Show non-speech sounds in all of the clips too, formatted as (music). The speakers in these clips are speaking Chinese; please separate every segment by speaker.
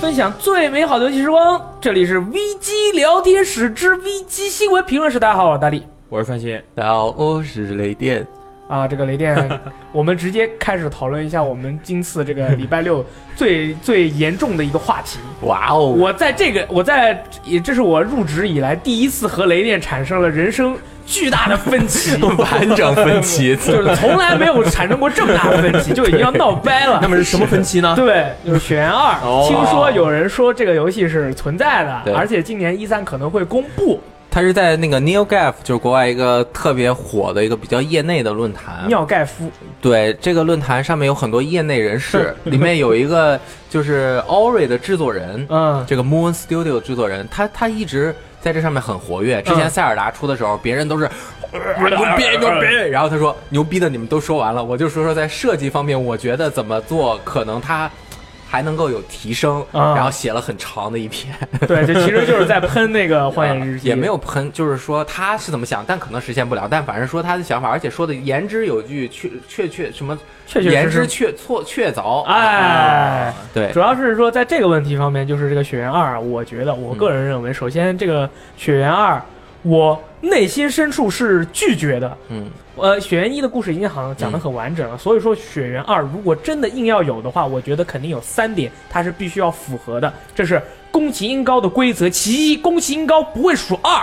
Speaker 1: 分享最美好的游戏时光。这里是 V G 聊天室之 V G 新闻评论室，大家好，我是大力。
Speaker 2: 我是范鑫，
Speaker 3: 大家好，我是雷电。
Speaker 1: 啊，这个雷
Speaker 3: (laughs)
Speaker 1: 电，我们直接开始讨论一下我们今次这个礼拜六最最严重的一个话题。
Speaker 3: 哇哦，
Speaker 1: 我在这个，我在也这是我入职以来第一次和雷电产生了人生巨大的分
Speaker 3: (laughs)
Speaker 1: 歧，
Speaker 3: 班长分歧，
Speaker 1: 就是从来没有产生过这么大的分歧，就已经要闹掰了。
Speaker 2: 么是什么分
Speaker 3: (laughs)
Speaker 2: 歧呢？
Speaker 1: (laughs) 对，就是《悬二》
Speaker 3: 哦
Speaker 1: 听说有人说这个游戏是存在
Speaker 3: 对
Speaker 1: 的，而且今年一三可能会公布。
Speaker 3: 他是在那个 NeoGaf，就是国外一个特别火的一个比较业内的论坛。
Speaker 1: 尿盖
Speaker 3: (laughs)
Speaker 1: 夫
Speaker 3: 对，这个论坛上面有很多业内人士，里面有一个就是 Ori 的制作人，
Speaker 1: 嗯
Speaker 3: 这个 Moon Studio 制作人，他他一直在这上面很活跃。之前
Speaker 1: 嗯
Speaker 3: 塞尔达出的时候，别人都是。呃牛逼牛逼！然后他说：“牛逼的你们都说完了，我就说说在设计方面，我觉得怎么做可能他还能够有提升。”
Speaker 1: 啊
Speaker 3: 然后写了很长的一篇，
Speaker 1: 对，这其实就是在喷那个《幻影日记》，
Speaker 3: 啊也没有喷，就是说他是怎么想，但可能实现不了，但反正说他的想法，而且说的言之有据，确确确什么
Speaker 1: 确确
Speaker 3: 言
Speaker 1: 实
Speaker 3: 之
Speaker 1: 实。
Speaker 3: 确错确凿。啊
Speaker 1: 哎，
Speaker 3: 对
Speaker 1: 主，要是说在这个问题方面，就是这个《血缘二》，我觉得
Speaker 3: 嗯
Speaker 1: 我个人认为，首先这个《血缘二》，我内心深处是拒绝的。
Speaker 3: 嗯，
Speaker 1: 呃，《血缘一》的故事已经好像讲得很完整了，所以说《血缘二》如果真的硬要有的话，我觉得肯定有三点它是必须要符合的，这是宫崎英高的规则。其一，宫崎英高不会数二。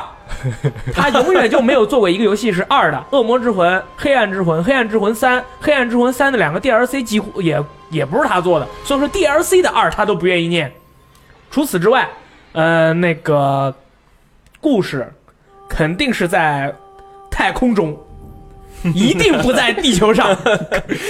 Speaker 1: 他永远就没有做过一个游戏是二的，《恶魔之魂》《黑暗之魂》《黑暗之魂三》《黑暗之魂三》的两个 DLC 几乎也也不是他做的，所以说 DLC 的二他都不愿意念。除此之外，呃，那个故事肯定是在太空中，一定不在地球
Speaker 3: (laughs)
Speaker 1: 上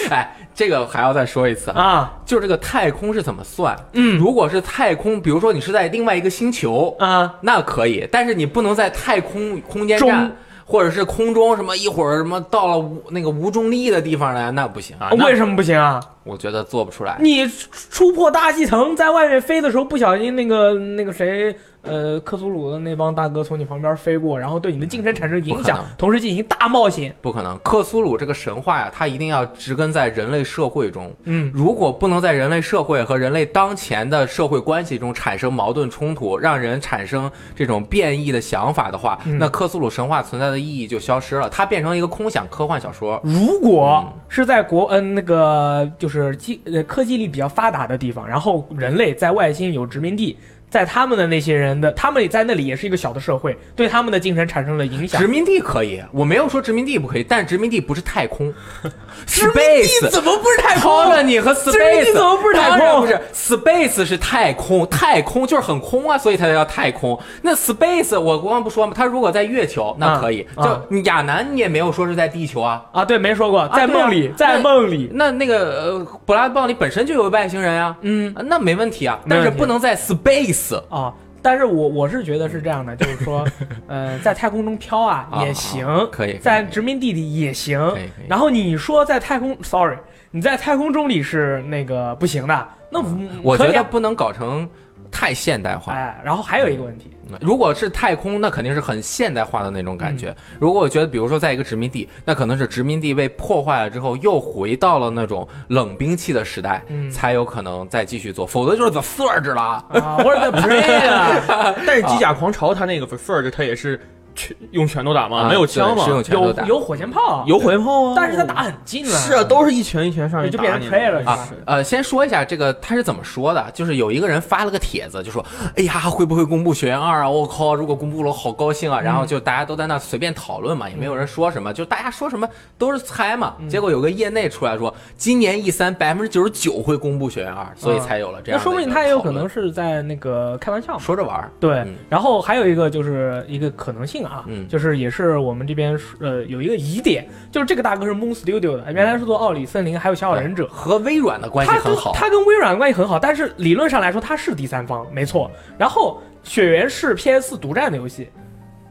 Speaker 3: 哎，这个还要再说一次啊，
Speaker 1: 啊
Speaker 3: 就是这个太空是怎么算？
Speaker 1: 嗯
Speaker 3: 如果是太空，比如说你是在另外一个星球，
Speaker 1: 啊！
Speaker 3: 那可以，但是你不能在太空空间
Speaker 1: 中
Speaker 3: 站。或者是空中什么一会儿什么到了无那个无重力的地方来，那不行啊！那
Speaker 1: 为什么不行啊？
Speaker 3: 我觉得做不出来。
Speaker 1: 你出破大气层，在外面飞的时候，不小心那个那个谁，呃，克苏鲁的那帮大哥从你旁边飞过，然后对你的精神产生影
Speaker 3: 不可
Speaker 1: 响
Speaker 3: 能，
Speaker 1: 同时进行大冒险。
Speaker 3: 不可能，克苏鲁这个神话呀，它一定要植根在人类社会中。
Speaker 1: 嗯，
Speaker 3: 如果不能在人类社会和人类当前的社会关系中产生矛盾冲突，让人产生这种变异的想法的话，那克苏鲁神话存在的意义就消失了，它变成一个空想科幻小说。
Speaker 1: 如果是在国嗯、那个就是技呃科技力比较发达的地方，然后人类在外星有殖民地，在他们的那些人的，他们也在那里也是一个小的社会，对他们的精神产生了影响
Speaker 3: 殖。民地可以，我没有说殖民地不可以，但殖民地不是太空
Speaker 1: 你
Speaker 3: ，space
Speaker 1: 怎么不是太空了？
Speaker 3: colony 和
Speaker 1: 殖民地
Speaker 3: space
Speaker 1: 怎么不是太空
Speaker 3: 当然不是 space 是太空，太空就是很空啊，所以它叫太空。那 space 我刚刚不说吗？它如果在月球，那可以。
Speaker 1: 啊啊
Speaker 3: 就亚楠你也没有说是在地球啊。
Speaker 1: 啊，对，没说过，在
Speaker 3: 对啊
Speaker 1: 梦里，
Speaker 3: 那
Speaker 1: 在梦里。
Speaker 3: 那那个呃，布拉德鲍里本身就有外星人啊，嗯，那没问题啊，
Speaker 1: 没
Speaker 3: 但
Speaker 1: 问题
Speaker 3: 是不能在 space。
Speaker 1: 啊。但是我我是觉得是这样的，就是
Speaker 3: (laughs)
Speaker 1: 说，呃，在太空中飘啊
Speaker 3: 啊
Speaker 1: 也行，
Speaker 3: 啊可以可以
Speaker 1: 在殖民地里也行
Speaker 3: 以可以。
Speaker 1: 然后你说在太空，sorry，你在太空中里是那个不行的，那
Speaker 3: 我
Speaker 1: 可
Speaker 3: 觉
Speaker 1: 以
Speaker 3: 得
Speaker 1: 啊
Speaker 3: 不能搞成太现代化。
Speaker 1: 哎，然后还有一个问
Speaker 3: (laughs)
Speaker 1: 题，
Speaker 3: 如果是太空，那肯定是很现代化的那种感觉。如果我觉得，比如说在一个殖民地，那可能是殖民地被破坏了之后，又回到了那种冷兵器的时代，
Speaker 1: 嗯
Speaker 3: 才有可能再继续做，否则就是 the surge 了。
Speaker 1: 啊，或者 play 啊，
Speaker 2: 但是机甲狂潮它那个 Surge 它也是全用拳头打吗？
Speaker 3: 啊
Speaker 2: 没有枪
Speaker 3: 对
Speaker 2: 吗
Speaker 3: 是？用拳头
Speaker 1: 有
Speaker 3: 打。
Speaker 1: 有火箭炮啊，
Speaker 2: 有回炮啊，
Speaker 1: 但是他打很近了，
Speaker 2: 是啊，都是一拳一拳上去
Speaker 1: 就变成
Speaker 2: 打你
Speaker 1: play 了是吧
Speaker 3: 啊，呃，先说一下这个他是怎么说的，就是有一个人发了个帖子，就说，哎呀，会不会公布《学院二》啊？我靠，如果公布了，好高兴啊！
Speaker 1: 嗯
Speaker 3: 然后就大家都在那随便讨论嘛，也没有人说什么，就大家说什么都是猜嘛。
Speaker 1: 嗯
Speaker 3: 结果有个业内出来说，今年 E 三百分之九十九会公布《学院二》，所以才有了这
Speaker 1: 嗯那
Speaker 3: 样的一个讨论。
Speaker 1: 说不定他也有可能是在那个开玩笑嘛。
Speaker 3: 说着玩儿，
Speaker 1: 对，
Speaker 3: 嗯
Speaker 1: 然后还有一个就是一个可能性啊，
Speaker 3: 嗯
Speaker 1: 就是也是我们这边呃有一个疑点，就是这个大哥是 Moon Studio
Speaker 3: 嗯
Speaker 1: 的，原来是做《奥里森林》还有《小小忍者》
Speaker 3: 和微软的关系
Speaker 1: 他跟
Speaker 3: 很好。
Speaker 1: 他跟微软关系很好，但是理论上来说他是第三方，没错。然后《血缘》是 PS 独占的游戏。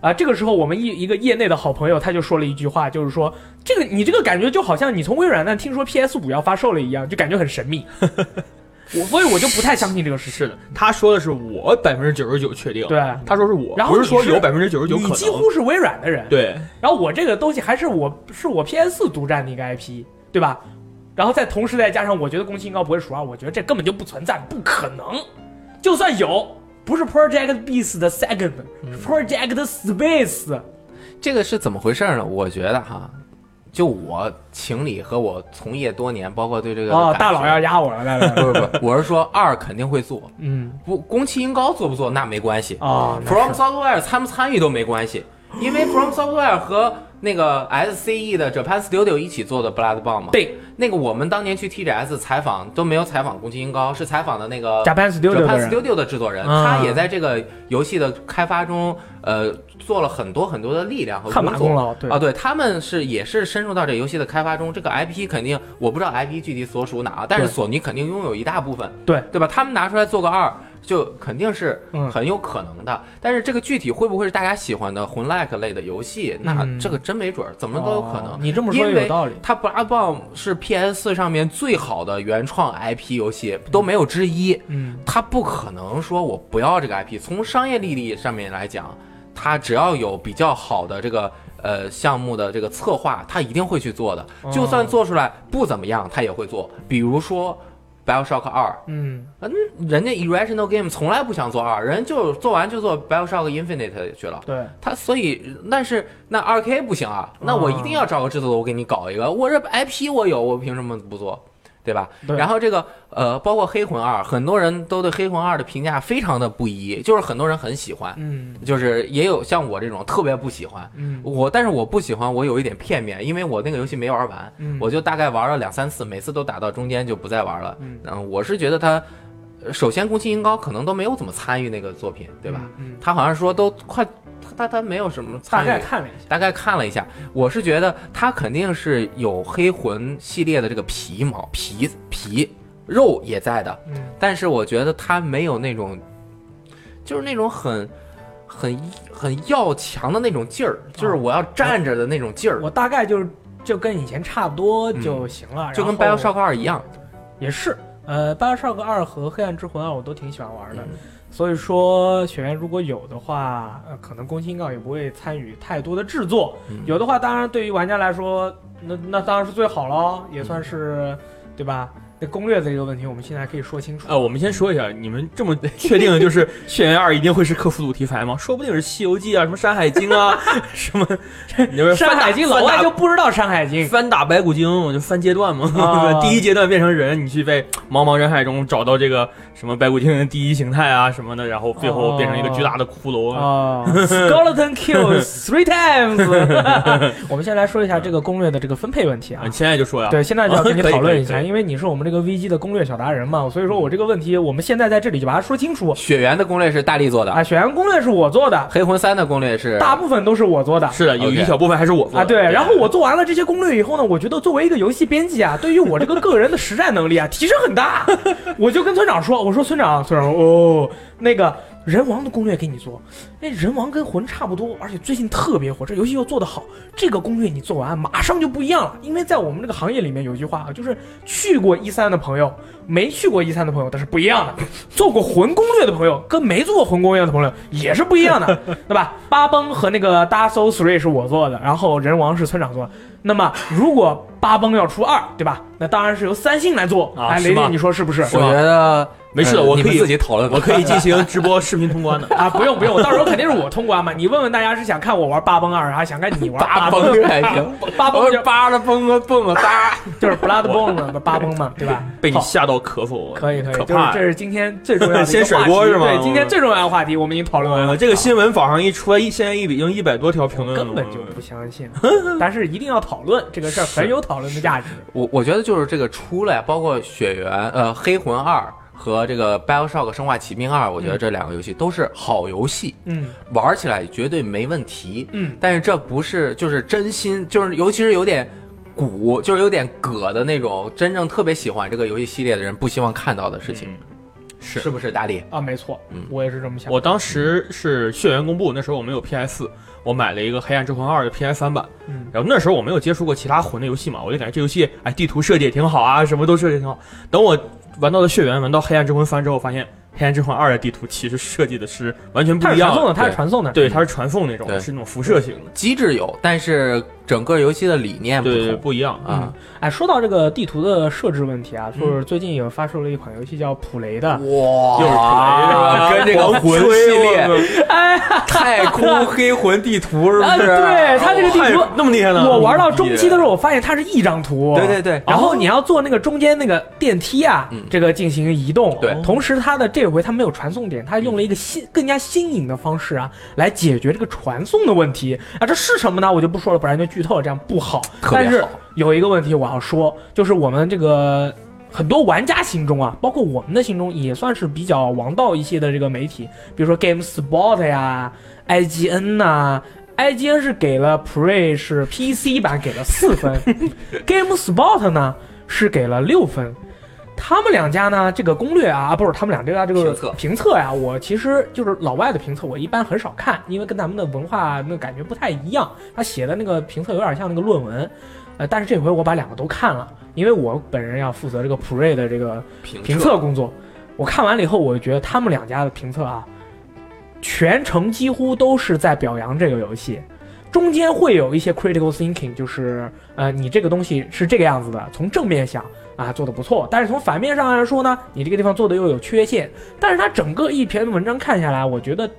Speaker 1: 啊，这个时候我们一一个业内的好朋友他就说了一句话，就是说这个你这个感觉就好像你从微软那听说 PS 五要发售了一样，就感觉很神
Speaker 3: (laughs)
Speaker 1: 秘。我所以我就不太相信这个事情。
Speaker 2: 是的，他说的是我百分之九十九确定，
Speaker 1: 对，
Speaker 2: 他说是我，
Speaker 1: 然后
Speaker 2: 不是说
Speaker 1: 你是
Speaker 2: 有百分之九十九可
Speaker 1: 你
Speaker 2: 能，
Speaker 1: 几乎是微软的人，
Speaker 2: 对，
Speaker 1: 然后我这个东西还是我是我 PS 独占的一个 IP，对吧？啊然后再同时再加上，我觉得宫崎英高不会数二，我觉得这根本就不存在，不可能。就算有，不是 Project Beast 的 Second，是
Speaker 3: 嗯
Speaker 1: Project Space。
Speaker 3: 这个是怎么回事呢？我觉得哈，就我情理和我从业多年，包括对这个
Speaker 1: 哦，
Speaker 3: 感
Speaker 1: 大佬
Speaker 3: 觉
Speaker 1: 要压我了，来
Speaker 3: (laughs)
Speaker 1: 来，来
Speaker 3: 不是不是，
Speaker 1: (laughs)
Speaker 3: 我是说二肯定会做，
Speaker 1: 嗯，
Speaker 3: 不宫崎英高做不做那没关系
Speaker 1: 哦那是
Speaker 3: From Software 参不参与都没关系，因为 From Software 和那个 SCE 的 Japan Studio 一起做的 Bloodborne 嘛，
Speaker 1: 对，
Speaker 3: 那个我们当年去 TGS 采访都没有采访宫崎英高，是采访的那个
Speaker 1: Japan Studio 的
Speaker 3: Japan
Speaker 1: 人，
Speaker 3: Studio 的制作人，
Speaker 1: 啊
Speaker 3: 他也在这个游戏的开发中，呃，做了很多很多的力量和
Speaker 1: 汗马
Speaker 3: 工
Speaker 1: 功
Speaker 3: 作。
Speaker 1: 劳，对
Speaker 3: 啊，对，他们是也是深入到这游戏的开发中，这个 IP 肯定我不知道 IP 具体所属哪啊，但是
Speaker 1: 对
Speaker 3: 索尼肯定拥有一大部分，
Speaker 1: 对
Speaker 3: 对吧？他们拿出来做个二，就肯定是
Speaker 1: 嗯
Speaker 3: 很有可能的。但是这个具体会不会是大家喜欢的魂 like 类的游戏，那
Speaker 1: 嗯
Speaker 3: 这个真没准儿，怎么都有可能。
Speaker 1: 哦你这么说
Speaker 3: 因
Speaker 1: 有
Speaker 3: 为
Speaker 1: 道理，
Speaker 3: 它 Bloodborne 是 PS 上面最好的原创 IP 游戏，都没有之一。
Speaker 1: 嗯，
Speaker 3: 他不可能说我不要这个 IP。从商业利益上面来讲，他只要有比较好的这个呃项目的这个策划，他一定会去做的。就算做出来不怎么样，他也会做。比如说《BioShock 二》，
Speaker 1: 嗯，
Speaker 3: 人家 Irrational Game 从来不想做二，人就做完就做 BioShock Infinite 去了。
Speaker 1: 对，
Speaker 3: 他所以，但是那二 K 不行啊，那我一定要找个制作组，我给你搞一个，我这 IP 我有，我凭什么不做，对吧？
Speaker 1: 对
Speaker 3: 然后这个呃，包括《黑魂二》，很多人都对《黑魂二》的评价非常的不一，就是很多人很喜欢，
Speaker 1: 嗯
Speaker 3: 就是也有像我这种特别不喜欢。
Speaker 1: 嗯
Speaker 3: 我但是我不喜欢，我有一点片面，因为我那个游戏没玩完，
Speaker 1: 嗯，
Speaker 3: 我就大概玩了两三次，每次都打到中间就不再玩了。
Speaker 1: 嗯
Speaker 3: 然后我是觉得他，呃首先宫崎英高可能都没有怎么参与那个作品，对吧？
Speaker 1: 嗯，
Speaker 3: 他好像说都快，他他他没有什么
Speaker 1: 大
Speaker 3: 参与
Speaker 1: 概看了一下，
Speaker 3: 大概看了一下，我是觉得他肯定是有黑魂系列的这个皮毛皮皮肉也在的，
Speaker 1: 嗯
Speaker 3: 但是我觉得他没有那种，就是那种很很很要强的那种劲
Speaker 1: 啊
Speaker 3: 儿，就是我要站着的那种劲儿，嗯
Speaker 1: 我大概就是就跟以前差不多就行了，
Speaker 3: 就跟《
Speaker 1: 然后
Speaker 3: BioShock 二》一样。
Speaker 1: 也是，呃，《BioShock 二》和《黑暗之魂二》我都挺喜欢玩的，
Speaker 3: 嗯
Speaker 1: 所以说雪原如果有的话，呃，可能宫崎英高也不会参与太多的制作，
Speaker 3: 嗯
Speaker 1: 有的话当然对于玩家来说，那那当然是最好了，也算是、
Speaker 3: 嗯
Speaker 1: 对吧？那攻略的这个问题，我们现在可以说清楚。
Speaker 2: 呃，我们先说一下，你们
Speaker 1: (laughs)
Speaker 2: 这么确定就是《轩辕二》一定会是克苏鲁题材吗？说不定是《西游记》啊，什么《山海经》啊，什么，你就是
Speaker 1: 山海经》，老外
Speaker 2: 就
Speaker 1: 就不知道《山海经》
Speaker 2: 翻打白骨精，我就翻阶段嘛。 (laughs)
Speaker 1: 啊
Speaker 2: 第一阶段变成人，你去在茫茫人海中找到这个什么白骨精的第一形态啊什么的，然后最后变成一个巨大的骷髅。啊
Speaker 1: 哦，Skeleton kills three times 。
Speaker 2: (laughs)
Speaker 1: 我们先来说一下这个攻略的这个分配问题啊
Speaker 2: 啊，你。现在就说呀，
Speaker 1: 对，现在就要跟你
Speaker 2: 可以
Speaker 1: 讨论一
Speaker 2: (laughs) 可以
Speaker 1: 下，
Speaker 2: 可以嗯
Speaker 1: 因为你是我们这个 V G 的攻略小达人嘛，所以说我这个问题，我们现在在这里就把它说清楚。
Speaker 3: 雪原的攻略是大力做的，
Speaker 1: 啊，选攻略是我做的，
Speaker 3: 黑魂三的攻略是
Speaker 1: 大部分都是我做的。
Speaker 2: 是的，有一
Speaker 3: OK
Speaker 2: 小部分还是我做
Speaker 1: 啊，
Speaker 2: 的。哎
Speaker 1: 对，然后我做完了这些攻略以后呢，我觉得作为一个游戏编辑
Speaker 2: (laughs)
Speaker 1: 啊，对于我这个个人的实战能力啊，提升很大。我就跟村长说，我说村长，村长说哦，那个人王的攻略给你做，那哎人王跟魂差不多，而且最近特别火，这游戏又做得好，这个攻略你做完马上就不一样了。因为在我们这个行业里面有一句话啊，就是去过一三的朋友，没去过一三的朋友，但是不一样的； (laughs) 做过魂攻略的朋友，跟没做过魂攻略的朋友也是不一样的， (laughs) 对吧？八崩和那个大 soul three 是我做的，然后人王是村长做的。那么如果八崩要出二，对吧？那当然是由三星来做。
Speaker 2: 啊
Speaker 1: 哎，
Speaker 2: 是
Speaker 1: 雷电，
Speaker 2: 吗
Speaker 1: 你说是不是？
Speaker 3: 我觉得
Speaker 2: 没事
Speaker 3: 呃
Speaker 2: 我
Speaker 3: 你
Speaker 2: 可以
Speaker 3: 们自己讨论吧
Speaker 2: 我可以进
Speaker 1: (laughs)
Speaker 2: 行直播视频通关的。
Speaker 1: 啊，不用不用，到时候肯定是我通关嘛。你问问大家是想看我玩八崩二，啊还是想看你玩
Speaker 3: 八
Speaker 1: 八
Speaker 3: 崩
Speaker 1: 崩？
Speaker 3: 还
Speaker 2: (laughs)
Speaker 3: 行，
Speaker 1: 八崩就
Speaker 3: 扒了蹦啊蹦啊哒，
Speaker 1: 就是 Bloodborne 嘛，不是八崩嘛，对吧？
Speaker 2: 被你
Speaker 1: 好
Speaker 2: 吓到咳嗽，
Speaker 1: 可以可以，
Speaker 2: 可
Speaker 1: 就是
Speaker 2: 怕
Speaker 1: 这
Speaker 2: 呀。
Speaker 1: 是今天最重要的一个
Speaker 2: (laughs) 先甩锅
Speaker 1: 话题
Speaker 2: 是吗
Speaker 1: 对，今天最重要的话题我们已经讨论完
Speaker 2: 哎
Speaker 1: 了
Speaker 2: 呀，。这个新闻网上一出来，一现在已经一百多条评论了，
Speaker 1: 啊根本就不相信，啊但是一定要讨论这个事儿，很有讨论的
Speaker 2: (laughs)
Speaker 1: 价值。
Speaker 3: 我我觉得就是这个出来，包括《血缘》呃《黑魂二》和这个《BioShock 生化奇兵二》，我觉
Speaker 2: 嗯
Speaker 3: 得这两个游戏都是好游戏，
Speaker 1: 嗯
Speaker 3: 玩起来绝对没问题。
Speaker 1: 嗯，
Speaker 3: 但是这不是就是真心，就是尤其是有点鼓，就是有点葛的那种，真正特别喜欢这个游戏系列的人不希望看到的事情，
Speaker 2: 嗯
Speaker 3: 是是不是大力？
Speaker 1: 啊，没错
Speaker 3: 嗯，
Speaker 1: 我也是这么想。
Speaker 2: 我当时是血缘公布，那时候我没有 PS，我买了一个《黑暗之魂二》的 PS 三版。
Speaker 1: 嗯
Speaker 2: 然后那时候我没有接触过其他魂的游戏嘛，我就感觉这游戏哎，地图设计也挺好啊，什么都设计挺好。等我玩到了血缘，玩到《黑暗之魂三》之后，发现《黑暗之魂二》的地图其实设计的是完全不
Speaker 1: 它
Speaker 2: 一
Speaker 1: 是传
Speaker 2: 样
Speaker 1: 送
Speaker 2: 的。
Speaker 1: 的，它是传送的，
Speaker 2: 对，它是传送那种，
Speaker 3: 对
Speaker 2: 是那种辐射型的。
Speaker 3: 机制有，但是整个游戏的理念不
Speaker 2: 对对嗯
Speaker 3: 同
Speaker 2: 不一样
Speaker 3: 啊。
Speaker 1: 哎，说到这个地图的设置问题啊，就是最近有发售了一款游戏叫《普雷》的，
Speaker 2: 又嗯是
Speaker 3: 哇，
Speaker 2: 锤
Speaker 3: 啊跟
Speaker 2: (laughs)
Speaker 3: 这个魂系列太空黑魂地图是
Speaker 1: 啊
Speaker 3: 不是？
Speaker 1: 对它这个地
Speaker 2: 太
Speaker 1: 图
Speaker 2: 那么厉害呢？
Speaker 1: 我玩到中期的时候，我发现它是一张图。
Speaker 3: 对对对嗯
Speaker 1: 然后你要做那个中间那个电梯啊，这个进行移动。
Speaker 3: 对
Speaker 1: 同时它的这回它没有传送点，它用了一个新更加新颖的方式啊，来解决这个传送的问题啊。这是什么呢？我就不说了，不然就剧透了，这样不好。
Speaker 3: 特
Speaker 1: 但
Speaker 3: 别好
Speaker 1: 是有一个问题我要说，就是我们这个。很多玩家心中啊，包括我们的心中，也算是比较王道一些的这个媒体，比如说 GameSpot 呀、IGN 呐、IGN 哎是给了 Prey 是 PC 版给了四分 (laughs) ，GameSpot 呢是给了六分。他们两家呢，这个攻略啊，啊不是他们两家这个
Speaker 3: 评测
Speaker 1: 评测呀、我其实就是老外的评测，我一般很少看，因为跟咱们的文化那个感觉不太一样。他写的那个评测有点像那个论文，呃，但是这回我把两个都看了，因为我本人要负责这个 Prey 的这个评
Speaker 3: (laughs) 评测
Speaker 1: 测工作。我看完了以后，我觉得他们两家的评测啊，全程几乎都是在表扬这个游戏，中间会有一些 critical thinking，就是呃，你这个东西是这个样子的，从正面想啊做的不错，但是从反面上来说呢，你这个地方做的又有缺陷。但是它整个一篇文章看下来，我觉得。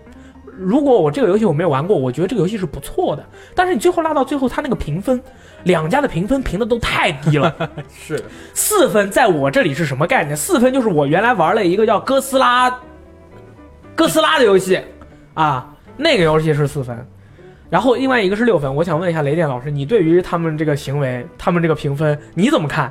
Speaker 1: 如果我这个游戏我没有玩过，我觉得这个游戏是不错的。但是你最后拉到最后，它那个评分，两家的评分评的都太低了，
Speaker 2: 是
Speaker 1: 四分在我这里是什么概念？四分就是我原来玩了一个叫哥斯拉，哥斯拉的游戏啊，那个游戏是四分，然后另外一个是六分。我想问一下雷电老师，你对于他们这个行为，他们这个评分你怎么看？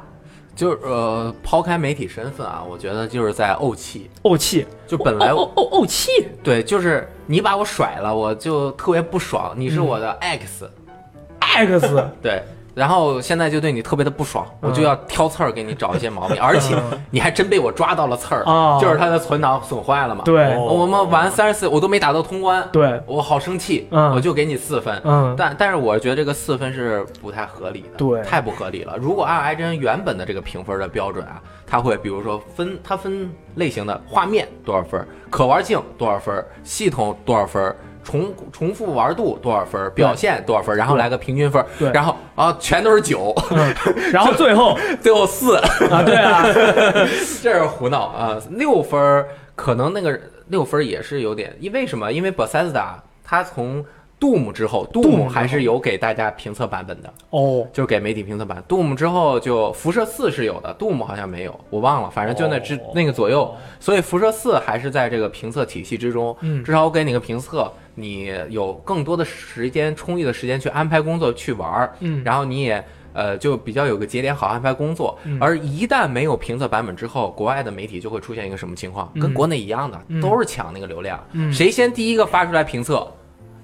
Speaker 3: 就是呃，抛开媒体身份啊，我觉得就是在怄气。
Speaker 1: 怄气，
Speaker 3: 就本来
Speaker 1: 怄怄怄气，
Speaker 3: 对，就是你把我甩了，我就特别不爽。你是我的 X，、
Speaker 1: X
Speaker 3: 对，然后现在就对你特别的不爽，我就要挑刺儿给你找一些 (laughs) 毛病，而且你还真被我抓到了刺儿，
Speaker 1: 哦
Speaker 3: 就是他的存档损坏了嘛。，
Speaker 1: 对
Speaker 2: 哦
Speaker 3: 我们玩三十四，我都没打到通关，
Speaker 1: 对，
Speaker 3: 我好生气，
Speaker 1: 嗯
Speaker 3: 我就给你四分。
Speaker 1: 嗯
Speaker 3: 但但是我觉得这个四分是不太合理的，
Speaker 1: 对
Speaker 3: 太不合理了。如果按癌症原本的这个评分的标准啊，它会比如说分它分类型的画面多少分，可玩性多少分，系统多少分。重重复玩度多少分，表现多少分，然后来个平均分
Speaker 1: 对，
Speaker 3: 然后啊全都是九， (laughs)
Speaker 1: 嗯，然后最后
Speaker 3: 最后四，
Speaker 1: 啊，对
Speaker 3: (laughs)
Speaker 1: 啊，
Speaker 3: 这是胡闹啊！六分儿可能那个六分儿也是有点，因为什么？因为 Bethesda 它从 Doom 之后，Doom 还是有给大家评测版本的，
Speaker 1: 哦，
Speaker 3: 就是给媒体评测版。Doom 之后就辐射四是有的，Doom 好像没有，我忘了，反正就那之、
Speaker 2: 哦
Speaker 3: 那个左右。所以辐射四还是在这个评测体系之中，
Speaker 1: 嗯
Speaker 3: 至少我给你个评测，你有更多的时间充裕的时间去安排工作去玩儿，
Speaker 1: 嗯
Speaker 3: 然后你也。呃，就比较有个节点好安排工作，
Speaker 1: 嗯
Speaker 3: 而一旦没有评测版本之后，国外的媒体就会出现一个什么情况，跟国内一样的，都是抢那个流量，
Speaker 1: 嗯
Speaker 3: 谁先第一个发出来评测，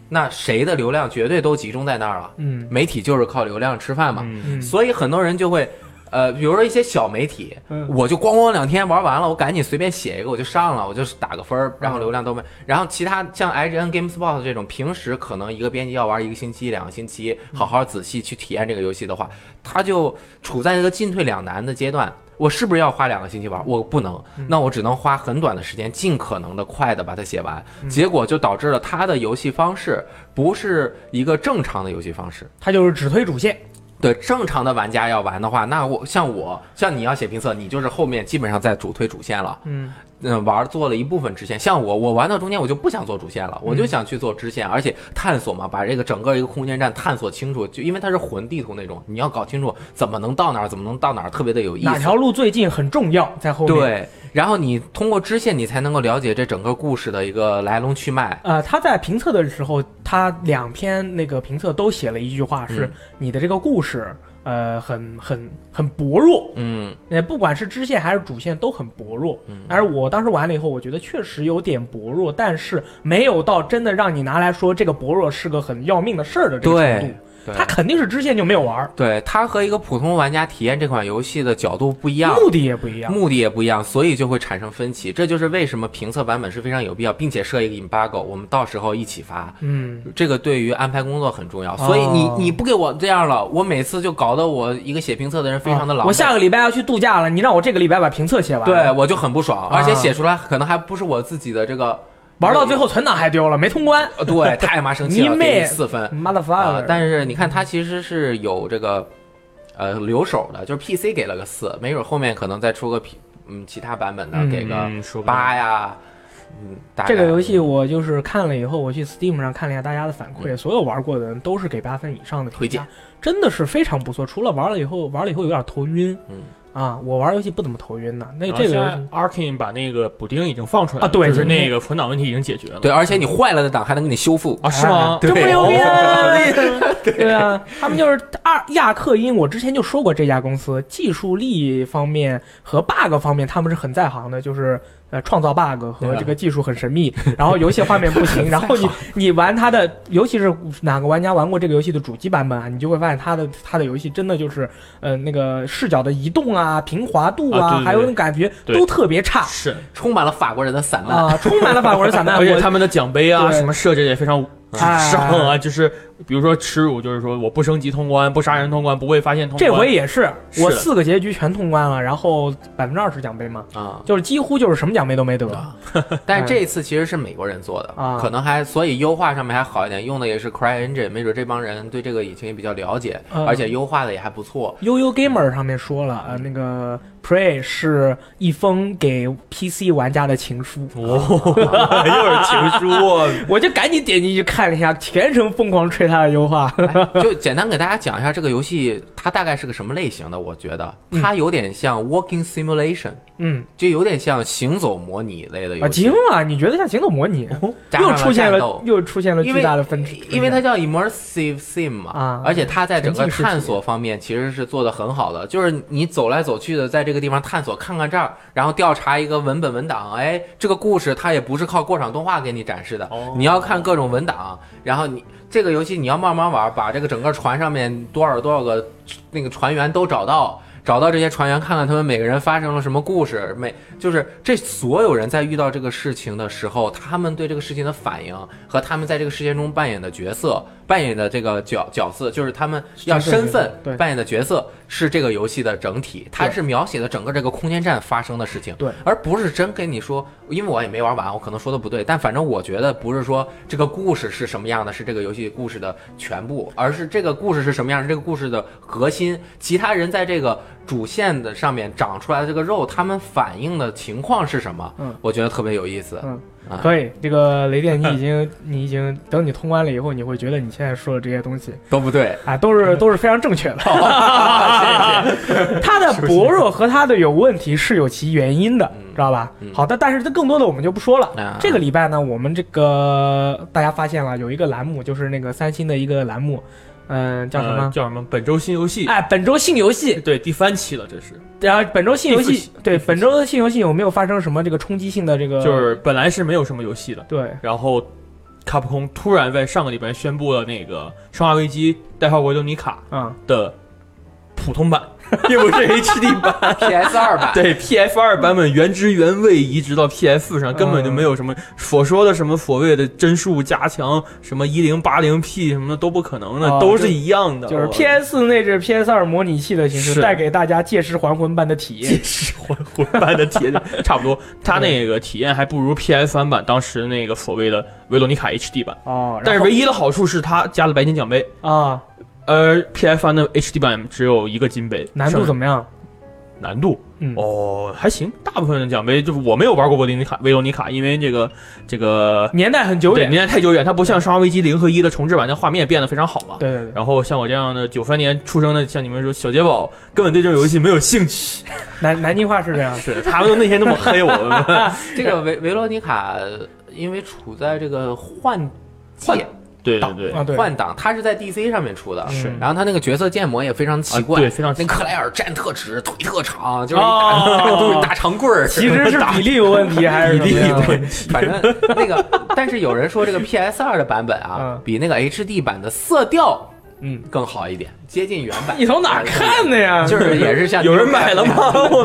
Speaker 3: 那谁的流量绝对都集中在那儿了。
Speaker 1: 嗯
Speaker 3: 媒体就是靠流量吃饭嘛，
Speaker 1: 嗯
Speaker 3: 所以很多人就会，呃，比如说一些小媒体，
Speaker 1: 嗯
Speaker 3: 我就咣咣两天玩完了，我赶紧随便写一个我就上了，我就打个分儿，然后
Speaker 1: 嗯
Speaker 3: 流量都没。然后其他像 IGN、GameSpot 这种，平时可能一个编辑要玩一个星期、两个星期，好好仔细去体验这个游戏的话，他就处在一个进退两难的阶段。我是不是要花两个星期玩？我不能，那我只能花很短的时间，尽可能的快的把它写完。结果就导致了他的游戏方式不是一个正常的游戏方式。
Speaker 1: 他就是只推主线，
Speaker 3: 对正常的玩家要玩的话，那我像我像你要写评测，你就是后面基本上在主推主线了。
Speaker 1: 嗯
Speaker 3: 嗯，玩做了一部分支线，像我，我玩到中间我就不想做主线了，
Speaker 1: 嗯
Speaker 3: 我就想去做支线，而且探索嘛，把这个整个一个空间站探索清楚，就因为它是混地图那种，你要搞清楚怎么能到哪儿，怎么能到哪儿，特别的有意思。
Speaker 1: 哪条路最近很重要，在后面。
Speaker 3: 对，然后你通过支线，你才能够了解这整个故事的一个来龙去脉。
Speaker 1: 呃，他在评测的时候，他两篇那个评测都写了一句话是：
Speaker 3: 嗯
Speaker 1: 你的这个故事，呃，很很很薄弱。
Speaker 3: 嗯，
Speaker 1: 呃，不管是支线还是主线都很薄弱。
Speaker 3: 嗯
Speaker 1: 而我当时玩了以后，我觉得确实有点薄弱，但是没有到真的让你拿来说这个薄弱是个很要命的事儿的这个程
Speaker 3: 对
Speaker 1: 度。，
Speaker 3: 对
Speaker 1: 他肯定是支线就没有玩儿，
Speaker 3: 对它和一个普通玩家体验这款游戏的角度不一样。
Speaker 1: 目的也不一样。
Speaker 3: 目的也不一样，所以就会产生分歧。这就是为什么评测版本是非常有必要，并且设一个 embargo，我们到时候一起发。
Speaker 1: 嗯，
Speaker 3: 这个对于安排工作很重要，所以你
Speaker 1: 哦
Speaker 3: 你不给我这样了，我每次就搞得我一个写评测的人非常的
Speaker 1: 啊
Speaker 3: 狼狈。
Speaker 1: 我下个礼拜要去度假了，你让我这个礼拜把评测写完。啊
Speaker 3: 对我就很不爽，而且写出来可能还不是我自己的这个
Speaker 1: 玩到最后存档还丢了，没通关。(laughs)
Speaker 3: 呃对，太妈生气了，
Speaker 1: 你
Speaker 3: 给
Speaker 1: 妹
Speaker 3: 你四分啊、
Speaker 1: motherfucker！
Speaker 3: 但是你看，它其实是有这个呃留守的，就是 PC 给了个四，没准后面可能再出个 P 嗯其他版本的，
Speaker 1: 嗯
Speaker 3: 给个
Speaker 2: 嗯说不定
Speaker 3: 八呀，嗯，大概
Speaker 1: 这个游戏我就是看了以后，我去 Steam 上看了一下大家的反馈，所有玩过的人都是给八分以上的
Speaker 3: 推荐
Speaker 1: 评价，真的是非常不错。除了玩了以后，玩了以后有点头晕，
Speaker 3: 嗯
Speaker 1: 啊，我玩游戏不怎么头晕的。那
Speaker 2: 然后
Speaker 1: 这个
Speaker 2: 现
Speaker 1: 游
Speaker 2: 在
Speaker 1: 戏
Speaker 2: Arkane 把那个补丁已经放出来了
Speaker 1: 啊对
Speaker 2: 就是那
Speaker 1: 今
Speaker 2: 个存档问题已经解决了。
Speaker 3: 对，而且你坏了的档还能给你修复，
Speaker 2: 啊，是吗？哦
Speaker 1: 这不牛逼啊
Speaker 2: 对！
Speaker 1: 对啊，他们就是二亚克因，我之前就说过这家公司技术力方面和 bug 方面他们是很在行的，就是呃创造 bug
Speaker 2: 啊
Speaker 1: 和这个技术很神秘，然后游戏画面不行， (laughs) 然后你你玩它的，尤其是哪个玩家玩过这个游戏的主机版本啊，你就会发现它的它的游戏真的就是呃那个视角的移动啊、平滑度啊，
Speaker 2: 啊对对对
Speaker 1: 还有那感觉
Speaker 2: 对
Speaker 1: 都特别
Speaker 2: (laughs)
Speaker 1: 差
Speaker 2: 是，
Speaker 3: 充满了法国人的散漫。
Speaker 1: 啊、充满了法国人散漫。
Speaker 2: 哦 (laughs) 而且
Speaker 1: 我
Speaker 2: 他们的奖杯啊，
Speaker 1: 对
Speaker 2: 什么设置也非常
Speaker 1: 哎
Speaker 2: 时尚啊，就是比如说耻辱，就是说我不升级通关，不杀人通关，不被发现通关。
Speaker 1: 这回也是，
Speaker 2: 是
Speaker 1: 我四个结局全通关了，然后百分之二十奖杯嘛，
Speaker 3: 啊、
Speaker 1: 就是几乎就是什么奖杯都没得。
Speaker 3: 但是这一次其实是美国人做的，
Speaker 1: 嗯啊
Speaker 3: 可能还所以优化上面还好一点，用的也是 CryEngine，没准这帮人对这个引擎也比较了解，
Speaker 1: 嗯
Speaker 3: 而且优化的也还不错。 (laughs)
Speaker 1: 悠悠 Gamer 上面说了，呃，那个 Pray 是一封给 PC 玩家的情书， (laughs)
Speaker 2: 哦， (laughs) 呃又是情书，啊
Speaker 1: 我就赶紧点进去看了一下，全程疯狂吹它的优化。
Speaker 3: 哎就简单给大家讲一下这个游戏，它大概是个什么类型的？我觉得它有点像 Walking Simulation，
Speaker 1: (laughs) 嗯，
Speaker 3: 就有点像行走模拟类的
Speaker 1: 啊，
Speaker 3: 游戏
Speaker 1: 惊。了！你觉得像行走模拟，
Speaker 3: 哦加上
Speaker 1: (laughs) 又
Speaker 3: 了
Speaker 1: 出现
Speaker 3: 战
Speaker 1: 了
Speaker 3: 斗
Speaker 1: 又出现了
Speaker 3: 因
Speaker 1: 巨
Speaker 3: 为
Speaker 1: 大的分支，嗯
Speaker 3: 因为它叫 immersive sim 嘛，
Speaker 1: 啊
Speaker 3: 而且它在整个
Speaker 1: 沉浸式体验
Speaker 3: 探索方面其实是做的很好的，就是你走来走去的，在这个地方探索，看看这儿，然后调查一个文本文档，哎，这个故事它也不是靠过场动画给你展示的，
Speaker 2: 哦
Speaker 3: 你要看各种文档，然后你这个游戏你要慢慢玩，把这个整个船上面多少多少个那个船员都找到。找到这些船员，看看他们每个人发生了什么故事，每就是这所有人在遇到这个事情的时候，他们对这个事情的反应和他们在这个事件中扮演的角色、扮演的这个角角色，就是他们要身份
Speaker 1: 对
Speaker 3: 扮演的角色是这个游戏的整体，它是描写的整个这个空间站发生的事情，
Speaker 1: 对，
Speaker 3: 而不是真跟你说，因为我也没玩完，我可能说的不对，但反正我觉得不是说这个故事是什么样的，是这个游戏故事的全部，而是这个故事是什么样，是这个故事的核心，其他人在这个主线的上面长出来的这个肉，他们反映的情况是什么？
Speaker 1: 嗯，
Speaker 3: 我觉得特别有意思。
Speaker 1: 嗯
Speaker 3: 啊
Speaker 1: 可以，这个雷电，你
Speaker 3: (laughs)
Speaker 1: 已经，你已经，等你通关了以后，你会觉得你现在说的这些东西
Speaker 3: 都不对，
Speaker 1: 啊，都是都是非常正确的。
Speaker 2: (laughs)
Speaker 1: 它的薄弱和它的有问题是有其原因的，
Speaker 3: 嗯
Speaker 1: 知道吧？
Speaker 3: 嗯
Speaker 1: 好的，但是这更多的我们就不说了。
Speaker 3: 啊
Speaker 1: 这个礼拜呢，我们这个大家发现了有一个栏目，就是那个三星的一个栏目，嗯、叫什
Speaker 2: 呃
Speaker 1: 么？
Speaker 2: 叫什么？本周新游戏，
Speaker 1: 哎，本周新游戏，
Speaker 2: 对，第三期了，这是，
Speaker 1: 然后本周新游
Speaker 2: 第四
Speaker 1: 戏
Speaker 2: 期，
Speaker 1: 对，本周的新游戏有没有发生什么这个冲击性的这个？
Speaker 2: 就是本来是没有什么游戏的，
Speaker 1: 对，
Speaker 2: 然后卡普空突然在上个礼拜宣布了那个《生化危机：代号维多尼卡
Speaker 1: 嗯，》
Speaker 2: 的普通 (laughs) 版，并不是 HD 版。
Speaker 3: PS 二
Speaker 1: (laughs)
Speaker 3: 版，
Speaker 2: (laughs) 对 PF 二版本原汁原味移植到 PS 上，根本就没有什么所说的什么所谓的帧数加强，什么一零八零 P 什么的都不可能的
Speaker 1: 哦，
Speaker 2: 都是一样的。
Speaker 1: 就是
Speaker 2: 我
Speaker 1: PS 内置 PS 二模拟器的形式，
Speaker 2: 是
Speaker 1: 带给大家《借尸还魂》般的体验。
Speaker 2: (laughs) 解释魂魂般的 (laughs) 体验差不多，它那个体验还不如 PS 三版当时那个所谓的维罗妮卡 HD 版。
Speaker 1: 哦，然
Speaker 2: 但是
Speaker 1: 后
Speaker 2: 唯一的好处是它加了白金奖杯，
Speaker 1: 啊，
Speaker 2: 而 PS 三的 HD 版只有一个金杯，
Speaker 1: 难度
Speaker 2: 剩
Speaker 1: 怎么样？
Speaker 2: 难度
Speaker 1: 嗯，
Speaker 2: 哦还行，大部分的奖杯就是我没有玩过维罗妮卡维罗妮卡，因为这个这个
Speaker 1: 年代很久
Speaker 2: 对，
Speaker 1: 远。
Speaker 2: 年代太久远，它不像《生化危机》零和一的重置版，那画面变得非常好了。。
Speaker 1: 对对对。
Speaker 2: 然后像我这样的九三年出生的，像你们说小杰宝，根本对这种游戏没有兴
Speaker 1: (laughs)
Speaker 2: 趣。
Speaker 1: 南南京话是这样，
Speaker 2: 是，他们都那天那么黑
Speaker 1: (laughs)
Speaker 2: 我们。
Speaker 3: 这个维维罗妮卡，因为处在这个换
Speaker 2: 换
Speaker 3: 届
Speaker 2: 对对 (laughs) 对，
Speaker 1: 啊，对，
Speaker 3: 换档，它是在 DC 上面出的，
Speaker 1: 是
Speaker 3: 然后它那个角色建模也非常奇怪，
Speaker 2: 啊对非常奇
Speaker 3: 那
Speaker 2: 怪
Speaker 3: 克莱尔站特直，腿特长，就是一大、
Speaker 1: 哦 (laughs)
Speaker 3: 大肚大长
Speaker 2: (laughs)
Speaker 3: 棍儿。
Speaker 1: 其实是比例有问题还是
Speaker 2: 比例
Speaker 1: 有
Speaker 2: 有
Speaker 1: 问
Speaker 2: 问
Speaker 1: 题？
Speaker 2: 题。
Speaker 3: 反正那个，但是有人说这个 PS 二的版本啊，
Speaker 1: 嗯
Speaker 3: 比那个 HD 版的色调
Speaker 1: 嗯，
Speaker 3: 更好一点，接近原
Speaker 1: (laughs)
Speaker 3: 版。
Speaker 1: 你从哪儿看的呀？
Speaker 3: 就是也是像
Speaker 2: 有人买了吗
Speaker 3: 我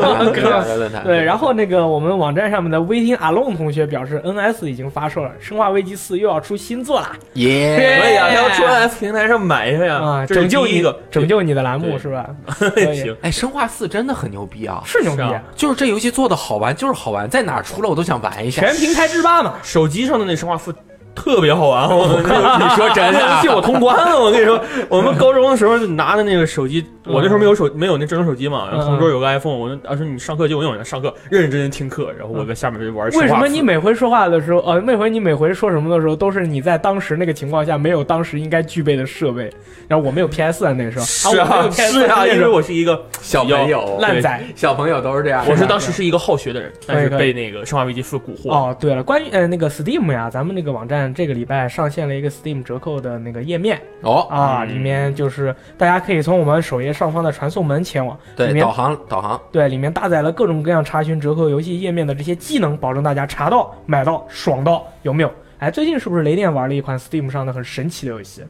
Speaker 1: (laughs) 我
Speaker 3: 们
Speaker 1: 靠
Speaker 3: 论
Speaker 1: (laughs)
Speaker 3: 坛
Speaker 1: 对，然后那个我们网站上面的 Waiting Alone 同学表示，NS 已经发售了，《生化危机四》又要出新作啦！
Speaker 3: 耶，
Speaker 2: 可以啊，他要出 F 平台上买一下呀，
Speaker 1: 啊，
Speaker 2: 嗯这是
Speaker 1: 拯救
Speaker 2: 第一
Speaker 1: 你
Speaker 2: 个， (laughs)
Speaker 1: 拯救你的栏目
Speaker 2: 对
Speaker 1: 是吧？
Speaker 2: 对
Speaker 1: 可以
Speaker 2: 行，
Speaker 3: 哎，生化四真的很牛逼啊！
Speaker 1: 是牛逼
Speaker 2: 是
Speaker 1: 啊
Speaker 2: 啊，
Speaker 3: 就是这游戏做的好玩，就是好玩，在哪儿出了我都想玩一下。
Speaker 1: 全平台制霸嘛！
Speaker 2: 手机上的那生化四特别好 (laughs) 玩，我
Speaker 3: 你说真的
Speaker 2: 游
Speaker 3: 啊
Speaker 2: 戏我通关了，我跟你说，我们高中的时候拿的那个手机，
Speaker 1: 嗯
Speaker 2: 我那时候没有手没有那智能手机嘛，然
Speaker 1: 嗯
Speaker 2: 后同桌有个 iPhone，我那当时你上课借我用，上课认认真真听课，然后我在下面就玩生化四。
Speaker 1: 为什么你每回说话的时候，呃，每回你每回说什么的时候，都是你在当时那个情况下没有当时应该具备的设备？然后我没有 PS 啊，那个时候，
Speaker 2: (laughs) 是
Speaker 1: 我没
Speaker 2: 啊
Speaker 1: 有 PS
Speaker 2: 是啊，
Speaker 1: 那
Speaker 2: 因
Speaker 1: 时
Speaker 2: 为
Speaker 1: 候
Speaker 2: 我是啊一个
Speaker 3: 小朋友，
Speaker 1: 烂仔。
Speaker 3: 小朋友都是这
Speaker 1: 啊
Speaker 3: 样的。
Speaker 2: 我是当时是一个好学的人，但是
Speaker 1: 可以
Speaker 2: 被那个《生化危机四》蛊 (laughs) 惑。
Speaker 1: 哦，对了，关于呃那个 Steam 呀，咱们那个网站这个礼拜上线了一个 Steam 折扣的那个页面
Speaker 3: 哦，
Speaker 1: 啊，
Speaker 2: 嗯
Speaker 1: 里面就是大家可以从我们首页上方的传送门前往，里
Speaker 3: 对，
Speaker 1: 面
Speaker 3: 导航导航，
Speaker 1: 对，里面搭载了各种各样查询折扣游戏页面的这些技能，保证大家查到、买到、爽到，有没有？哎，最近是不是雷电玩了一款 Steam 上的很神奇的游戏？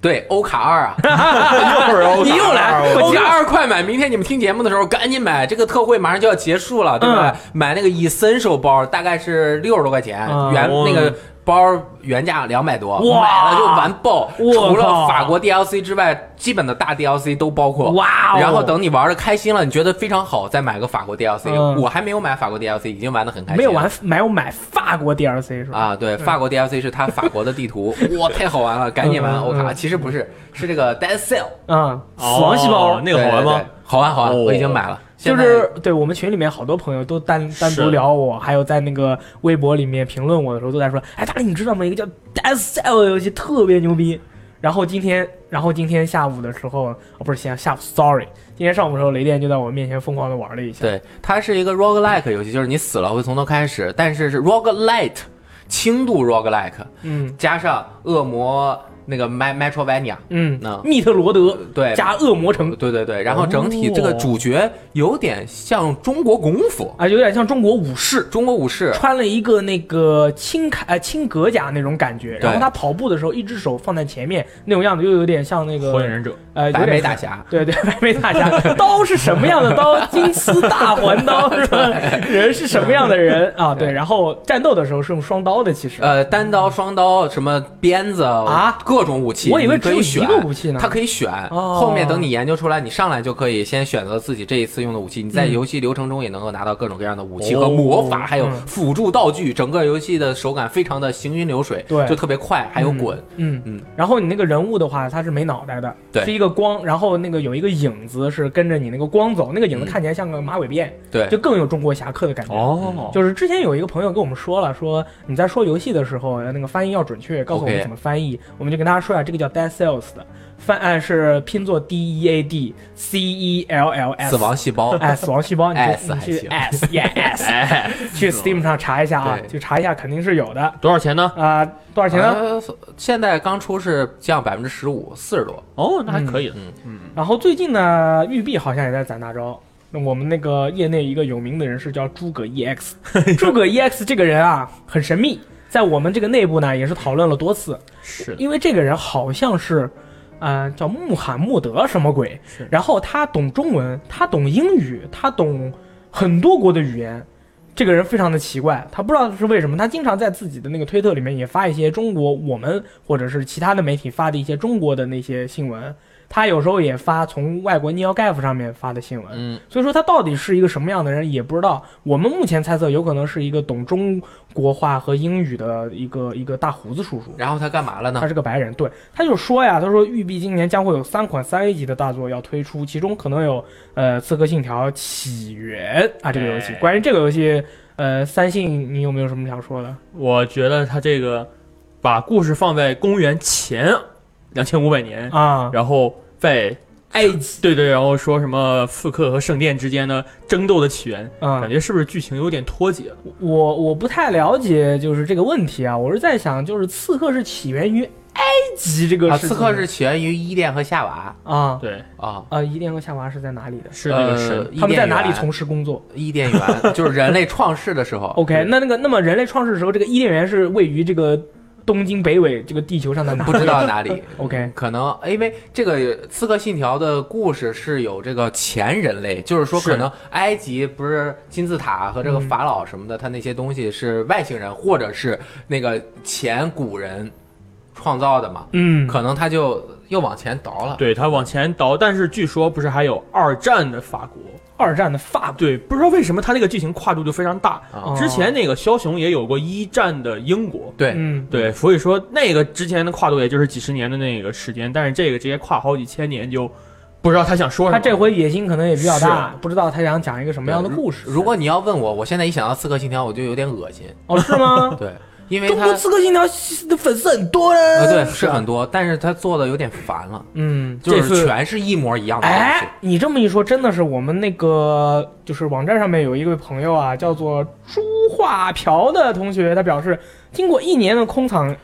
Speaker 3: 对欧卡二啊，
Speaker 2: 一会儿我
Speaker 1: (laughs) 你又来
Speaker 2: 打我
Speaker 3: 欧
Speaker 2: 记
Speaker 3: 卡二快买！明天你们听节目的时候赶紧买，这个特惠马上就要结束了，对吧？买那个 Essential 包，大概是六十多块钱，
Speaker 1: 嗯
Speaker 3: 原
Speaker 2: 哦
Speaker 3: 那个包原价两百多，
Speaker 1: 哇
Speaker 3: 买了就完爆。
Speaker 1: 我靠
Speaker 3: 除了法国 DLC 之外，基本的大 DLC 都包括。
Speaker 1: 哇哦！
Speaker 3: 然后等你玩的开心了，你觉得非常好，再买个法国 DLC、
Speaker 1: 嗯
Speaker 3: 我还没有买法国 DLC，已经玩的很开心。
Speaker 1: 没有玩，嗯没有买法国 DLC 是吧？
Speaker 3: 啊，对，法国 DLC 是它法国的地图，哇，太好玩了，赶紧玩
Speaker 1: 嗯嗯
Speaker 3: 欧
Speaker 1: 嗯
Speaker 3: 卡。其实不是，是这个 Dead Cell，
Speaker 1: 嗯，
Speaker 2: 哦
Speaker 1: 死亡细胞、
Speaker 2: 那个好玩
Speaker 3: 对
Speaker 2: 吗
Speaker 3: 对？好玩，好玩，
Speaker 2: 哦
Speaker 3: 我已经买了。
Speaker 1: 就
Speaker 3: 现在
Speaker 1: 是对我们群里面好多朋友都单单独
Speaker 2: 是
Speaker 1: 聊我，还有在那个微博里面评论我的时候都在说，哎，大力你知道吗？一个叫 Dead Cell 的游戏特别牛逼。然后今天，然后今天下午的时候，哦，不是下下午，sorry，今天上午的时候，雷电就在我面前疯狂的玩了一下。
Speaker 3: 对，它是一个 roguelike 游戏，就是你死了会从头开始，但是是 roguelite 轻度 roguelike
Speaker 1: 嗯
Speaker 3: 加上恶魔那个 met metrovania，
Speaker 1: 嗯
Speaker 3: 那，
Speaker 1: 密特罗德
Speaker 3: 对
Speaker 1: 加恶魔城
Speaker 3: 对对对，然后整体
Speaker 2: 哦
Speaker 3: 这个主角有点像中国功夫
Speaker 1: 啊，有点像中国武士，
Speaker 3: 是中国武士，
Speaker 1: 穿了一个那个轻铠呃轻格甲那种感觉。
Speaker 3: 对
Speaker 1: 然后他跑步的时候，一只手放在前面那种样子，又有点像那
Speaker 2: 火影
Speaker 1: 个
Speaker 2: 忍者，
Speaker 1: 呃有
Speaker 3: 白
Speaker 1: 点
Speaker 3: 眉大侠。
Speaker 1: 对对，白眉大侠，刀是什么样的刀？金丝大环刀
Speaker 3: (laughs)
Speaker 1: 是吧？人是什么样的人啊？对，然后战斗的时候是用双刀的，其实
Speaker 3: 呃，单刀、双刀，什么鞭子
Speaker 1: 嗯啊，
Speaker 3: 各种武器，
Speaker 1: 我以为
Speaker 3: 你可
Speaker 1: 只有
Speaker 3: 选
Speaker 1: 一个武器呢
Speaker 3: 它可以选。
Speaker 1: 哦
Speaker 3: 后面等你研究出来，你上来就可以先选择自己这一次用的武器。你
Speaker 1: 嗯
Speaker 3: 在游戏流程中也能够拿到各种各样的武器和
Speaker 2: 哦
Speaker 3: 魔法，还有
Speaker 1: 嗯
Speaker 3: 辅助道具。整个游戏的手感非常的行云流水，
Speaker 1: 对
Speaker 3: 就特别快，还有滚。
Speaker 1: 嗯
Speaker 3: 嗯
Speaker 1: 然后你那个人物的话，他是没脑袋的，
Speaker 3: 对
Speaker 1: 是一个光，然后那个有一个影子是跟着你那个光走，那个影子
Speaker 3: 嗯
Speaker 1: 看起来像个马尾辫，
Speaker 3: 对
Speaker 1: 就更有中国侠客的感觉。
Speaker 2: 哦
Speaker 1: 就是之前有一个朋友跟我们说了，说你在说游戏的时候，呃那个发音要准确，告诉我们
Speaker 3: OK
Speaker 1: 怎么翻译。我们就跟大家说一下，这个叫 Dead Cells 的翻呃是拼作 D E A D C E L L S。
Speaker 3: 死亡细胞，
Speaker 1: 哎，死亡细胞，你去
Speaker 3: S
Speaker 1: 你去
Speaker 3: 还
Speaker 1: S 也 (laughs) S，去 Steam 上查一下啊，
Speaker 3: 对
Speaker 1: 去查一下，肯定是有的
Speaker 2: 哎多少钱呢？
Speaker 1: 啊、多少钱呢？
Speaker 3: 呃，现在刚出是降百分之十五，四十多。
Speaker 2: 哦，那还可以
Speaker 1: 嗯
Speaker 2: 的。
Speaker 1: 然后最近呢，育碧好像也在攒大招。那我们那个业内一个有名的人士叫诸葛 (laughs) EX，诸葛 EX 这个人啊很神秘，在我们这个内部呢也是讨论了多次，
Speaker 2: 是的，
Speaker 1: 因为这个人好像是，呃，叫穆罕默德什么鬼
Speaker 2: 是，
Speaker 1: 然后他懂中文，他懂英语，他懂很多国的语言。这个人非常的奇怪，他不知道是为什么，他经常在自己的那个推特里面也发一些中国我们或者是其他的媒体发的一些中国的那些新闻，他有时候也发从外国 n e o g a f 上面发的新闻，
Speaker 3: 嗯，
Speaker 1: 所以说他到底是一个什么样的人也不知道。我们目前猜测有可能是一个懂中国话和英语的一个一个大胡子叔叔。
Speaker 3: 然后他干嘛了呢
Speaker 1: 他？是个白人，对，他就说呀，他说育碧今年将会有三款三 A 级的大作要推出，其中可能有呃《刺客信条：起源》啊这个游戏
Speaker 2: 哎。
Speaker 1: 关于这个游戏，呃，三信你有没有什么想说的？
Speaker 2: 我觉得他这个把故事放在公元前两千五百年，
Speaker 3: 哎
Speaker 1: 啊，哎
Speaker 2: 然后在
Speaker 1: 埃及
Speaker 2: 对对，然后说什么复刻和圣殿之间的争斗的起源，
Speaker 1: 啊
Speaker 2: 感，觉是不是剧情有点脱节了？
Speaker 1: 我我不太了解就是这个问题啊，我是在想就是刺客是起源于埃及这个
Speaker 3: 啊，
Speaker 1: 事情
Speaker 3: 刺客是起源于伊甸和夏娃
Speaker 1: 啊
Speaker 2: 对，
Speaker 3: 啊。
Speaker 1: 啊，伊甸和夏娃是在哪里的？
Speaker 2: 是那个
Speaker 3: 呃
Speaker 2: 神，
Speaker 1: 他们在
Speaker 3: 伊甸园
Speaker 1: 哪里从事工作
Speaker 3: 伊甸园，就是人类创世的时候。
Speaker 1: ？OK，那那个那么人类创世的时候，这个伊甸园是位于这个东京北纬这个地球上
Speaker 3: (laughs)
Speaker 1: 的哪
Speaker 3: 不知道哪里。
Speaker 1: OK
Speaker 3: 可能因为这个《刺客信条》的故事是有这个前人类，就是说
Speaker 2: 是
Speaker 3: 可能埃及不是金字塔和这个法老什么的，它那些东西是外星人或者是那个前古人创造的嘛，
Speaker 1: 嗯，
Speaker 3: 可能他就又往前倒了。
Speaker 2: 对他往前倒，但是据说不是还有二战的法国？
Speaker 1: 二战的法
Speaker 2: 对，不知道为什么他那个剧情跨度就非常大。
Speaker 3: 啊
Speaker 2: 之前那个枭雄也有过一战的英国，
Speaker 3: 对，
Speaker 1: 嗯，
Speaker 2: 对，所以说那个之前的跨度也就是几十年的那个时间，但是这个直接跨好几千年就不知道他想说什么。
Speaker 1: 他这回野心可能也比较大，不知道他想讲一个什么样的故事。
Speaker 3: 如果你要问我，我现在一想到《刺客信条》，我就有点恶心。？
Speaker 1: 哦，是吗
Speaker 3: 对，因为
Speaker 1: 中
Speaker 3: 他
Speaker 1: 国刺客信条的粉丝很多人，
Speaker 3: 呃对是很多，但是他做的有点烦了，
Speaker 1: 嗯。
Speaker 3: 就
Speaker 2: 这次
Speaker 3: 是全是一模一样的东西。
Speaker 1: 哎，你这么一说，真的是我们那个就是网站上面有一位朋友啊，叫做朱画瓢的同学，他表示，经过一年的空仓，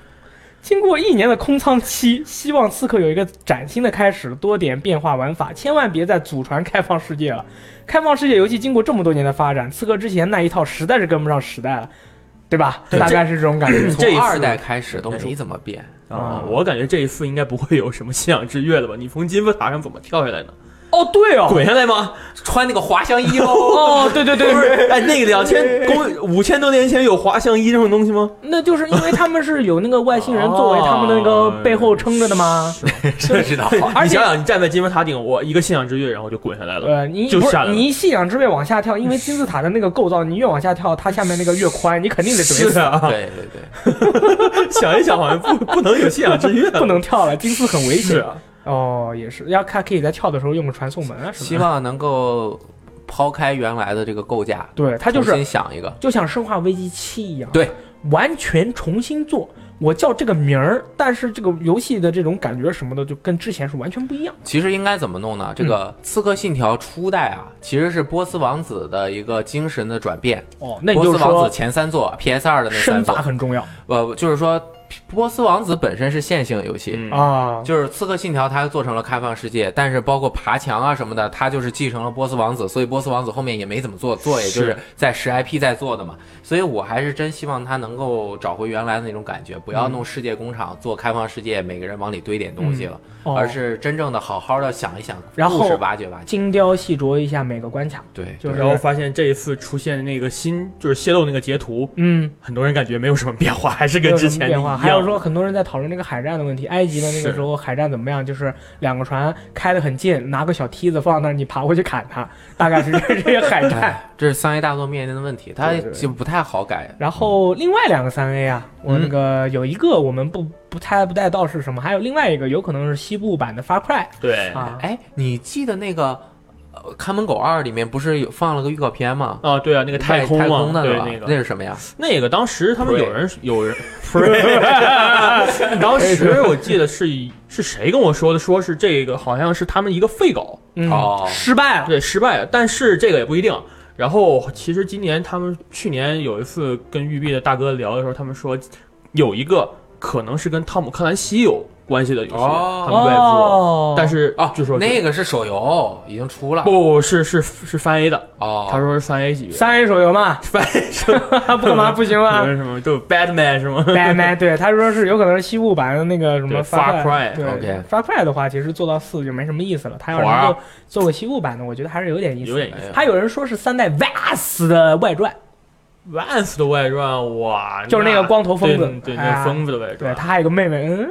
Speaker 1: 经过一年的空仓期，希望刺客有一个崭新的开始，多点变化玩法，千万别再祖传开放世界了。开放世界游戏经过这么多年的发展，刺客之前那一套实在是跟不上时代了，对吧？
Speaker 2: 对
Speaker 1: 大概是这种感觉。
Speaker 2: 这
Speaker 3: 从
Speaker 2: 一次
Speaker 3: 二代开始都没怎么变，
Speaker 2: 啊，我感觉这一次应该不会有什么信仰之跃了吧？你从金字塔上怎么跳下来呢？
Speaker 1: 哦，对哦，
Speaker 2: (laughs) 滚下来吗？
Speaker 3: 穿那个滑翔衣 (laughs) 喽。
Speaker 1: 哦，对对对，
Speaker 2: 不是，哎，那个两 (laughs) 千公五千多年前有滑翔衣这种东西吗？
Speaker 1: 那就是因为他们是有那个外星人作为他们的那个背后撑着的
Speaker 3: 哦
Speaker 1: 吗？
Speaker 3: 真知 (laughs) 道，
Speaker 1: 而
Speaker 2: 你
Speaker 1: 且
Speaker 2: 想想，你站在金字塔顶，我一个信仰之跃，然后就滚下来了。
Speaker 1: 呃，你
Speaker 2: 就
Speaker 1: 不是
Speaker 2: 下来了
Speaker 1: 你信仰之位往下跳，因为金字塔的那个构造，你越往下跳，它下面那个越宽，你肯定得怼
Speaker 2: 是
Speaker 1: 死，
Speaker 2: 啊，
Speaker 3: 对对对，
Speaker 2: (laughs) 想一想，好像不不能有信仰之跃，
Speaker 1: 不能跳了，金字很危
Speaker 2: 是
Speaker 1: 险。
Speaker 2: 啊，
Speaker 1: 哦，也是，要看可以在跳的时候用个传送门啊什
Speaker 3: 希
Speaker 1: 么的。
Speaker 3: 望能够抛开原来的这个构架，
Speaker 1: 对，它就
Speaker 3: 重
Speaker 1: 是
Speaker 3: 新想一个。
Speaker 1: 就像《生化危机七》一样，
Speaker 3: 对，
Speaker 1: 完全重新做。我叫这个名儿，但是这个游戏的这种感觉什么的，就跟之前是完全不一样。
Speaker 3: 其实应该怎么弄呢？这个《刺客信条》初代啊，其实是波斯王子的一个精神的转变。
Speaker 1: 哦，那你
Speaker 3: 波
Speaker 1: 就
Speaker 3: 斯
Speaker 1: 是
Speaker 3: 王
Speaker 1: 说
Speaker 3: 子前三座 PS 二的那
Speaker 1: 身
Speaker 3: 三
Speaker 1: 法
Speaker 3: 座，
Speaker 1: 很重要
Speaker 3: 呃，就是说波斯王子本身是线性游戏，
Speaker 2: 嗯
Speaker 1: 啊。
Speaker 3: 就是《刺客信条》，它做成了开放世界，但是包括爬墙啊什么的，它就是继承了波斯王子，所以波斯王子后面也没怎么做，做也就是在十 IP 在做的嘛。所以我还是真希望它能够找回原来的那种感觉，不
Speaker 1: 嗯
Speaker 3: 要弄世界工厂、做开放世界，每个人往里堆点东西了，
Speaker 1: 哦
Speaker 3: 而是真正的好好的想一想，
Speaker 1: 然后
Speaker 3: 故事挖掘挖掘。
Speaker 1: 精雕细琢一下每个关卡，
Speaker 3: 对，
Speaker 1: 就
Speaker 2: 然后
Speaker 1: 是
Speaker 2: 发现这一次出现那个新，就是泄露那个截图，
Speaker 1: 嗯，
Speaker 2: 很多人感觉没有什么变化， (laughs) 还是
Speaker 1: 没
Speaker 2: 跟
Speaker 1: 有
Speaker 2: 之
Speaker 1: 什么
Speaker 2: 前的
Speaker 1: 变
Speaker 2: 一
Speaker 1: 化。
Speaker 2: 样。
Speaker 1: 还有说，很多人在讨论那个海战的问题，埃及的那个
Speaker 2: 是
Speaker 1: 时候海战怎么样？就是两个船开得很近，拿个小梯子放在那儿，你爬过去砍它，大概是这这 (laughs) 些海
Speaker 2: 嗯
Speaker 1: 战。
Speaker 3: 哎，这是三 A 大作面临的问题，它
Speaker 1: 对对对
Speaker 3: 就不太好改。
Speaker 1: 然后另外两个三 A 啊，我那
Speaker 3: 嗯
Speaker 1: 个有一个我们不不猜不带到是什么，还有另外一个有可能是西部版的 Far Cry
Speaker 2: 对
Speaker 1: 啊，
Speaker 3: 哎，你记得那个呃《看门狗二》里面不是有放了个预告片吗？
Speaker 2: 啊，对啊，那个太空
Speaker 3: 太
Speaker 2: 嘛，
Speaker 3: 的
Speaker 2: 对
Speaker 3: 吧
Speaker 2: 那
Speaker 3: 那
Speaker 2: 个
Speaker 3: 是什么呀？
Speaker 2: 那个当时他们
Speaker 3: Prey
Speaker 2: 有人有人 (laughs) ，Prey 当时我记得是是谁跟我说的，说是这个好像是他们一个废稿，
Speaker 1: 嗯
Speaker 3: 哦，
Speaker 1: 失败了，
Speaker 2: 对，失败了，但是这个也不一定。然后其实今年他们去年有一次跟育碧的大哥聊的时候，他们说有一个可能是跟汤姆克兰西有关系的游戏，
Speaker 3: 哦
Speaker 2: 他们在做，
Speaker 1: 哦，
Speaker 2: 但是
Speaker 3: 哦，
Speaker 2: 据说
Speaker 3: 那
Speaker 2: 个
Speaker 3: 个是手游，已经出了
Speaker 2: 不。不不是是是翻 A 的，
Speaker 3: 哦，
Speaker 2: 他说是翻 A 级别，
Speaker 1: 三 A 手游
Speaker 2: (laughs)
Speaker 1: 嘛，
Speaker 2: 翻 A 什么
Speaker 1: 不干嘛不行吗？
Speaker 2: 什么就 Batman 什
Speaker 1: (laughs)
Speaker 2: 么，
Speaker 1: 白麦，对，他说是有可能是西部版的那个什么
Speaker 2: 对
Speaker 1: Far
Speaker 2: Far Cry，
Speaker 1: 对
Speaker 3: OK
Speaker 1: Far Cry 的话，其实做到四就没什么意思了。他要
Speaker 3: 玩
Speaker 1: 能
Speaker 3: 儿
Speaker 1: 够做个西部版的，我觉得还是有点意思。
Speaker 2: (laughs) 有点意思。
Speaker 1: 还有人说是三代 Vas 的外传，
Speaker 2: Vance 的外传，哇，
Speaker 1: 就是那个光头疯子
Speaker 2: 对对，
Speaker 1: 哎
Speaker 2: 那
Speaker 1: 呀
Speaker 2: 个疯子的外
Speaker 1: 对
Speaker 2: 传，
Speaker 1: 他还有个妹妹，嗯，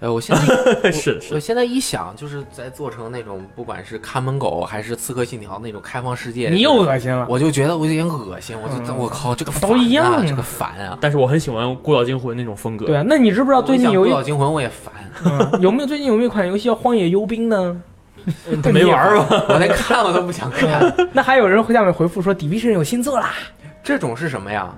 Speaker 3: 哎，我现在
Speaker 2: (laughs) 是的是
Speaker 3: 我
Speaker 2: 的，
Speaker 3: 现在一想，就是在做成那种不管是看门狗还是刺客信条那种开放世界，
Speaker 1: 你又恶心了。
Speaker 3: 我就觉得我有点恶心，我
Speaker 1: 嗯
Speaker 3: 就我靠，这个
Speaker 1: 都
Speaker 3: 烦啊
Speaker 1: 一样
Speaker 3: 这个烦啊！
Speaker 2: 但是我很喜欢《孤岛惊魂》那种风格，
Speaker 1: 对啊，那你知不知道最近有
Speaker 3: 我
Speaker 1: 一
Speaker 3: 一想孤岛惊魂我也烦，
Speaker 1: 嗯有没有最近有没有一款游戏叫《荒野幽兵》呢？
Speaker 2: 他没玩儿啊吧？
Speaker 3: 我连看我都不想看。
Speaker 1: 嗯那还有人下面回复说《Division》有新作啦，
Speaker 3: 这种是什么呀？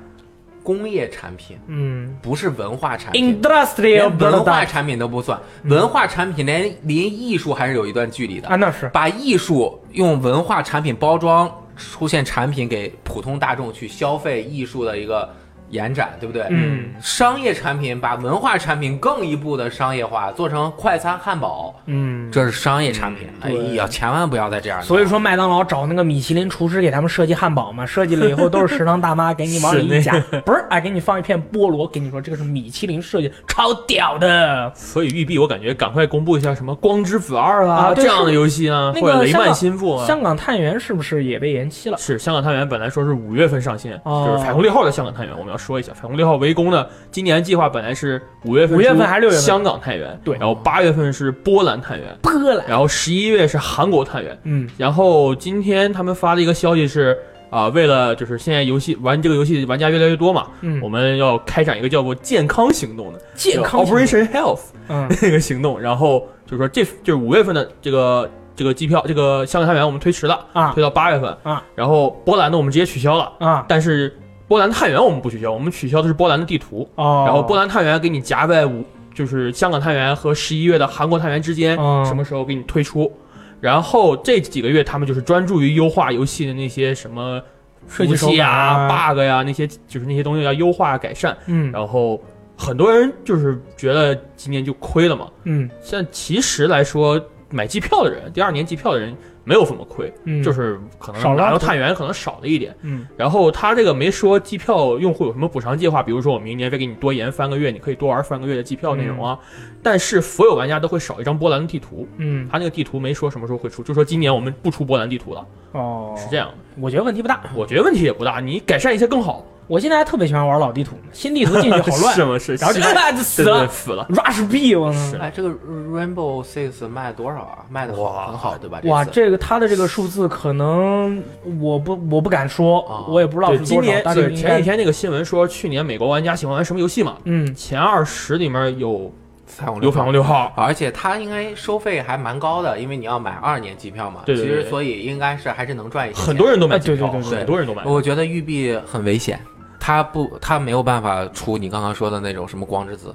Speaker 3: 工业产品，
Speaker 1: 嗯
Speaker 3: 不是文化产品。
Speaker 1: ，Industrial
Speaker 3: 连文化
Speaker 1: Blood
Speaker 3: 产品都不算，
Speaker 1: 嗯
Speaker 3: 文化产品连离艺术还是有一段距离的
Speaker 1: 啊，。那是
Speaker 3: 把艺术用文化产品包装，出现产品给普通大众去消费艺术的一个延展，对不对？
Speaker 1: 嗯
Speaker 3: 商业产品把文化产品更一步的商业化，做成快餐汉堡，
Speaker 1: 嗯，
Speaker 3: 这是商业产品。哎
Speaker 1: 对
Speaker 3: 呀，千万不要再这样弄。
Speaker 1: 所以说麦当劳找那个米其林厨师给他们设计汉堡嘛，设计了以后都是食堂大妈给你
Speaker 2: (laughs)
Speaker 1: 往里一夹，不是哎，给你放一片菠萝，给你说这个是米其林设计，超屌的。
Speaker 2: 所以育碧，我感觉赶快公布一下什么《光之子二》啊
Speaker 1: 啊对
Speaker 2: 这样的游戏啊，
Speaker 1: 那个
Speaker 2: 或者《雷
Speaker 1: 香
Speaker 2: 曼
Speaker 1: 港
Speaker 2: 心腹》啊。
Speaker 1: 香港探员是不是也被延期了？
Speaker 2: 是香港探员本来说是五月份上线，
Speaker 1: 哦
Speaker 2: 就是《彩虹六号》的香港探员，我们要说一下，《彩虹六号：围攻》呢，今年计划本来是五月份出，
Speaker 1: 五月份还是六月份
Speaker 2: 香港探员，
Speaker 1: 对
Speaker 2: 然后八月份是波兰探员，
Speaker 1: 波兰，
Speaker 2: 然后十一月是韩国探员，
Speaker 1: 嗯
Speaker 2: 然后今天他们发的一个消息是，啊、为了就是现在游戏玩这个游戏的玩家越来越多嘛，我
Speaker 1: 嗯，
Speaker 2: 们要开展一个叫做“健康行动”的
Speaker 1: 健
Speaker 2: 叫
Speaker 1: 康型
Speaker 2: Operation Health (laughs)
Speaker 1: 嗯
Speaker 2: 那个行动，然后就是说这就是五月份的这个这个机票，这个香港探员我们推迟了，
Speaker 1: 啊
Speaker 2: 推到八月份
Speaker 1: 啊，
Speaker 2: 然后波兰的我们直接取消了，
Speaker 1: 啊
Speaker 2: 但是波兰探员我们不取消，我们取消的是波兰的地图，
Speaker 1: 哦，
Speaker 2: 然后波兰探员给你夹在五就是香港探员和十一月的韩国探员之间，
Speaker 1: 嗯
Speaker 2: 什么时候给你推出？然后这几个月他们就是专注于优化游戏的那些什么
Speaker 1: 设计
Speaker 2: 游戏
Speaker 1: 手感
Speaker 2: 啊、bug 呀、那些就是那些东西要优化改善。
Speaker 1: 嗯
Speaker 2: 然后很多人就是觉得今年就亏了嘛，
Speaker 1: 嗯
Speaker 2: 但其实来说，买机票的人，第二年机票的人没有怎么亏，
Speaker 1: 嗯，
Speaker 2: 就是可能
Speaker 1: 少了
Speaker 2: 拿到
Speaker 1: 很多
Speaker 2: 探员可能少了一点。
Speaker 1: 嗯
Speaker 2: 然后他这个没说机票用户有什么补偿计划，比如说我明年再给你多延三个月，你可以多玩三个月的机票内容啊。但是所有玩家都会少一张波兰的地图，
Speaker 1: 嗯
Speaker 2: 他那个地图没说什么时候会出，就说今年我们不出波兰地图了，
Speaker 1: 哦，
Speaker 2: 是这样的。
Speaker 1: 我觉得问题不大。
Speaker 2: 我觉得问题也不大，你改善一下更好。
Speaker 1: 我现在还特别喜欢玩老地图呢，新地图进去好乱，
Speaker 2: (laughs) 是吗？是，
Speaker 1: 然后就
Speaker 2: 对
Speaker 1: 啊就死
Speaker 2: 对对
Speaker 1: 了
Speaker 2: 死了。
Speaker 1: ，rush B，我操
Speaker 2: 是
Speaker 3: 哎，这个 Rainbow Six 卖多少啊？卖的
Speaker 2: 哇
Speaker 3: 好，很好，对吧？
Speaker 1: 哇，
Speaker 3: 次
Speaker 1: 这个它的这个数字可能我不我不敢说
Speaker 3: 啊，
Speaker 1: 我也不知道
Speaker 2: 对，
Speaker 1: 是
Speaker 2: 今
Speaker 1: 多少，
Speaker 2: 年
Speaker 1: 但
Speaker 2: 对
Speaker 1: 是
Speaker 2: 前几
Speaker 1: 天
Speaker 2: 天那个新闻说，去年美国玩家喜欢玩什么游戏嘛？
Speaker 1: 嗯
Speaker 2: 前二十里面有
Speaker 3: 彩虹
Speaker 2: 有
Speaker 3: 六
Speaker 2: 反
Speaker 3: 号
Speaker 2: 光六号，
Speaker 3: 而且它应该收费还蛮高的，因为你要买二年机票嘛。
Speaker 2: 对对对
Speaker 3: 其实所以应该是还是能赚一些钱。
Speaker 2: 很多人都买机票，
Speaker 1: 哎对对对
Speaker 3: 对
Speaker 2: 很多人都买。
Speaker 3: 我觉得育碧很危险，它不，它没有办法出你刚刚说的那种什么光之子，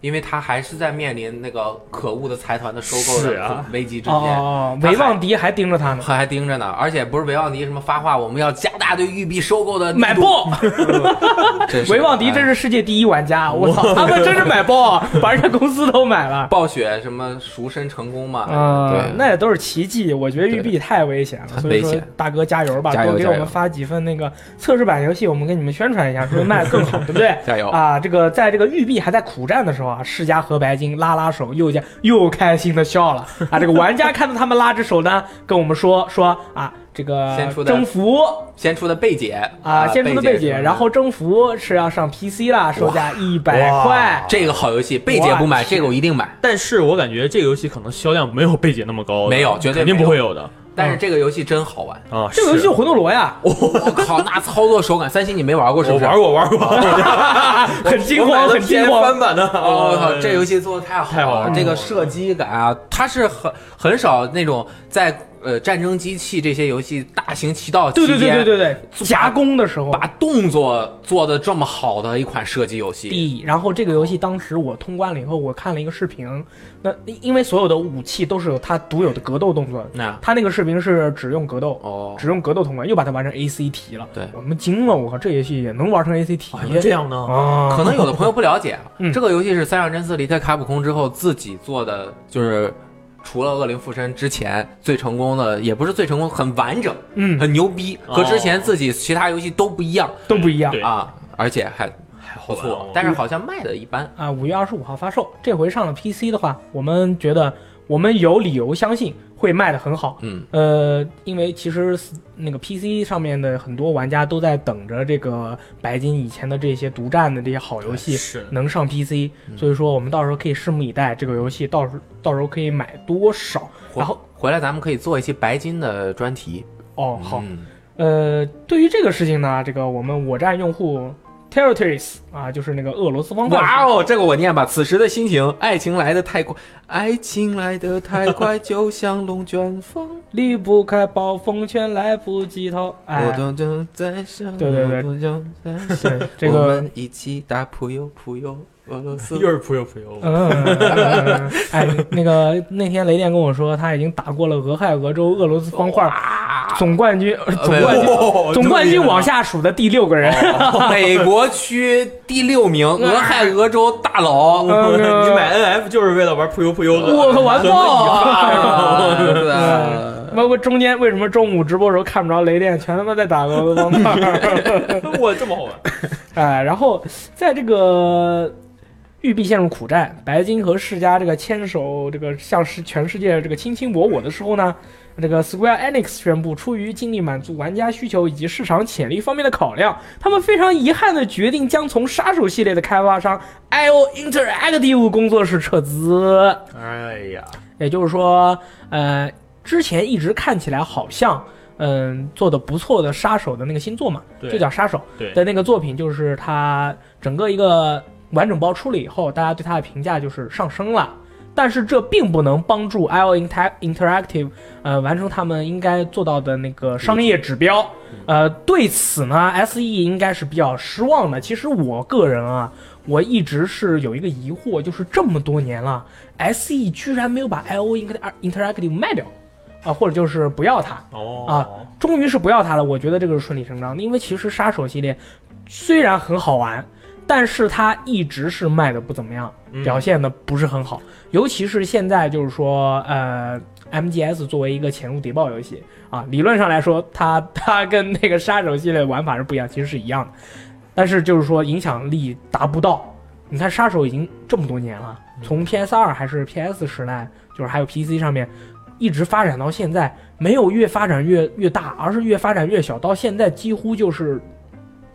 Speaker 3: 因为它还是在面临那个可恶的财团的收购
Speaker 2: 是
Speaker 3: 的
Speaker 2: 啊
Speaker 3: 危机之
Speaker 1: 哦
Speaker 3: 间。
Speaker 1: 哦，哦
Speaker 3: 他还
Speaker 1: 维旺迪还盯着他呢，
Speaker 3: 还还盯着呢，而且不是维旺迪什么发话，我们要加大对育碧收购的力度
Speaker 1: 买爆！
Speaker 3: (laughs) 真是哎
Speaker 1: 维旺迪真是世界第一玩家，我操，他们真是买爆
Speaker 3: (laughs)
Speaker 1: 啊，把人家公司都买了
Speaker 3: 哎。暴雪什么赎身成功嘛？
Speaker 1: 啊
Speaker 3: (laughs) 对，，
Speaker 1: 那也都是奇迹。我觉得育碧太危险了，
Speaker 3: 很
Speaker 1: 所以
Speaker 3: 危
Speaker 1: 说
Speaker 3: 险
Speaker 1: 大哥加油吧，
Speaker 3: 加油
Speaker 1: 多给
Speaker 3: 加
Speaker 1: 我
Speaker 3: 油
Speaker 1: 们发几份那个测试版游戏，我们给你们宣传一下，说卖的更
Speaker 3: (laughs)
Speaker 1: 好，对不对？
Speaker 3: 加油！
Speaker 1: 啊，这个在这个玉璧还在苦战的时候啊，世嘉和白金拉拉手，又加又开心的笑了啊。这个玩家看到他们拉着手呢，跟我们说说啊，这个
Speaker 3: 先出的
Speaker 1: 征服
Speaker 3: 先出的贝姐
Speaker 1: 啊，先出的贝
Speaker 3: 贝
Speaker 1: 姐，
Speaker 3: 是吧
Speaker 1: 然后征服是要上 PC 啦，售价一百
Speaker 2: 哇
Speaker 1: 块。
Speaker 3: 这个好游戏，贝姐不买，这个我一定买。
Speaker 2: 但是我感觉这个游戏可能销量没有贝姐那么高的，
Speaker 3: 没有绝对
Speaker 2: 肯定
Speaker 3: 没
Speaker 2: 不
Speaker 3: 有
Speaker 2: 会有的
Speaker 1: 嗯
Speaker 3: 但是这个游戏真好玩， (laughs)
Speaker 2: 啊。
Speaker 1: 这个游戏
Speaker 2: 是
Speaker 1: 有魂斗罗呀，
Speaker 3: 我靠，那操作手感，三星你没玩过是
Speaker 2: 我
Speaker 3: 不是？
Speaker 2: 玩过玩过， (laughs)
Speaker 1: 很惊慌，很惊
Speaker 2: 翻
Speaker 1: 慌。
Speaker 2: 版的。
Speaker 3: 哦。我靠，这游戏做的太好
Speaker 2: 呃太好
Speaker 3: 了，
Speaker 2: 玩
Speaker 3: 这个射击感啊，它是很很少那种在呃战争机器这些游戏大行其道期
Speaker 1: 对
Speaker 3: 间，
Speaker 1: 对对对对对，夹攻的时候。
Speaker 3: 把动作做的这么好的一款射击游戏，
Speaker 1: B，然后这个游戏当时我通关了以后，我看了一个视频，那因为所有的武器都是有它独有的格斗动作的，
Speaker 3: 那
Speaker 1: 他那个视频是只用格斗，
Speaker 3: 哦，
Speaker 1: 只用格斗通关，又把它玩成 A C T 了。
Speaker 3: 对
Speaker 1: 我们惊了，我靠，这游戏也能玩成 A C T
Speaker 2: 哎呀这样呢？
Speaker 1: 啊？
Speaker 3: 可能有的朋友不了解啊
Speaker 1: 嗯，
Speaker 3: 这个游戏是三上真司离开卡普空之后自己做的，就是除了《恶灵附身》之前最成功的，也不是最成功，很完整，
Speaker 1: 嗯
Speaker 3: 很牛逼，
Speaker 2: 哦
Speaker 3: 和之前自己其他游戏都不一样
Speaker 1: 都不一样
Speaker 2: 对
Speaker 3: 啊，而且还
Speaker 2: 还好
Speaker 3: 不
Speaker 2: 玩
Speaker 3: 错
Speaker 2: 哦，
Speaker 3: 但是好像卖的一般。
Speaker 1: 啊！五月二十五号发售，这回上了 P C 的话，我们觉得我们有理由相信会卖的很好。
Speaker 3: 嗯，
Speaker 1: 呃，因为其实那个 PC 上面的很多玩家都在等着这个白金以前的这些独占的这些好游戏
Speaker 2: 是
Speaker 1: 能上 PC，所以
Speaker 3: 嗯
Speaker 1: 说我们到时候可以拭目以待这个游戏到时候到时候可以买多少。
Speaker 3: 回
Speaker 1: 然后
Speaker 3: 回来咱们可以做一期白金的专题。
Speaker 1: 哦，好，
Speaker 3: 嗯
Speaker 1: 呃，对于这个事情呢，这个我们我站用户 territories 啊，就是那个俄罗斯方块，
Speaker 3: 哇哦，这个我念吧。此时的心情，爱情来的太快，爱情来的太快，就像龙卷风。
Speaker 1: 离不开暴风圈，来不及逃。
Speaker 3: 我
Speaker 1: (laughs) 哎，
Speaker 3: 都正在想，
Speaker 1: 对对对
Speaker 3: 我都正在想
Speaker 1: 对这
Speaker 3: 我
Speaker 1: 个，
Speaker 3: 们一起打扑悠扑悠俄
Speaker 1: (laughs)
Speaker 3: 罗斯。
Speaker 2: 又是扑悠扑悠。
Speaker 1: 嗯，哎，那个那天雷电跟我说，他已经打过了俄亥俄州俄罗斯方块，
Speaker 3: 大。
Speaker 1: 总冠军，呃总冠军，
Speaker 3: 哦
Speaker 1: 总冠军往下数的第六个人，
Speaker 3: 美国区第
Speaker 1: (laughs)
Speaker 3: 六名，俄亥俄州大佬，
Speaker 1: 嗯
Speaker 2: 你买 NF 就是为了玩扑悠扑悠的， (laughs)
Speaker 1: 我靠，完爆
Speaker 3: (laughs)
Speaker 1: 啊！
Speaker 3: 啊对吧
Speaker 1: 嗯包括中间为什么中午直播时候看不着雷电，全他妈在打俄罗斯方块。
Speaker 2: 我这么好玩，
Speaker 1: 哎，然后在这个玉璧陷入苦战，白金和世嘉这个牵手，这个向世全世界这个卿卿我我的时候呢，这个 Square Enix 宣布，出于尽力满足玩家需求以及市场潜力方面的考量，他们非常遗憾的决定将从杀手系列的开发商 IO Interactive 工作室撤资。
Speaker 2: 哎呀，
Speaker 1: 也就是说，呃，之前一直看起来好像。嗯，做的不错的杀手的那个新作嘛，
Speaker 2: 对
Speaker 1: 就叫杀手
Speaker 2: 对
Speaker 1: 的那个作品，就是它整个一个完整包出了以后，大家对它的评价就是上升了。但是这并不能帮助 IO Inter- Interactive 呃完成他们应该做到的那个商业指标。呃，对此呢，SE 应该是比较失望的。其实我个人啊，我一直是有一个疑惑，就是这么多年了，SE 居然没有把 IO Inter- Interactive 卖掉啊、或者就是不要它。
Speaker 2: 哦
Speaker 1: 啊终于是不要它了，我觉得这个是顺理成章的，因为其实杀手系列虽然很好玩，但是它一直是卖的不怎么样，表现的不是很好，尤其是现在就是说，呃，MGS 作为一个潜入谍报游戏啊，理论上来说，它 (laughs) 它跟那个杀手系列玩法是不一样，其实是一样的，但是就是说影响力达不到。你看杀手已经这么多年了，从 PS 2还是 PS 时代，就是还有 PC 上面，一直发展到现在，没有越发展越越大，而是越发展越小，到现在几乎就是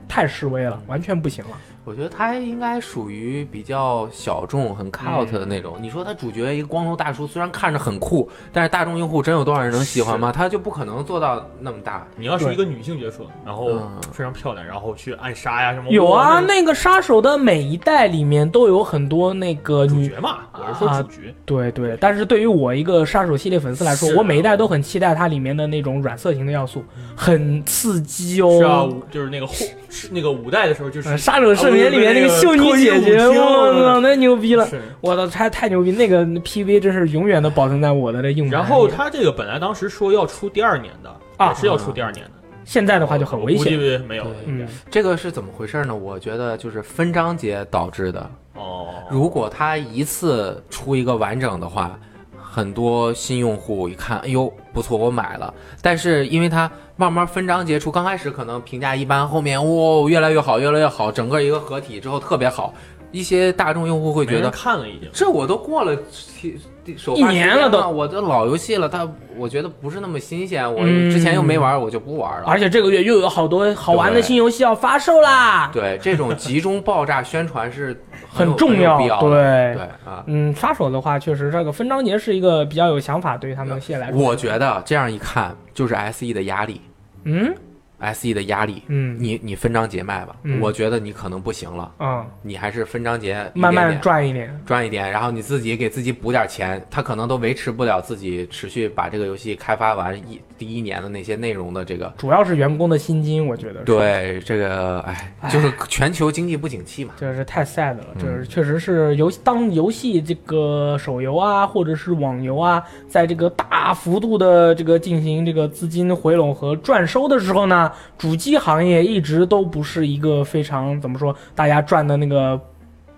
Speaker 1: 太示威了，完全不行了。
Speaker 3: 我觉得他应该属于比较小众、很 cult
Speaker 2: 嗯
Speaker 3: 的那种。你说他主角一个光头大叔，虽然看着很酷，但是大众用户真有多少人能喜欢吗？他就不可能做到那么大。
Speaker 2: 你要是一个女性角色，然后
Speaker 3: 嗯
Speaker 2: 非常漂亮，然后去暗杀呀什么，
Speaker 1: 有啊，
Speaker 2: 我
Speaker 1: 那个杀手的每一代里面都有很多那啊个
Speaker 2: 主
Speaker 1: 女，
Speaker 2: 角嘛，我是说主角，
Speaker 1: 对对。但是对于我一个杀手系列粉丝来说
Speaker 2: 是，啊嗯
Speaker 1: 我每一代都很期待它里面的那种软色情的要素，很刺激
Speaker 2: 是啊，
Speaker 1: 哦。
Speaker 2: 五就是那个后是那个五代的时候就
Speaker 1: 呃
Speaker 2: 是
Speaker 1: 杀手圣莲里面那个秀女姐姐，我
Speaker 2: 啊我以为那个特异舞厅
Speaker 1: 操，太牛逼了！
Speaker 2: 是
Speaker 1: 我操，太太牛逼！那个 PV 真是永远的保存在我的这硬盘里。
Speaker 2: 然后他这个本来当时说要出第二年的，
Speaker 1: 啊
Speaker 2: 也是要出第二年的，
Speaker 1: 现在的话就很危险。
Speaker 2: 我估计没有
Speaker 3: 对
Speaker 2: 了应
Speaker 1: 嗯
Speaker 2: 该。，
Speaker 3: 这个是怎么回事呢？我觉得就是分章节导致的。
Speaker 2: 哦，
Speaker 3: 如果他一次出一个完整的话，很多新用户一看，哎呦不错，我买了。但是因为它慢慢分章节出，刚开始可能评价一般，后面哇、越来越好，越来越好，整个一个合体之后特别好，一些大众用户会
Speaker 2: 没
Speaker 3: 觉
Speaker 2: 人
Speaker 3: 得
Speaker 2: 看了已经。 (laughs)
Speaker 3: 这我都过了其第首发
Speaker 1: 一年了都
Speaker 3: 时间我这老游戏了，它我觉得不是那么新鲜，我
Speaker 1: 嗯
Speaker 3: 之前又没玩，我就不玩了。
Speaker 1: 而且这个月又有好多好玩的
Speaker 3: 对
Speaker 1: 新游戏要发售啦，
Speaker 3: 对，这种集中爆炸宣传是有
Speaker 1: 很重
Speaker 3: 有
Speaker 1: 要
Speaker 3: 必。要的。
Speaker 1: 对
Speaker 3: 对，啊，
Speaker 1: 嗯，杀手的话，确实这个分章节是一个比较有想法，对于他们系列来说，
Speaker 3: 我觉得这样一看就是 S E 的压力
Speaker 1: 嗯
Speaker 3: ，S E 的压力。
Speaker 1: 嗯
Speaker 3: 你你分章节卖吧，
Speaker 1: 嗯
Speaker 3: 我觉得你可能不行了，
Speaker 1: 啊，
Speaker 3: 你还是分章节一点
Speaker 1: 慢慢
Speaker 3: 点
Speaker 1: 赚一点，
Speaker 3: 赚一点，然后你自己给自己补点钱，他可能都维持不了自己持续把这个游戏开发完一第一年的那些内容的这个
Speaker 1: 主要是员工的薪金，我觉得是，
Speaker 3: 对这个，哎，就是全球经济不景气嘛。
Speaker 1: 这是太 sad 了，这是确实是游戏当游戏这个手游啊，或者是网游啊，在这个大幅度的这个进行这个资金回笼和赚收的时候呢，主机行业一直都不是一个非常怎么说，大家赚的那个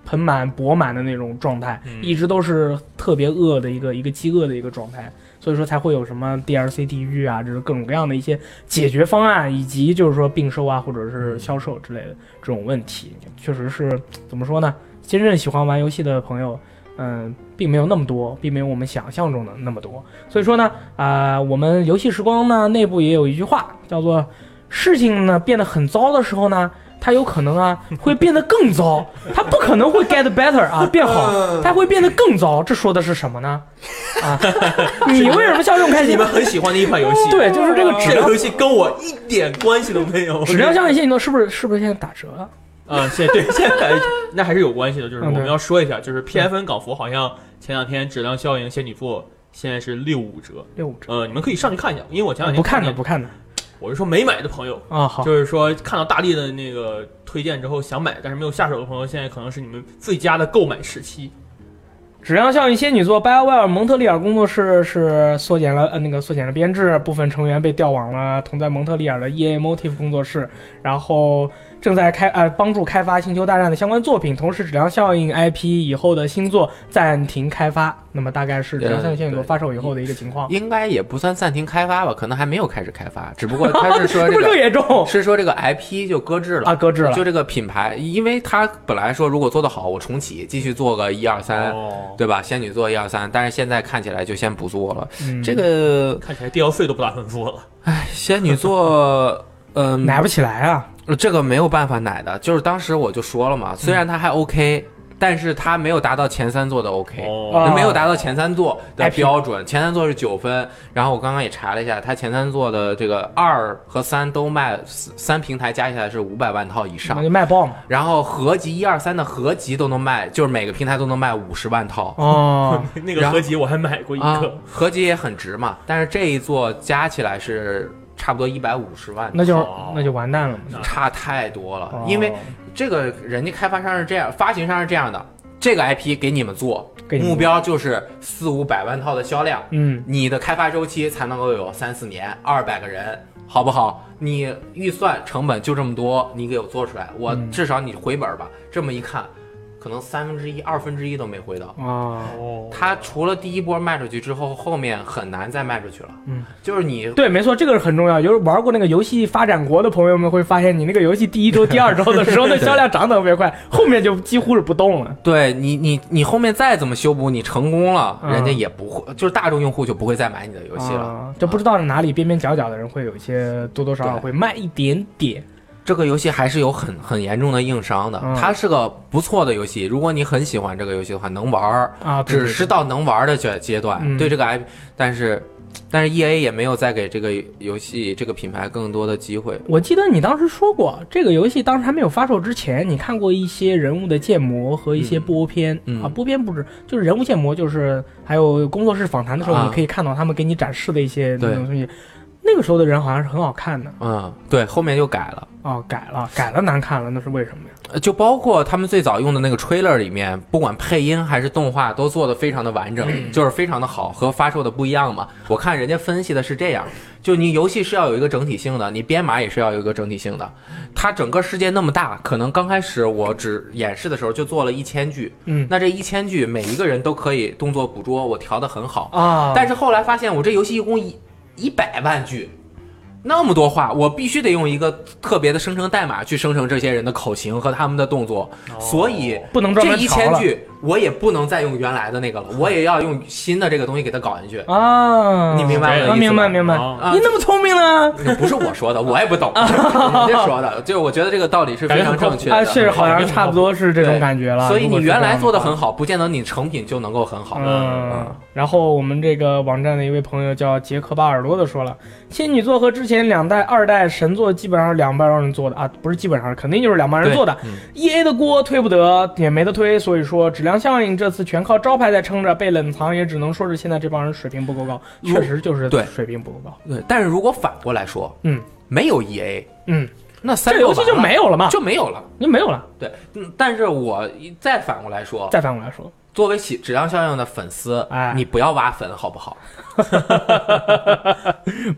Speaker 1: 盆满钵满的那种状态，一直都是特别饿的一个一个饥饿的一个状态。所以说才会有什么 DLC 地狱啊，就是各种各样的一些解决方案，以及就是说并收啊，或者是销售之类的这种问题，确实是怎么说呢？真正喜欢玩游戏的朋友，嗯、并没有那么多，并没有我们想象中的那么多。所以说呢，啊、我们游戏时光呢内部也有一句话叫做“事情呢变得很糟的时候呢”。它有可能啊，会变得更糟，它不可能会 get better
Speaker 2: (laughs)
Speaker 1: 啊，变好，
Speaker 2: 嗯
Speaker 1: 它会变得更糟。这说的是什么呢？
Speaker 2: (laughs)
Speaker 1: 啊，你为什么笑这么开
Speaker 2: 你
Speaker 1: 心
Speaker 2: 们？很喜欢的一款游戏，
Speaker 1: 对，就是这个质
Speaker 2: 这 (laughs)
Speaker 1: 量
Speaker 2: 个游戏跟我一点关系都没有。
Speaker 1: 质量上面现在是不是是不是现在打折了？
Speaker 2: 啊，现对现在那还是有关系的，就是
Speaker 1: 嗯
Speaker 2: 我
Speaker 1: 对
Speaker 2: 们要说一下，就是 PFN 港服好像前两天质量效应仙女座现在是六五折，
Speaker 1: 六五折？
Speaker 2: 呃，你们可以上去看一下，因为我前两天
Speaker 1: 不看的
Speaker 2: 见
Speaker 1: 不看的
Speaker 2: 我是说没买的朋友，
Speaker 1: 啊，好，
Speaker 2: 就是说看到大力的那个推荐之后想买，但是没有下手的朋友，现在可能是你们最佳的购买时期。
Speaker 1: 质量效应仙女座 BioWare 蒙特利尔工作室是缩减了呃那个缩减了编制，部分成员被调往了同在蒙特利尔的 EA Motive 工作室，然后正在开呃帮助开发《星球大战》的相关作品，同时质量效应 IP 以后的新作暂停开发。那么大概是质量效应仙女座
Speaker 3: 对
Speaker 1: 发售以后的一个情况，
Speaker 3: 应该也不算暂停开发吧，可能还没有开始开发，只不过他是说
Speaker 1: (laughs) 这
Speaker 3: 这
Speaker 1: 不是
Speaker 3: 个
Speaker 1: 更严重
Speaker 3: 是说这个 IP 就搁置了
Speaker 1: 啊？搁置了
Speaker 3: 就。这个品牌，因为它本来说如果做得好，我重启继续做个一二三，
Speaker 2: 哦，
Speaker 3: 对吧？仙女座一二三，但是现在看起来就先不做了。
Speaker 1: 嗯
Speaker 3: 这个
Speaker 2: 看起来 DLC 都不打算做了。
Speaker 3: 仙
Speaker 1: (laughs)
Speaker 3: 女座，嗯、
Speaker 1: 奶不起来啊！
Speaker 3: 呃这个没有办法奶的，就是当时我就说了嘛，虽然它还 OK，、但是它没有达到前三座的 OK。
Speaker 2: 哦
Speaker 1: 啊，
Speaker 3: 没有达到前三座的
Speaker 1: IP
Speaker 3: 标准，前三座是九分，然后我刚刚也查了一下，它前三座的这个二和三都卖三平台加起来是五百万套以上
Speaker 1: 那，就卖爆嘛！
Speaker 3: 然后合集一二三的合集都能卖，就是每个平台都能卖五十万套。 (laughs)
Speaker 1: 哦，
Speaker 2: 那个合集我还买过一
Speaker 3: 啊
Speaker 2: 个，，
Speaker 3: 合集也很值嘛，但是这一座加起来是差不多一百五十万，
Speaker 1: 那就
Speaker 2: 好
Speaker 1: 那就完蛋了嘛！
Speaker 3: 差太多了
Speaker 1: 哦。
Speaker 3: 因为这个人家开发商是这样，发行商是这样的，这个 IP 给你们做，
Speaker 1: 给你们
Speaker 3: 目标就是四五百万套的销量，
Speaker 1: 嗯，
Speaker 3: 你的开发周期才能够有三四年，二百个人，好不好？你预算成本就这么多，你给我做出来，我
Speaker 1: 嗯
Speaker 3: 至少你回本吧。这么一看，可能三分之一、二分之一都没回到。
Speaker 1: 哦，
Speaker 2: 哦
Speaker 3: 它除了第一波卖出去之后，后面很难再卖出去了。
Speaker 1: 嗯，
Speaker 3: 就是你
Speaker 1: 对，没错，这个是很重要。有玩过那个游戏发展国的朋友们会发现，你那个游戏第一周、第二周的时候，那销量涨得特别快，后面就几乎是不动了。
Speaker 3: 对你你你后面再怎么修补，你成功了，
Speaker 1: 嗯
Speaker 3: 人家也不会，就是大众用户就不会再买你的游戏了。
Speaker 1: 啊，就不知道是哪里边边角角的人会有一些多多少少
Speaker 3: 对
Speaker 1: 会卖一点点。
Speaker 3: 这个游戏还是有很很严重的硬伤的，
Speaker 1: 嗯
Speaker 3: 它是个不错的游戏，如果你很喜欢这个游戏的话，能玩儿，
Speaker 1: 啊对
Speaker 3: 只是到能玩儿的阶阶段，
Speaker 1: 嗯
Speaker 3: 对这个 IP，但是但是 E A 也没有再给这个游戏这个品牌更多的机会。
Speaker 1: 我记得你当时说过，这个游戏当时还没有发售之前，你看过一些人物的建模和一些播片、
Speaker 3: 嗯嗯
Speaker 1: 啊，播片不止，就是人物建模，就是还有工作室访谈的时候，
Speaker 3: 啊
Speaker 1: 你可以看到他们给你展示的一些那
Speaker 3: 对
Speaker 1: 种东西。那个时候的人好像是很好看的
Speaker 3: 嗯，对，后面又改了，
Speaker 1: 哦，改了，改了难看了，那是为什么呀？
Speaker 3: 呃就包括他们最早用的那个 trailer 里面，不管配音还是动画，都做的非常的完整，就是非常的好，和发售的不一样嘛。我看人家分析的是这样，就你游戏是要有一个整体性的，你编码也是要有一个整体性的。它整个世界那么大，可能刚开始我只演示的时候就做了一千句，
Speaker 1: 嗯
Speaker 3: 那这一千句每一个人都可以动作捕捉，我调的很好，
Speaker 1: 啊，
Speaker 3: 但是后来发现我这游戏一共一一百万句，那么多话，我必须得用一个特别的生成代码去生成这些人的口型和他们的动作，所以
Speaker 2: 哦
Speaker 1: 不能哦专
Speaker 3: 这
Speaker 1: 门
Speaker 3: 一
Speaker 1: 调
Speaker 3: 千
Speaker 1: 了
Speaker 3: 句我也不能再用原来的那个了，我也要用新的这个东西给它搞进去。
Speaker 1: 啊，
Speaker 3: 你明白我的意思
Speaker 1: 啊
Speaker 3: 吗
Speaker 1: 明白明白，
Speaker 2: 哦
Speaker 1: 你那么聪明啊呢？
Speaker 3: 不是我说的，我
Speaker 1: (laughs)
Speaker 3: 也不懂，人家说的，就是我觉得这个道理是非常正确的。
Speaker 1: 啊，是好像差不多是这种
Speaker 3: 对
Speaker 1: 感觉了。
Speaker 3: 所以你原来做的很
Speaker 1: 好。
Speaker 3: 好，不见得你成品就能够很好。啊
Speaker 1: 嗯，然后我们这个网站的一位朋友叫杰克巴尔多的说了，仙女座和之前两代、二代神作基本上是两帮人做的啊，不是基本上，肯定就是两帮人做的。E
Speaker 3: 嗯
Speaker 1: A 的锅推不得，也没得推，所以说质量效应这次全靠招牌在撑着，被冷藏也只能说是现在这帮人水平不够高，
Speaker 3: 如
Speaker 1: 确实就是
Speaker 3: 对
Speaker 1: 水平不够高。
Speaker 3: 对，但是如果反过来说，
Speaker 1: 嗯
Speaker 3: 没有 E A，
Speaker 1: 嗯，
Speaker 3: 那三
Speaker 1: 这游戏
Speaker 3: 六
Speaker 1: 就
Speaker 3: 完了
Speaker 1: 没有了嘛，
Speaker 3: 就没有了。
Speaker 1: 就没有了。
Speaker 3: 对，嗯但是我一再反过来说，
Speaker 1: 再反过来说，
Speaker 3: 作为喜质量效应的粉丝，
Speaker 1: 哎
Speaker 3: 你不要挖粉好不好？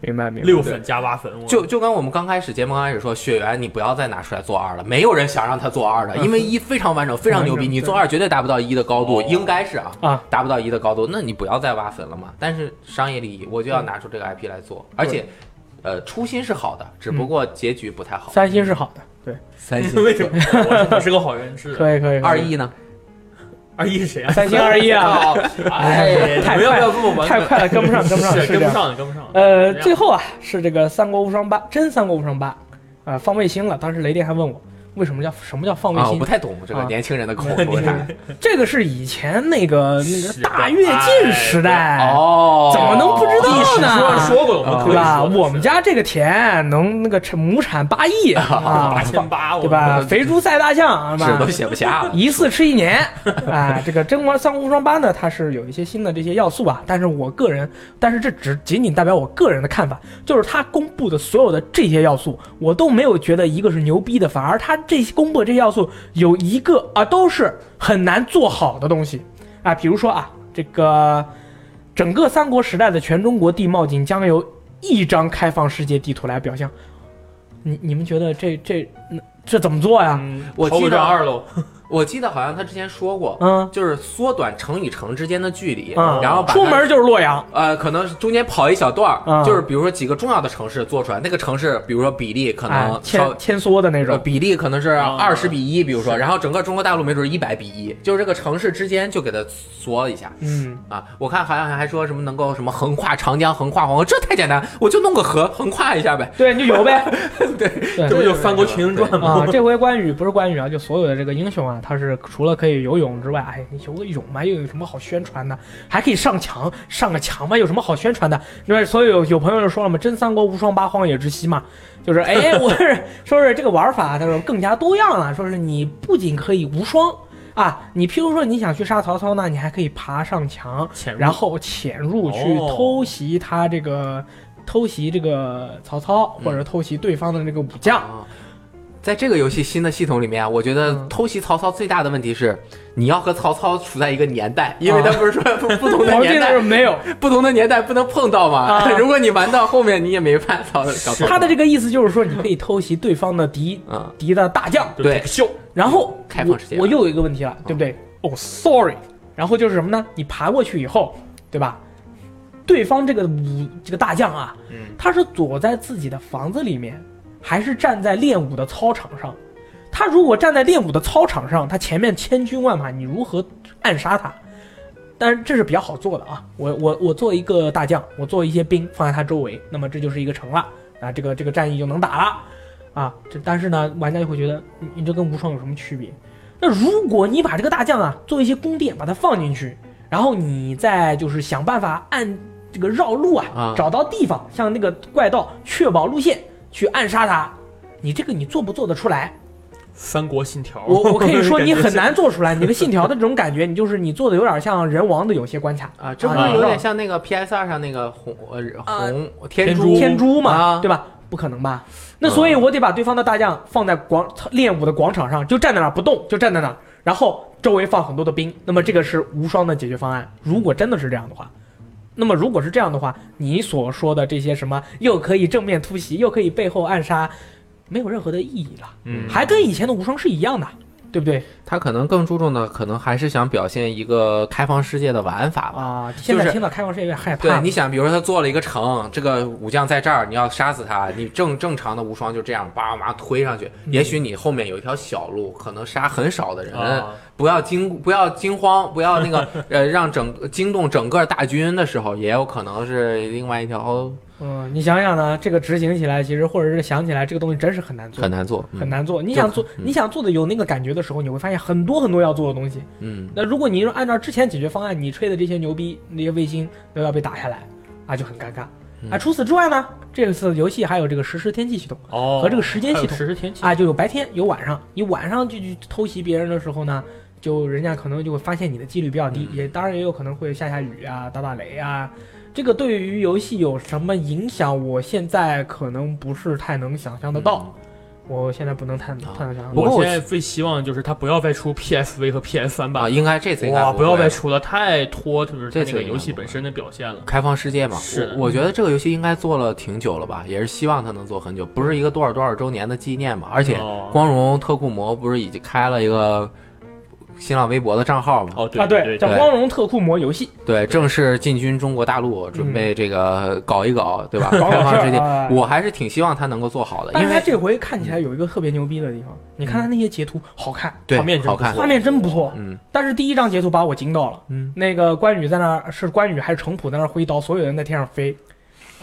Speaker 1: 明白明白。
Speaker 2: 六粉加八粉，我
Speaker 3: 就就跟我们刚开始节目刚开始说，血缘你不要再拿出来做二了，没有人想让他做二的，因为一非常完整，非常牛逼，
Speaker 1: 完整
Speaker 3: 你做二绝对达不到一的高度，
Speaker 2: 哦
Speaker 3: 应该是啊。
Speaker 1: 啊，
Speaker 3: 达不到一的高度，那你不要再挖粉了嘛。但是商业利益，我就要拿出这个 IP 来做，而且，呃，初心是好的，只不过结局不太好。
Speaker 1: 嗯三星是好的，对，
Speaker 3: 三
Speaker 2: (laughs)
Speaker 3: (laughs)
Speaker 2: 为什么？我我是个好人，是
Speaker 1: 可以可以。可以
Speaker 3: 二亿呢？
Speaker 2: 二一是谁啊？
Speaker 1: 三
Speaker 3: (laughs)
Speaker 1: 星二一啊，
Speaker 3: 哦哎，
Speaker 1: 太
Speaker 3: 不要
Speaker 1: 快
Speaker 3: 不要这么
Speaker 1: (laughs)
Speaker 3: 文
Speaker 1: 太
Speaker 3: 本。
Speaker 1: 快了，跟不上跟不上，
Speaker 2: (laughs) 是
Speaker 1: 是这
Speaker 2: 跟
Speaker 1: 样
Speaker 2: 不。上的，跟不上的。
Speaker 1: 呃，最后啊是这个《三国无双八》，真《三国无双八》啊，放卫星了。当时雷电还问我，为什么叫什么叫放卫
Speaker 3: 啊，我
Speaker 1: 星？
Speaker 3: 不太懂这个
Speaker 1: 啊
Speaker 3: 年轻人的口
Speaker 1: (laughs)
Speaker 3: 啊
Speaker 1: 那
Speaker 3: 头禅。
Speaker 1: 这个是以前那个那
Speaker 2: 时
Speaker 1: 个
Speaker 2: 代
Speaker 1: 大跃进时代，
Speaker 3: 哦，
Speaker 1: 怎么能不知
Speaker 2: 历
Speaker 1: 道
Speaker 2: 史
Speaker 1: 呢？
Speaker 2: 说说过，我们可
Speaker 1: 对
Speaker 2: 以
Speaker 1: 吧？
Speaker 2: 说的
Speaker 1: 啊我们家这个田能那个产亩产八亿啊
Speaker 2: 八，千八，
Speaker 1: 对吧？
Speaker 3: 我
Speaker 1: 肥猪赛大象，是
Speaker 3: 纸
Speaker 1: 吧。
Speaker 3: 都？写不下
Speaker 1: 一次吃一年 (laughs) 啊！这个《真玩三国无双八》呢，它是有一些新的这些要素啊，但是我个人，但是这只仅仅代表我个人的看法，就是它公布的所有的这些要素，我都没有觉得一个是牛逼的，反而它这些公布的这些要素有一个啊都是很难做好的东西。啊，比如说啊，这个整个三国时代的全中国地貌景将由一张开放世界地图来表象。你你们觉得这这这怎么做呀？
Speaker 3: (laughs) 我
Speaker 2: 跑
Speaker 3: 记
Speaker 2: 火
Speaker 3: 得
Speaker 2: 站二楼，
Speaker 3: (laughs) 我记得好像他之前说过，
Speaker 1: 嗯
Speaker 3: 就是缩短城与城之间的距离，
Speaker 1: 嗯，
Speaker 3: 然后把它
Speaker 1: 出门就是洛阳，
Speaker 3: 呃，可能是中间跑一小段儿，
Speaker 1: 嗯
Speaker 3: 就是比如说几个重要的城市做出来，那个城市比如说比例可
Speaker 1: 哎
Speaker 3: 能，稍
Speaker 1: 千千梭的那
Speaker 3: 呃
Speaker 1: 种。啊
Speaker 3: 比例可能是
Speaker 2: 嗯
Speaker 3: 二十比一，比如说，
Speaker 2: 是
Speaker 3: 然后整个中国大陆没准一百比一，就是这个城市之间就给它缩一下。
Speaker 1: 嗯，
Speaker 3: 啊，我看好像还说什么能够什么横跨长江、横跨黄河，这太简单，我就弄个河横跨一下呗。
Speaker 1: 对，你就游呗。
Speaker 3: (laughs) 对，
Speaker 1: 对
Speaker 2: 这不就《三国群英传》
Speaker 1: 啊
Speaker 2: 吗，？
Speaker 1: 这回关羽不是关羽啊，就所有的这个英雄啊，他是除了可以游泳之外，哎，你游个泳嘛，又有什么好宣传的？还可以上墙，上个墙嘛，有什么好宣传的？因为所以有有朋友就说了嘛，真三国无双八荒野之息嘛，就是哎，
Speaker 3: (laughs)
Speaker 1: 我是说是这个玩法，他说更加多样了，说是你不仅可以无双。啊，你譬如说你想去杀曹操呢，你还可以爬上墙，
Speaker 2: 潜入
Speaker 1: 然后潜入去
Speaker 2: 哦
Speaker 1: 偷袭他这个、偷袭这个曹操，
Speaker 3: 嗯
Speaker 1: 或者偷袭对方的这个武将。
Speaker 3: 啊，在这个游戏新的系统里面啊，我觉得
Speaker 1: 嗯
Speaker 3: 偷袭曹操最大的问题是，你要和曹操处在一个年代，因为他
Speaker 1: 啊
Speaker 3: 不是说不不同的
Speaker 1: 黄
Speaker 3: 年
Speaker 1: 金的时
Speaker 3: 代
Speaker 1: 候，没有，
Speaker 3: 不同的年代不能碰到嘛
Speaker 1: 啊。
Speaker 3: (laughs) 如果你玩到后面，你也没办法搞搞
Speaker 1: 他的这个意思就是说，你可以偷袭对方的敌
Speaker 3: 啊，
Speaker 1: 敌的大将，
Speaker 2: 就
Speaker 3: 对
Speaker 2: 特秀，
Speaker 1: 然后
Speaker 3: 开放世界嗯
Speaker 1: 我我又有一个问题了，对不对？哦，sorry，然后就是什么呢？你爬过去以后，对吧？对方这个武这个大将啊，
Speaker 2: 嗯，
Speaker 1: 他是躲在自己的房子里面，还是站在练武的操场上？他如果站在练武的操场上，他前面千军万马，你如何暗杀他？但是这是比较好做的啊！我我我做一个大将，我做一些兵放在他周围，那么这就是一个城了啊，这个这个战役就能打了啊。这但是呢，玩家就会觉得你你这跟无双有什么区别？那如果你把这个大将啊做一些宫殿，把它放进去，然后你再就是想办法按这个绕路啊，
Speaker 3: 啊
Speaker 1: 找到地方，像那个怪盗确保路线去暗杀他，你这个你做不做得出来？
Speaker 2: 《三国信条》
Speaker 1: 我我可以说
Speaker 2: (laughs) 感
Speaker 1: 你
Speaker 2: 觉
Speaker 1: 很难做出来，你的信条的这种感觉，你就是你做的有点像人王的有些关卡。
Speaker 3: 啊，这不
Speaker 1: 啊
Speaker 3: 是有点像那个 PS 二上那个红呃
Speaker 1: 啊
Speaker 3: 红天
Speaker 2: 珠
Speaker 1: 天珠嘛，
Speaker 3: 啊
Speaker 1: 对吧？不可能吧？那所以，我得把对方的大将放在广练武的广场上，就站在那儿不动，就站在那儿，然后周围放很多的兵。那么这个是无双的解决方案。如果真的是这样的话，那么如果是这样的话，你所说的这些什么又可以正面突袭，又可以背后暗杀，没有任何的意义了，
Speaker 2: 嗯
Speaker 1: 还跟以前的无双是一样的，对不对
Speaker 3: 他可能更注重的，可能还是想表现一个开放世界的玩法吧。
Speaker 1: 啊？现
Speaker 3: 就
Speaker 1: 在
Speaker 3: 是
Speaker 1: 听到开放世界有点害怕
Speaker 3: 对，
Speaker 1: 了。
Speaker 3: 你想，比如说他做了一个城，这个武将在这儿，你要杀死他，你正正常的无双就这样叭叭推上去。
Speaker 2: 嗯
Speaker 3: 也许你后面有一条小路，可能杀很少的人，
Speaker 1: 呃
Speaker 2: 啊
Speaker 3: 不要惊不要惊慌，不要那
Speaker 2: (laughs)
Speaker 3: 个呃让整惊动整个大军的时候，也有可能是另外一条
Speaker 1: 嗯，你想想呢，这个执行起来，其实或者是想起来，这个东西真是很难做，
Speaker 3: 很难做，嗯
Speaker 1: 很难做。你想做，你想做的有那个感觉的时候，你会发现很多很多要做的东西。
Speaker 3: 嗯。
Speaker 1: 那如果你说按照之前解决方案，你吹的这些牛逼，那些卫星都要被打下来，啊，就很尴尬。啊，除此之外呢，这次游戏还有这个实时天气系统
Speaker 2: 哦
Speaker 1: 和这个时间系
Speaker 2: 还有
Speaker 1: 统
Speaker 2: 实时天气
Speaker 1: 啊，就有白天有晚上。你晚上就去偷袭别人的时候呢，就人家可能就会发现你的几率比较低，
Speaker 3: 嗯
Speaker 1: 也当然也有可能会下下雨啊、打打雷啊。这个对于游戏有什么影响？我现在可能不是太能想象得到，我现在不能太太能想象得
Speaker 3: 不
Speaker 1: 到。
Speaker 3: 过嗯
Speaker 2: 我
Speaker 3: 啊我
Speaker 2: 现在最希望就是他不要再出 PSV 和 PS 三
Speaker 3: 啊，
Speaker 2: 版，
Speaker 3: 应该这次应该
Speaker 2: 哇，
Speaker 3: 不
Speaker 2: 不要
Speaker 3: 会
Speaker 2: 再出了，太拖，就是它
Speaker 3: 这
Speaker 2: 那
Speaker 3: 次
Speaker 2: 个
Speaker 3: 应该
Speaker 2: 游戏
Speaker 3: 不会
Speaker 2: 本身的表现了。
Speaker 3: 开放世界嘛，
Speaker 2: 是
Speaker 3: 我我觉得这个游戏应该做了挺久了吧，也是希望它能做很久，不是一个多少多少周年的纪念嘛。而且
Speaker 2: 哦
Speaker 3: 光荣特库摩不是已经开了一个新浪微博的账号嘛？
Speaker 2: 哦，对
Speaker 1: 啊，
Speaker 2: 对
Speaker 1: 叫
Speaker 3: 对
Speaker 1: 光荣特库摩游
Speaker 3: (laughs)
Speaker 1: 戏，
Speaker 3: 对，正式进军中国大陆，准备这个搞一搞，对吧？
Speaker 1: 嗯搞
Speaker 3: 开
Speaker 1: 搞事
Speaker 3: 放世界
Speaker 1: 儿，啊。
Speaker 3: 我还是挺希望它能够做好的，
Speaker 1: 但
Speaker 3: 因
Speaker 1: 是他
Speaker 3: 为嗯
Speaker 1: 这回看起来有一个特别牛逼的地方，你看他那些截图好看，
Speaker 3: 对
Speaker 2: 画面真
Speaker 3: 好
Speaker 2: 不
Speaker 3: 看
Speaker 2: 错，
Speaker 1: 画面真不错。
Speaker 3: 嗯，
Speaker 1: 但是第一张截图把我惊到了，
Speaker 3: 嗯，
Speaker 1: 那个关羽在那儿是关羽还是程普在那儿挥刀，所有人在天上飞，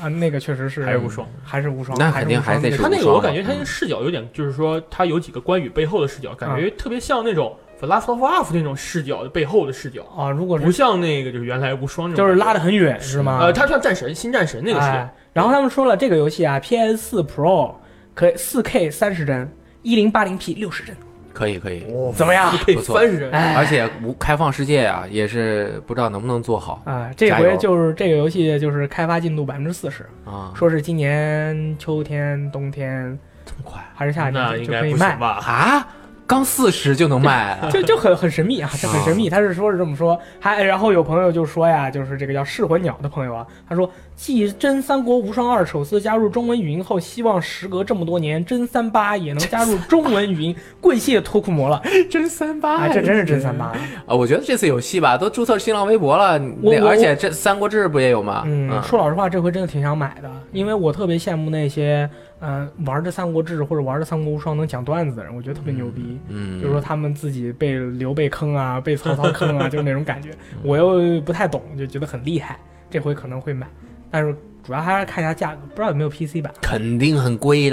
Speaker 1: 啊，那个确实是
Speaker 2: 还是无双。
Speaker 1: 还是无双，
Speaker 3: 那肯定
Speaker 1: 还
Speaker 3: 还得
Speaker 1: 是
Speaker 3: 是
Speaker 1: 无
Speaker 2: 他
Speaker 1: 双
Speaker 2: 那
Speaker 3: 无
Speaker 2: 个
Speaker 3: 双
Speaker 2: 我
Speaker 3: 嘛
Speaker 2: 感觉他
Speaker 1: 嗯
Speaker 2: 那个视角有点，就是说他有几个关羽背后的视角，感觉
Speaker 1: 嗯
Speaker 2: 特别像那种《The Last of Us》那种视角的背后的视角，
Speaker 1: 啊，如果
Speaker 2: 不
Speaker 1: 是
Speaker 2: 像那个就是原来无双那种，
Speaker 1: 就是拉得很远是吗？
Speaker 2: 呃，他像战神新战神那个视角，
Speaker 1: 哎。然后他们说了，这个游戏啊，PS 四 Pro 可以四 K 三十帧，一零八零 P 六十帧，
Speaker 3: 可以可以，
Speaker 1: 怎么样？
Speaker 2: 配
Speaker 3: 不错
Speaker 2: 三十人，
Speaker 1: 哎
Speaker 3: 而且无开放世界啊，也是不知道能不能做好
Speaker 1: 啊，这
Speaker 3: 加
Speaker 1: 回
Speaker 3: 油
Speaker 1: 就是这个游戏就是开发进度百分之四十，
Speaker 3: 啊，
Speaker 1: 说是今年秋天、冬天
Speaker 3: 这么快
Speaker 1: 还是夏
Speaker 2: 那
Speaker 1: 天
Speaker 2: 应
Speaker 1: 就
Speaker 2: 该
Speaker 1: 可以
Speaker 2: 不
Speaker 1: 卖
Speaker 2: 行。吧？
Speaker 3: 啊？刚四十就能卖了，
Speaker 1: 就就很很神秘啊，这很神秘。他是说是这么说，还然后有朋友就说呀，就是这个叫噬魂鸟的朋友啊，他说继《真三国无双二》首次加入中文语音后，希望时隔这么多年，《真三八》也能加入中文语音，跪谢脱库摩了。
Speaker 3: 真三八
Speaker 1: 哎，这 (laughs) 真是真三八。
Speaker 3: 啊！我觉得这次有戏吧，都注册新浪微博了，
Speaker 1: 我
Speaker 3: 那
Speaker 1: 我
Speaker 3: 而且这《三国志》不也有吗？
Speaker 1: 嗯，说老实话，这回真的挺想买的，因为我特别羡慕那些嗯、呃玩着《三国志》或者玩着《三国无双》能讲段子的人，我觉得特别牛逼。
Speaker 3: 嗯，
Speaker 1: 就是说他们自己被刘备坑啊，被曹操坑
Speaker 2: (laughs)
Speaker 1: 啊，就是那种感觉。
Speaker 2: 嗯
Speaker 1: 我又不太懂，就觉得很厉害，这回可能会买，但是主要还是看一下价格，不知道有没有 PC 版。
Speaker 3: 肯定很贵
Speaker 2: 哎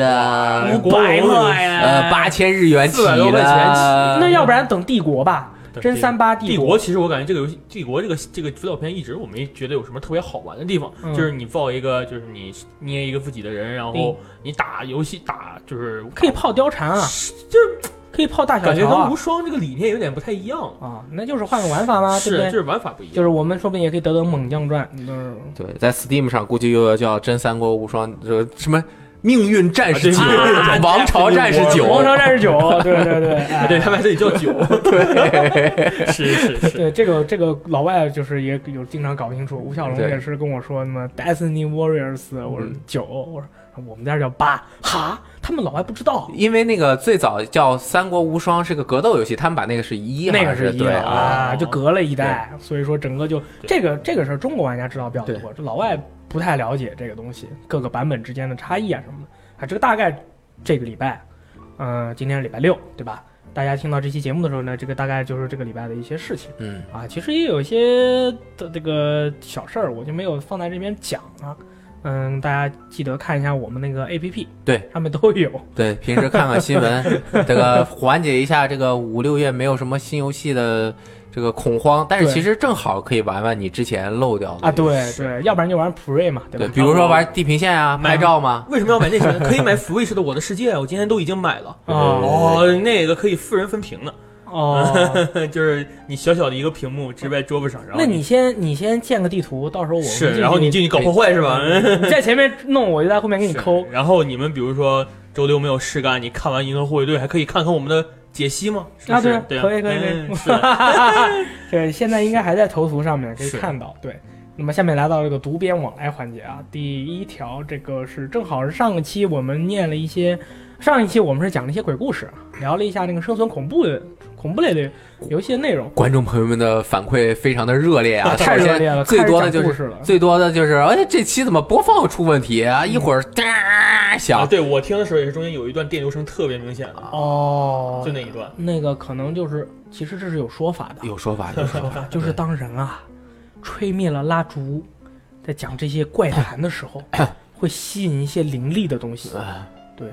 Speaker 3: 的，
Speaker 1: 五哎百块呀，
Speaker 3: 呃，八千日元起
Speaker 2: 400多块钱
Speaker 3: 了，
Speaker 1: 那要不然等帝国吧，真三八
Speaker 2: 帝
Speaker 1: 帝
Speaker 2: 国其实我感觉这个游戏，帝国这个这个资料片一直我没觉得有什么特别好玩的地方，
Speaker 1: 嗯
Speaker 2: 就是你造一个，就是你捏一个自己的人，然后你打游戏打就是
Speaker 1: 可以泡貂蝉啊，
Speaker 2: 就是
Speaker 1: 可以泡大小
Speaker 2: 感觉
Speaker 1: 乔
Speaker 2: 跟
Speaker 1: 啊
Speaker 2: 无，双这个理念有点不太一样，
Speaker 1: 啊，那就是换个玩法嘛，啊对
Speaker 2: 是
Speaker 1: 不对
Speaker 2: 就？是玩法不一
Speaker 1: 就
Speaker 2: 样。
Speaker 1: 是我们说不定也可以得得猛将传，就是
Speaker 3: 对，在 Steam 上估计又要叫《真三国无双》这个什么《命运战士九》
Speaker 2: 啊
Speaker 3: 《王朝战士九
Speaker 1: 王朝》，战士九，对对对，
Speaker 2: 啊
Speaker 1: 哎
Speaker 2: 对，他们这里叫酒，对，是是
Speaker 3: (laughs)
Speaker 2: 是，
Speaker 1: (laughs) 对这个这个老外就是也有经常搞不清楚，吴小龙
Speaker 3: 对
Speaker 1: 也是跟我说什么 Destiny Warriors，我说
Speaker 3: 嗯
Speaker 1: 九，我说啊我们家叫八，哈，他们老外不知道，
Speaker 3: 因为那个最早叫《三国无双》是个格斗游戏，他们把那个是一，
Speaker 1: 那个
Speaker 3: 是
Speaker 1: 一
Speaker 3: 对
Speaker 1: 的
Speaker 3: 啊。
Speaker 1: 啊，
Speaker 2: 哦
Speaker 1: 就隔了一代，所以说整个就
Speaker 2: 对
Speaker 1: 这个这个事儿，中国玩家知道比较多
Speaker 3: 对，
Speaker 1: 这老外不太了解这个东西，各个版本之间的差异啊什么的啊，这个大概这个礼拜，嗯、今天是礼拜六，对吧？大家听到这期节目的时候呢，这个大概就是这个礼拜的一些事情。
Speaker 3: 嗯，
Speaker 1: 啊，其实也有一些的这个小事儿，我就没有放在这边讲啊。嗯，大家记得看一下我们那个 A P P，
Speaker 3: 对，
Speaker 1: 上面都有。
Speaker 3: 对，平时看看
Speaker 1: (laughs)
Speaker 3: 新闻，这个缓解一下这个五六月没有什么新游戏的这个恐慌，但是
Speaker 1: 对
Speaker 3: 其实正好可以玩玩你之前漏掉的
Speaker 1: 啊，对对，要不然就玩 Pre 嘛，对
Speaker 3: 对，
Speaker 1: 吧？
Speaker 3: 比如说玩地平线啊，
Speaker 2: 买
Speaker 3: 拍照嘛，
Speaker 2: 为什么要买那些？可以买 Switch 的《我的世界》，我今天都已经买了。
Speaker 1: 哦
Speaker 2: 哦，那个可以四人分屏呢， (laughs)
Speaker 1: 哦，
Speaker 2: 就是你小小的一个屏幕置在桌子上，然后
Speaker 1: 那你先你先建个地图，到时候我们进
Speaker 2: 是，
Speaker 1: 去
Speaker 2: 然后你进去搞破坏是吧？
Speaker 1: 你在前面弄，嗯我就在后面给你抠
Speaker 2: 是。然后你们比如说周六没有事干，你看完《银河护卫队》还可以看看我们的解析吗？是不是
Speaker 1: 啊对
Speaker 2: 对啊，
Speaker 1: 可以可以
Speaker 2: 嗯
Speaker 1: 可以 (laughs)
Speaker 2: 是的
Speaker 1: 对，现在应该还在头图上面可以
Speaker 2: 是
Speaker 1: 看到。对，那么下面来到这个读编往来环节啊，第一条这个是正好是上一期我们念了一些，上一期我们是讲了一些鬼故事啊，聊了一下那个生存恐怖的恐怖类的游戏的内容。
Speaker 3: 观众朋友们的反馈非常的热烈啊！
Speaker 1: 太
Speaker 3: 首
Speaker 1: 热烈
Speaker 3: 先
Speaker 1: 了，
Speaker 3: 最多
Speaker 1: 开
Speaker 3: 的
Speaker 1: 始讲
Speaker 3: 就
Speaker 1: 故
Speaker 3: 是
Speaker 1: 事了。
Speaker 3: 最多的就是，哎，这期怎么播放出问题啊？一会儿哒
Speaker 2: 啊，
Speaker 3: 响，
Speaker 2: 对我听的时候也是中间有一段电流声特别明显的，
Speaker 1: 哦
Speaker 2: 就，那一段。
Speaker 1: 那个可能就是，其实这是有说法的，
Speaker 3: 有说法，有说 (laughs) 法，
Speaker 1: 就是当人啊吹灭了蜡烛，在讲这些怪谈的时候，
Speaker 3: 哎
Speaker 1: (coughs) 会吸引一些灵力的东西。
Speaker 3: 啊
Speaker 1: 对，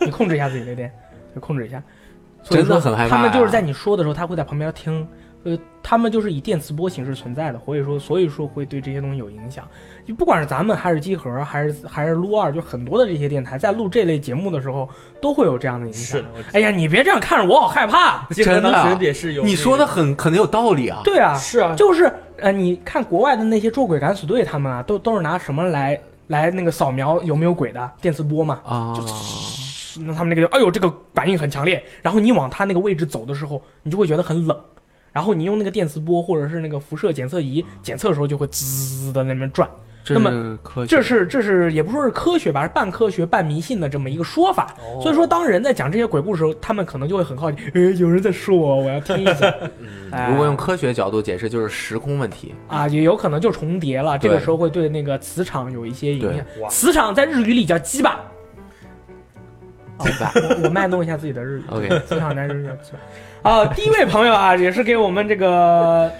Speaker 1: (coughs) 你控制一下自己那边，就控制一下。所以
Speaker 3: 真
Speaker 1: 说
Speaker 3: 的很害怕。
Speaker 1: 他们就是在，你说的时候，他会在旁边听。呃，他们就是以电磁波形式存在的，所以说，所以说会对这些东西有影响。就不管是咱们还是机核，还是还是撸二，就很多的这些电台在录这类节目的时候，都会有这样的影响
Speaker 2: 是的。我
Speaker 1: 哎呀，你别这样看着我，好害怕。
Speaker 2: 记得
Speaker 3: 真的啊
Speaker 2: 当时也是有
Speaker 3: 你说的
Speaker 2: 那
Speaker 3: 很很有道理啊。
Speaker 1: 对啊
Speaker 2: 个，是啊，
Speaker 1: 就是呃，你看国外的那些捉鬼敢死队，他们啊，都都是拿什么来来那个扫描有没有鬼的电磁波嘛。
Speaker 3: 啊，
Speaker 1: 那他们那个就，哎呦，这个反应很强烈。然后你往他那个位置走的时候，你就会觉得很冷。然后你用那个电磁波或者是那个辐射检测仪检测的时候，就会滋的那边转。
Speaker 3: 这是科学，
Speaker 1: 这是这是也不说是科学吧，是半科学半迷信的这么一个说法。
Speaker 2: 哦
Speaker 3: 哦
Speaker 1: 所以说，当人在讲这些鬼故事的时候，他们可能就会很好奇，哎，有人在说我，我要听一
Speaker 3: (laughs)
Speaker 1: 下。哎
Speaker 3: 嗯如果用科学角度解释，就是时空问题。
Speaker 1: 啊，也有可能就重叠了，这个
Speaker 3: 对
Speaker 1: 时候会对那个磁场有一些影响
Speaker 2: 对。哇
Speaker 1: 磁场在日语里叫鸡巴。
Speaker 3: (laughs) 鸡巴
Speaker 1: 我我卖弄一下自己的日语。
Speaker 3: (laughs) OK
Speaker 1: 磁场在日语叫鸡巴。啊，第一位朋友啊，也是给我们这个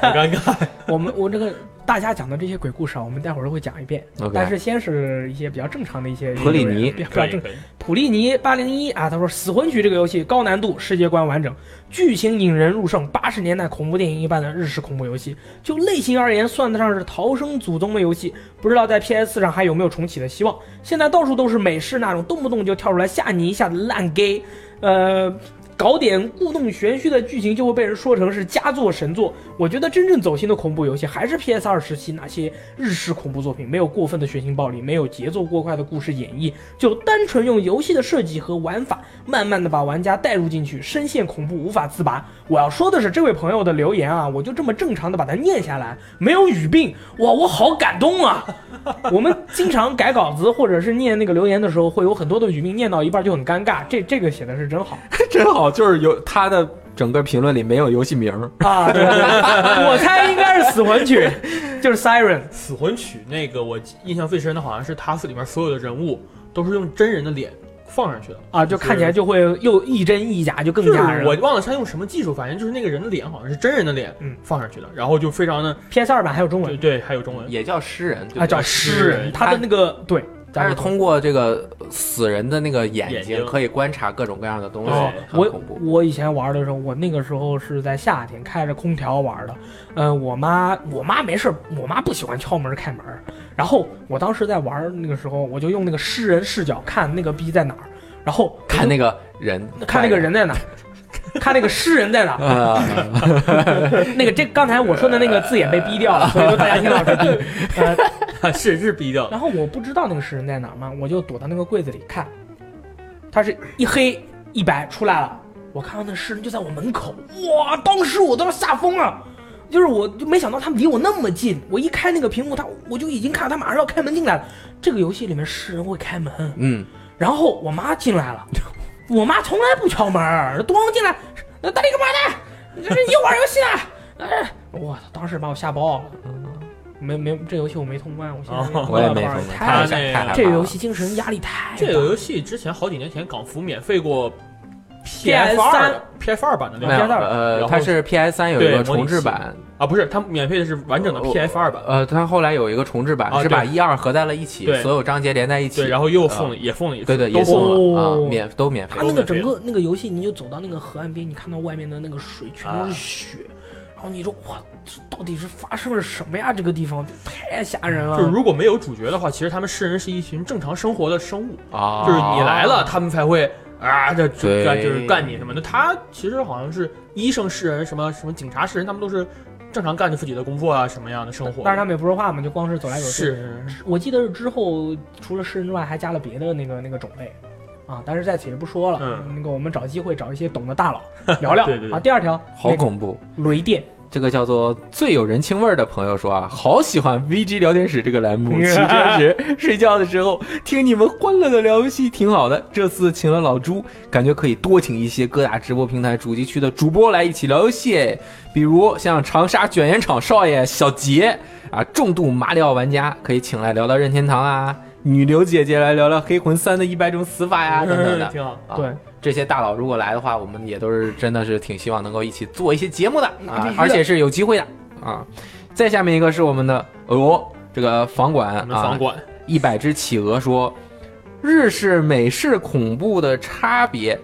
Speaker 2: 很尴尬。
Speaker 1: 我们我这个大家讲的这些鬼故事啊，我们待会儿都会讲一遍。
Speaker 3: OK
Speaker 1: 但是先是一些比较正常的一些
Speaker 3: 普里尼
Speaker 1: 比较比
Speaker 2: 可
Speaker 1: 较
Speaker 2: 以
Speaker 1: 正
Speaker 2: 可以
Speaker 1: 普利尼八零一啊，他说《死魂曲》这个游戏高难度，世界观完整，剧情引人入胜，八十年代恐怖电影一般的日式恐怖游戏。就类型而言，算得上是逃生祖宗的游戏。不知道在 PS 上还有没有重启的希望？现在到处都是美式那种动不动就跳出来吓你一下的烂 gay，呃。搞点故弄玄虚的剧情，就会被人说成是佳作神作。我觉得真正走心的恐怖游戏还是 PS 二时期那些日式恐怖作品，没有过分的血腥暴力，没有节奏过快的故事演绎，就单纯用游戏的设计和玩法，慢慢的把玩家带入进去，深陷恐怖无法自拔。我要说的是这位朋友的留言啊，我就这么正常的把它念下来，没有语病，哇，我好感动啊！我们经常改稿子或者是念那个留言的时候，会有很多的语病，念到一半就很尴尬。这这个写的是真好。
Speaker 4: 真好，就是有他的整个评论里没有游戏名儿，
Speaker 1: 啊，对对
Speaker 3: (laughs)
Speaker 1: 对，我猜应该是死魂曲，就是 Siren
Speaker 2: 死魂曲那个我印象最深的好像是塔斯里面所有的人物都是用真人的脸放上去的
Speaker 1: 啊，就看起来就会又亦真亦假，就更
Speaker 2: 就是
Speaker 1: 吓
Speaker 3: 啊
Speaker 1: 人
Speaker 2: 我
Speaker 1: 了。
Speaker 2: 忘了他用什么技术，反正就是那个人的脸好像是真人的脸，
Speaker 1: 嗯
Speaker 2: 放上去的，然后就非常的
Speaker 1: PS 二版还有中
Speaker 2: 对
Speaker 1: 文
Speaker 2: 对，还有中文，
Speaker 3: 也叫诗人，
Speaker 1: 啊，
Speaker 3: 对不对
Speaker 1: 叫诗人，他的那个对，
Speaker 3: 他是
Speaker 1: 咱们
Speaker 3: 通过这个死人的那个眼
Speaker 2: 眼
Speaker 3: 睛
Speaker 2: 睛
Speaker 3: 可以观察各种各样的东西
Speaker 2: 哦，
Speaker 3: 很
Speaker 1: 我
Speaker 3: 恐怖。
Speaker 1: 我以前玩的时候，我那个时候是在夏天开着空调玩的。呃，我妈我妈没事儿，我妈不喜欢敲门开门儿。然后我当时在玩儿那个时候，我就用那个诗人视角看那个逼在哪儿，然后
Speaker 3: 看那个人，
Speaker 1: 看那个人在
Speaker 3: (laughs)
Speaker 1: 哪儿，看那个诗人在哪儿。 (laughs)
Speaker 3: 啊，
Speaker 1: 那个这刚才我说的那个字眼被逼掉了，所以说大家听到是逼。呃，
Speaker 3: 嗯
Speaker 2: (laughs) 是是
Speaker 3: (laughs)
Speaker 2: 逼掉的。
Speaker 1: 然后我不知道那个诗人在哪儿嘛，我就躲到那个柜子里看，他是一黑一白出来了，我看到那诗人就在我门口，哇，当时我都要吓疯了。就是我就没想到他们离我那么近，我一开那个屏幕，他我就已经看到他马上要开门进来了。这个游戏里面诗人会开门，
Speaker 3: 嗯，
Speaker 1: 然后我妈进来了， (laughs) 我妈从来不敲门儿，咣进来，那大力干嘛呢？你这是又玩游戏呢？ (laughs) 哎，我操！当时把我吓爆了。嗯没没，这游戏我没通关，我现在
Speaker 2: 哦
Speaker 4: 我也没什么
Speaker 1: 太
Speaker 2: 他那
Speaker 3: 太害怕了
Speaker 1: 这个游戏精神压力太大。
Speaker 2: 这个游戏之前好几年前港服免费过
Speaker 1: PS3
Speaker 2: 2 PS 二版的那
Speaker 3: 没
Speaker 2: 个
Speaker 3: 有
Speaker 1: 片段
Speaker 3: 呃，
Speaker 2: 然后
Speaker 3: 它是 PS 三有一
Speaker 2: 对
Speaker 3: 个
Speaker 2: 模拟
Speaker 3: 重
Speaker 2: 器
Speaker 3: 置版，
Speaker 2: 啊，不是，它免费的是完整的
Speaker 3: 哦
Speaker 2: PS 二版，
Speaker 3: 呃，它后来有一个重置版
Speaker 2: 啊
Speaker 3: 是把
Speaker 2: 对
Speaker 3: 一二合在了一起，
Speaker 2: 对
Speaker 3: 所有章节连在一起
Speaker 2: 对，，然后又送了也送了一
Speaker 3: 呃对
Speaker 2: 次，
Speaker 3: 对，也
Speaker 2: 都
Speaker 3: 送
Speaker 2: 送了。
Speaker 1: 了
Speaker 3: 了啊
Speaker 1: 哦，
Speaker 3: 免都免费
Speaker 1: 它。那个整
Speaker 2: 都
Speaker 1: 个那个游戏，你就走到那个河岸边，你看到外面的那个水全都是血，
Speaker 2: 啊
Speaker 1: 然后你说哇，这到底是发生了什么呀？这个地方太吓人
Speaker 2: 就是
Speaker 1: 了。
Speaker 2: 如果没有主角的话，其实他们世人是一群正常生活的生物，
Speaker 3: 啊，
Speaker 2: 就是你来了，他们才会啊，这
Speaker 3: 对
Speaker 2: 这干就是干你什么的。他其实好像是医生世人，什么什么警察世人，他们都是正常干着自己的工作啊，什么样的生活。
Speaker 1: 但是他们也不说话嘛，就光是走来走去。
Speaker 2: 是
Speaker 1: 我记得是之后除了诗人之外，还加了别的那个那个种类，啊，但是在此也不说了。
Speaker 2: 嗯
Speaker 1: 那个我们找机会找一些懂的大佬聊聊
Speaker 2: (laughs) 对对对。
Speaker 1: 啊。第二条，
Speaker 4: 好恐怖。
Speaker 1: 那个雷电，
Speaker 4: 这个叫做最有人情味儿的朋友说啊，好喜欢 VG 聊天室这个栏目，骑车时、睡觉的时候听你们欢乐的聊游戏挺好的。这次请了老朱，感觉可以多请一些各大直播平台主机区的主播来一起聊游戏，比如像长沙卷烟厂少爷小杰啊，重度马里奥玩家可以请来聊聊任天堂啊，女流姐姐来聊聊黑魂三的一百种死法呀等等的
Speaker 2: 挺好。
Speaker 3: 啊
Speaker 1: 对，
Speaker 3: 这些大佬如果来的话，我们也都是真的是挺希望能够一起做一些节目的
Speaker 1: 那必须
Speaker 3: 啊，
Speaker 1: 的
Speaker 3: 而且是有机会的啊。再下面一个是我们的哦，这个房管
Speaker 2: 我们
Speaker 3: 啊
Speaker 2: 房，管
Speaker 3: 一百只企鹅说，日式美式恐怖的差别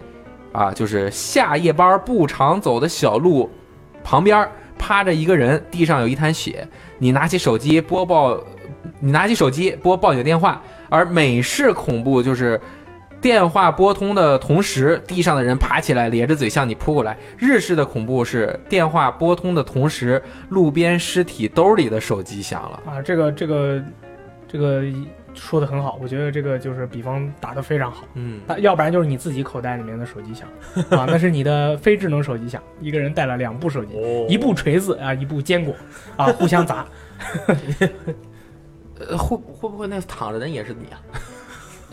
Speaker 3: 啊，就是下夜班不常走的小路旁边儿趴着一个人，地上有一滩血，你拿起手机拨报，你拿起手机拨报警电话，而美式恐怖就是。电话拨通的同时，地上的人爬起来，咧着嘴向你扑过来。日式的恐怖是电话拨通的同时，路边尸体兜里的手机响了。
Speaker 1: 啊，这个这个这个说的很好，我觉得这个就是比方打得非常好。
Speaker 3: 嗯，
Speaker 1: 那要不然就是你自己口袋里面的手机响啊，那是你的非智能手机响，一个人带了两部手机，
Speaker 2: 哦
Speaker 1: 一部锤子啊，一部坚果啊，互相砸。
Speaker 3: 呃，会会不会那躺着的人也是你啊？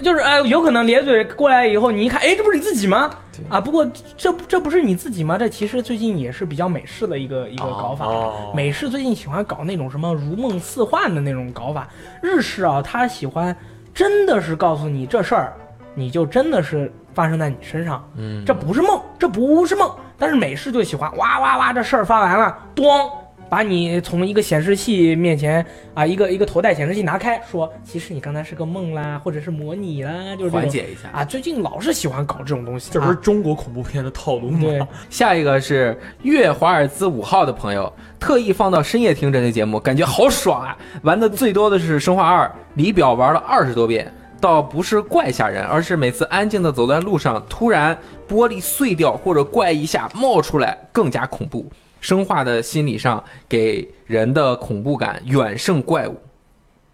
Speaker 1: 就是哎、有可能咧嘴过来以后，你一看，哎，这不是你自己吗？啊，不过这这不是你自己吗？这其实最近也是比较美式的一个一个搞法。
Speaker 2: 哦
Speaker 1: 美式最近喜欢搞那种什么如梦似幻的那种搞法，日式啊，他喜欢真的是告诉你这事儿，你就真的是发生在你身上，
Speaker 3: 嗯
Speaker 1: 这不是梦，这不是梦。但是美式就喜欢哇哇哇，这事儿发完了，咣，把你从一个显示器面前啊，一个一个头戴显示器拿开，说其实你刚才是个梦啦，或者是模拟啦，就是这种
Speaker 3: 缓解一下。
Speaker 1: 啊。最近老是喜欢搞这种东西，
Speaker 2: 这不是
Speaker 1: 啊
Speaker 2: 中国恐怖片的套路
Speaker 1: 对
Speaker 2: 吗？
Speaker 4: 下一个是月华尔兹五号的朋友，特意放到深夜听这期节目，感觉好爽啊！玩的最多的是《生化二》，里表玩了二十多遍，倒不是怪吓人，而是每次安静的走在路上，突然玻璃碎掉或者怪一下冒出来，更加恐怖。生化的心理上给人的恐怖感远胜怪
Speaker 1: (laughs)
Speaker 4: 物。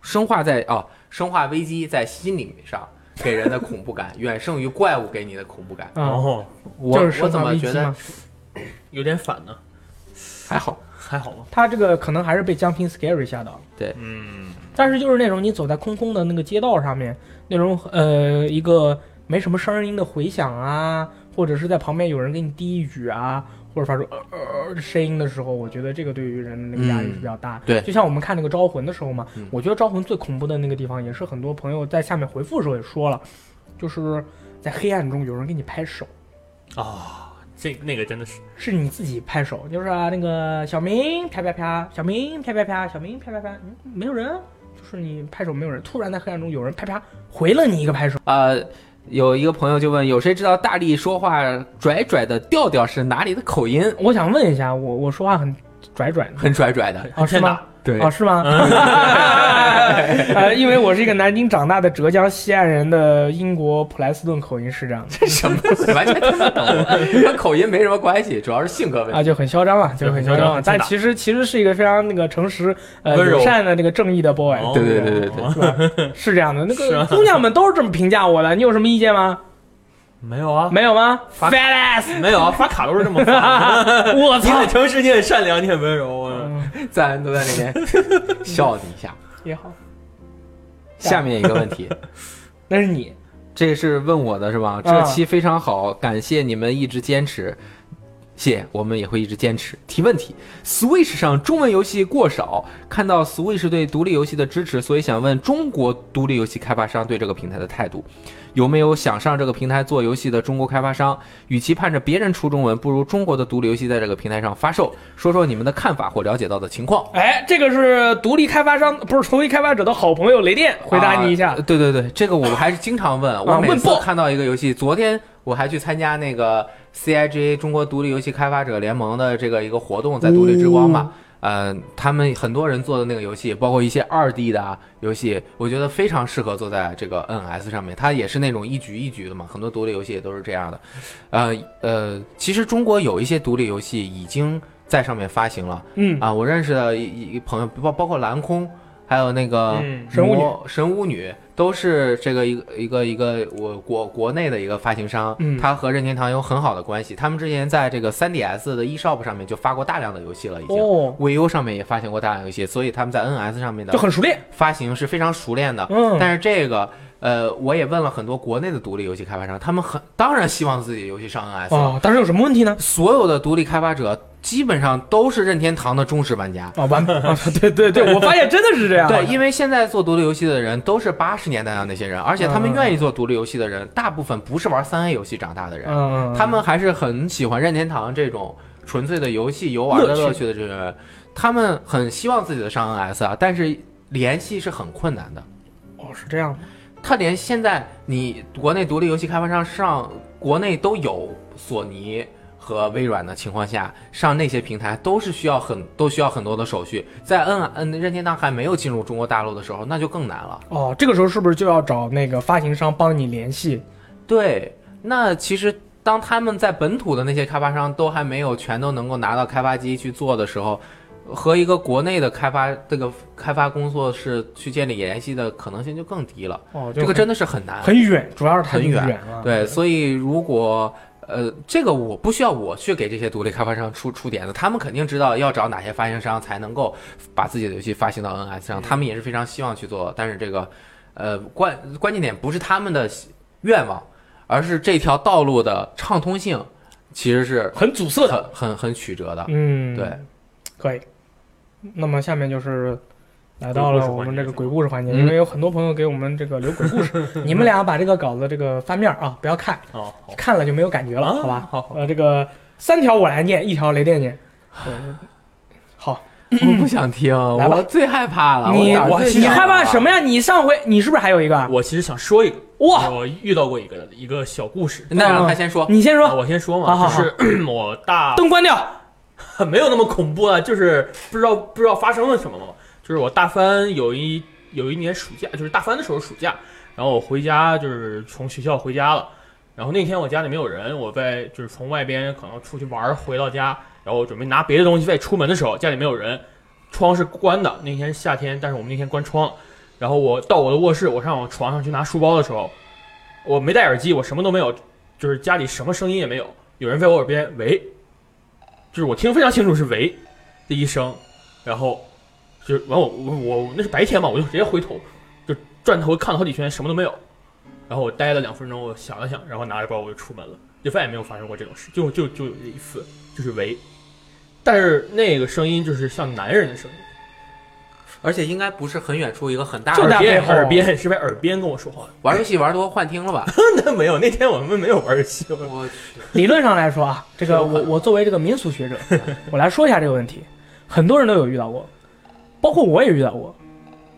Speaker 3: 生化在啊、生化危机在心理上给人的恐怖感远胜于怪物给你的恐怖感。
Speaker 1: 啊，
Speaker 2: 后
Speaker 4: 我
Speaker 1: 就是生
Speaker 3: 我怎
Speaker 1: 化
Speaker 3: 么
Speaker 1: 危
Speaker 3: 觉
Speaker 1: 机
Speaker 3: 得
Speaker 1: 嘛。
Speaker 2: 哦有点反呢，
Speaker 4: 还好，
Speaker 2: 还好吗？
Speaker 1: 他这个可能还是被 Jumping Scary 吓到了。
Speaker 2: 嗯，
Speaker 1: 但是就是那种你走在空空的那个街道上面，那种呃一个没什么声音的回响啊，或者是在旁边有人给你低语啊，或者发出呃呃呃的声音的时候，我觉得这个对于人的那个压力是比较大。
Speaker 3: 对
Speaker 1: 就像我们看那个《招魂》的时候嘛，
Speaker 3: 嗯
Speaker 1: 我觉得《招魂》最恐怖的那个地方，也是很多朋友在下面回复的时候也说了，就是在黑暗中有人给你拍手。
Speaker 2: 啊，这那个真的是
Speaker 1: 是你自己拍手，就是、啊、那个小明啪啪啪，小明啪啪啪，小明啪啪啪，嗯，没有人，就是你拍手没有人，突然在黑暗中有人啪啪回了你一个拍手，
Speaker 3: 啊
Speaker 4: 呃，有一个朋友就问，有谁知道大力说话拽拽的调调是哪里的口音？
Speaker 1: 我想问一下，我我说话很拽拽的 (laughs) 吗
Speaker 3: 很拽拽的，
Speaker 1: 哦是
Speaker 2: 真
Speaker 1: 吗
Speaker 2: 的？
Speaker 4: 对
Speaker 1: 哦是吗？呃，因为我是一个南京长大的浙江西安人的英国普莱斯顿口音是这样的
Speaker 3: 这什么 (laughs) 完全听不懂，啊跟口音没什么关系，主要是性格问
Speaker 1: 啊，
Speaker 3: 题。
Speaker 1: 就很嚣张了，就很嚣张了。
Speaker 2: 真的
Speaker 1: 但其实其实是一个非常那个诚实、呃
Speaker 2: 温柔
Speaker 1: 友善的那个正义的 boy，
Speaker 2: 哦
Speaker 4: 对对对对对
Speaker 1: 是吧？是这样的，那
Speaker 2: (laughs) 是
Speaker 1: 个
Speaker 2: 啊
Speaker 1: 姑娘们都是这么评价我的，你有什么意见吗？
Speaker 2: 没有
Speaker 3: 哦
Speaker 2: 啊，
Speaker 1: 没有吗
Speaker 2: 发
Speaker 1: ？Fat ass！
Speaker 2: 没有啊，发卡都是这么发。 (laughs)
Speaker 1: 我
Speaker 2: 你
Speaker 1: 操
Speaker 2: 很！诚实，你很善良，你很温柔。啊
Speaker 1: 嗯
Speaker 3: 赞恩都在那边笑你一下，
Speaker 1: 也好，
Speaker 4: 下面一个问题，
Speaker 1: 那是你。
Speaker 4: 这是问我的是吧？这期非常好，感谢你们一直坚持，谢，我们也会一直坚持。提问题：Switch 上中文游戏过少，看到 Switch 对独立游戏的支持，所以想问中国独立游戏开发商对这个平台的态度，有没有想上这个平台做游戏的中国开发商？与其盼着别人出中文，不如中国的独立游戏在这个平台上发售，说说你们的看法或了解到的情况。
Speaker 1: 哎，这个是独立开发商，不是独立开发者的好朋友雷电，回答你一下
Speaker 3: 啊。对对对，这个我还是经常问，我
Speaker 1: 啊
Speaker 3: 每
Speaker 1: 问
Speaker 3: 次
Speaker 1: 爆
Speaker 3: 看到一个游戏，昨天我还去参加那个 CIGA 中国独立游戏开发者联盟的这个一个活动，在独立之光
Speaker 1: 哦
Speaker 3: 嘛。呃，他们很多人做的那个游戏，包括一些二 D 的啊游戏，我觉得非常适合做在这个 NS 上面。它也是那种一局一局的嘛，很多独立游戏也都是这样的。呃呃，其实中国有一些独立游戏已经在上面发行了
Speaker 1: 嗯，
Speaker 3: 啊，我认识的一一朋友，包包括蓝空，还有那个、
Speaker 2: 嗯
Speaker 1: 神武女
Speaker 3: 魔、神武女都是这个一个一个一个我国国内的一个发行商，
Speaker 1: 嗯
Speaker 3: 他和任天堂有很好的关系。他们之前在这个 3DS 的 eShop 上面就发过大量的游戏了，已经。
Speaker 1: 哦，
Speaker 3: VU 上面也发行过大量游戏，所以他们在 NS 上面的
Speaker 1: 就很熟练。
Speaker 3: 发行是非常熟练的。
Speaker 1: 嗯
Speaker 3: 但是这个，呃，我也问了很多国内的独立游戏开发商，他们很当然希望自己游戏上 NS 了。
Speaker 1: 哦，但是有什么问题呢？
Speaker 3: 所有的独立开发者基本上都是任天堂的忠实玩家，
Speaker 1: 啊，完， (laughs) 啊对对对，我发现真的是这样。
Speaker 3: 对，因为现在做独立游戏的人都是八十年代的那些人，而且他们
Speaker 1: 嗯
Speaker 3: 愿意做独立游戏的人，大部分不是玩三 A 游戏长大的人，
Speaker 1: 嗯，嗯，
Speaker 3: 他们还是很喜欢任天堂这种纯粹的游戏游玩的乐趣的这种人，他们很希望自己的上 NS 啊，但是联系是很困难的。
Speaker 1: 哦是这样。
Speaker 3: 他连现在你国内独立游戏开发商上国内都有索尼和微软的情况下，上那些平台都是需要很都需要很多的手续，在 N N 任天堂还没有进入中国大陆的时候，那就更难了。
Speaker 1: 哦，这个时候是不是就要找那个发行商帮你联系？
Speaker 3: 对，那其实当他们在本土的那些开发商都还没有全都能够拿到开发机去做的时候，和一个国内的开发这个开发工作室去建立联系的可能性就更低了。
Speaker 1: 哦，就
Speaker 3: 这个
Speaker 1: 很
Speaker 3: 真的是很难，
Speaker 1: 很远，主要是太
Speaker 3: 很远
Speaker 1: 了。
Speaker 3: 对，所以如果呃，这个我不需要我去给这些独立开发商出出点子，他们肯定知道要找哪些发行商才能够把自己的游戏发行到 NS 上，他们也是非常希望去做，但是这个呃关关键点不是他们的愿望，而是这条道路的畅通性其实是
Speaker 1: 很阻塞的。
Speaker 3: 很很很曲折
Speaker 1: (clears throat)
Speaker 3: 的。
Speaker 1: 嗯，
Speaker 3: 啊对，
Speaker 1: 可以。那么下面就是来到了我们这个鬼故事环节，
Speaker 4: 嗯
Speaker 1: 因为有很多朋友给我们这个留鬼故事，你们俩把这个稿子这个翻面啊，不要看，
Speaker 2: 哦，
Speaker 1: 看了就没有感觉了，
Speaker 2: 啊
Speaker 1: 好吧？
Speaker 2: 好好
Speaker 1: 呃，这个三条我来念，一条雷电念。呃好，
Speaker 3: 我不想听，
Speaker 1: 来吧
Speaker 3: 我最害怕了。
Speaker 1: 你
Speaker 3: 啊我
Speaker 1: 我你害怕什
Speaker 3: 么？
Speaker 1: 么呀？你上回你是不是还有一个啊？
Speaker 2: 我其实想说一个，
Speaker 1: 哇
Speaker 2: 我遇到过一个一个小故事。
Speaker 3: 那
Speaker 1: 嗯
Speaker 3: 让他先说。
Speaker 1: 你先
Speaker 2: 啊
Speaker 1: 说，
Speaker 2: 我先说
Speaker 1: 好好
Speaker 2: 嘛，
Speaker 1: 好
Speaker 2: 就是 (clears throat) 我大
Speaker 1: 灯关掉。
Speaker 2: (laughs) 没有那么恐怖啊，就是不知道不知道发生了什么嘛。就是我大三有一有一年暑假，就是大三的时候暑假，然后我回家就是从学校回家了，然后那天我家里没有人，我在就是从外边可能出去玩儿回到家，然后我准备拿别的东西再出门的时候，家里没有人，窗是关的，那天是夏天，但是我们那天关窗，然后我到我的卧室，我上我床上去拿书包的时候，我没戴耳机，我什么都没有，就是家里什么声音也没有，有人在我耳边喂，就是我听得非常清楚是喂的一声，然后就是完我我我那是白天嘛，我就直接回头就转头看了好几圈，什么都没有。然后我待了两分钟，我想了想，然后拿着包我就出门了，就再也没有发生过这种事，就就就有这一次，就是喂，但是那个声音就是像男人的声音，
Speaker 3: 而且应该不是很远处一个很大
Speaker 1: 就
Speaker 3: 的
Speaker 1: 在
Speaker 2: 耳边
Speaker 1: 背后
Speaker 2: 耳边是在耳边跟我说话，
Speaker 3: 玩游戏玩多幻听
Speaker 1: (laughs)
Speaker 3: 了吧？
Speaker 2: 那没有，那天我们没有玩游戏，
Speaker 3: 我去，
Speaker 1: 理论上来说啊，这个我我作为这个民俗学者， (laughs) 我来说一下这个问题，很多人都有遇到过，包括我也遇到过，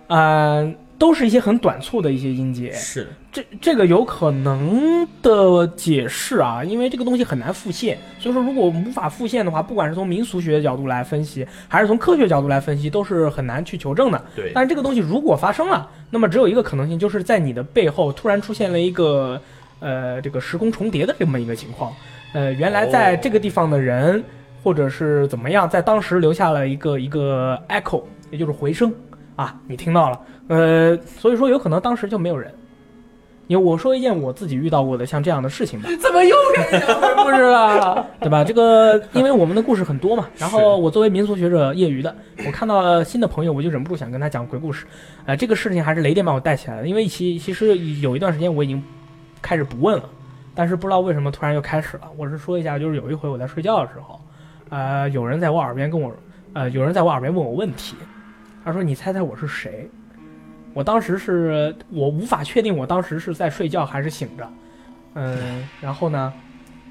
Speaker 1: 嗯、都是一些很短促的一些音节，
Speaker 2: 是
Speaker 1: 这这个有可能的解释啊，因为这个东西很难复现，所以说如果我们无法复现的话，不管是从民俗学的角度来分析，还是从科学角度来分析，都是很难去求证的。
Speaker 2: 对，
Speaker 1: 但是这个东西如果发生了，那么只有一个可能性，就是在你的背后突然出现了一个呃这个时空重叠的这么一个情况。呃，原来在
Speaker 2: 哦
Speaker 1: 这个地方的人，或者是怎么样，在当时留下了一个一个 echo，也就是回声啊，你听到了。呃，所以说有可能当时就没有人。因为我说一件我自己遇到过的像这样的事情吧，
Speaker 3: 怎么又开始讲鬼故事了？
Speaker 1: (laughs) 对吧？这个因为我们的故事很多嘛，然后我作为民俗学者业余的，我看到了新的朋友，我就忍不住想跟他讲鬼故事。呃，这个事情还是雷电把我带起来的，因为其其实有一段时间我已经开始不问了，但是不知道为什么突然又开始了。我是说一下，就是有一回我在睡觉的时候，呃，有人在我耳边跟我，呃，有人在我耳边问我问题，他说你猜猜我是谁？我当时是我无法确定我当时是在睡觉还是醒着，嗯、然后呢，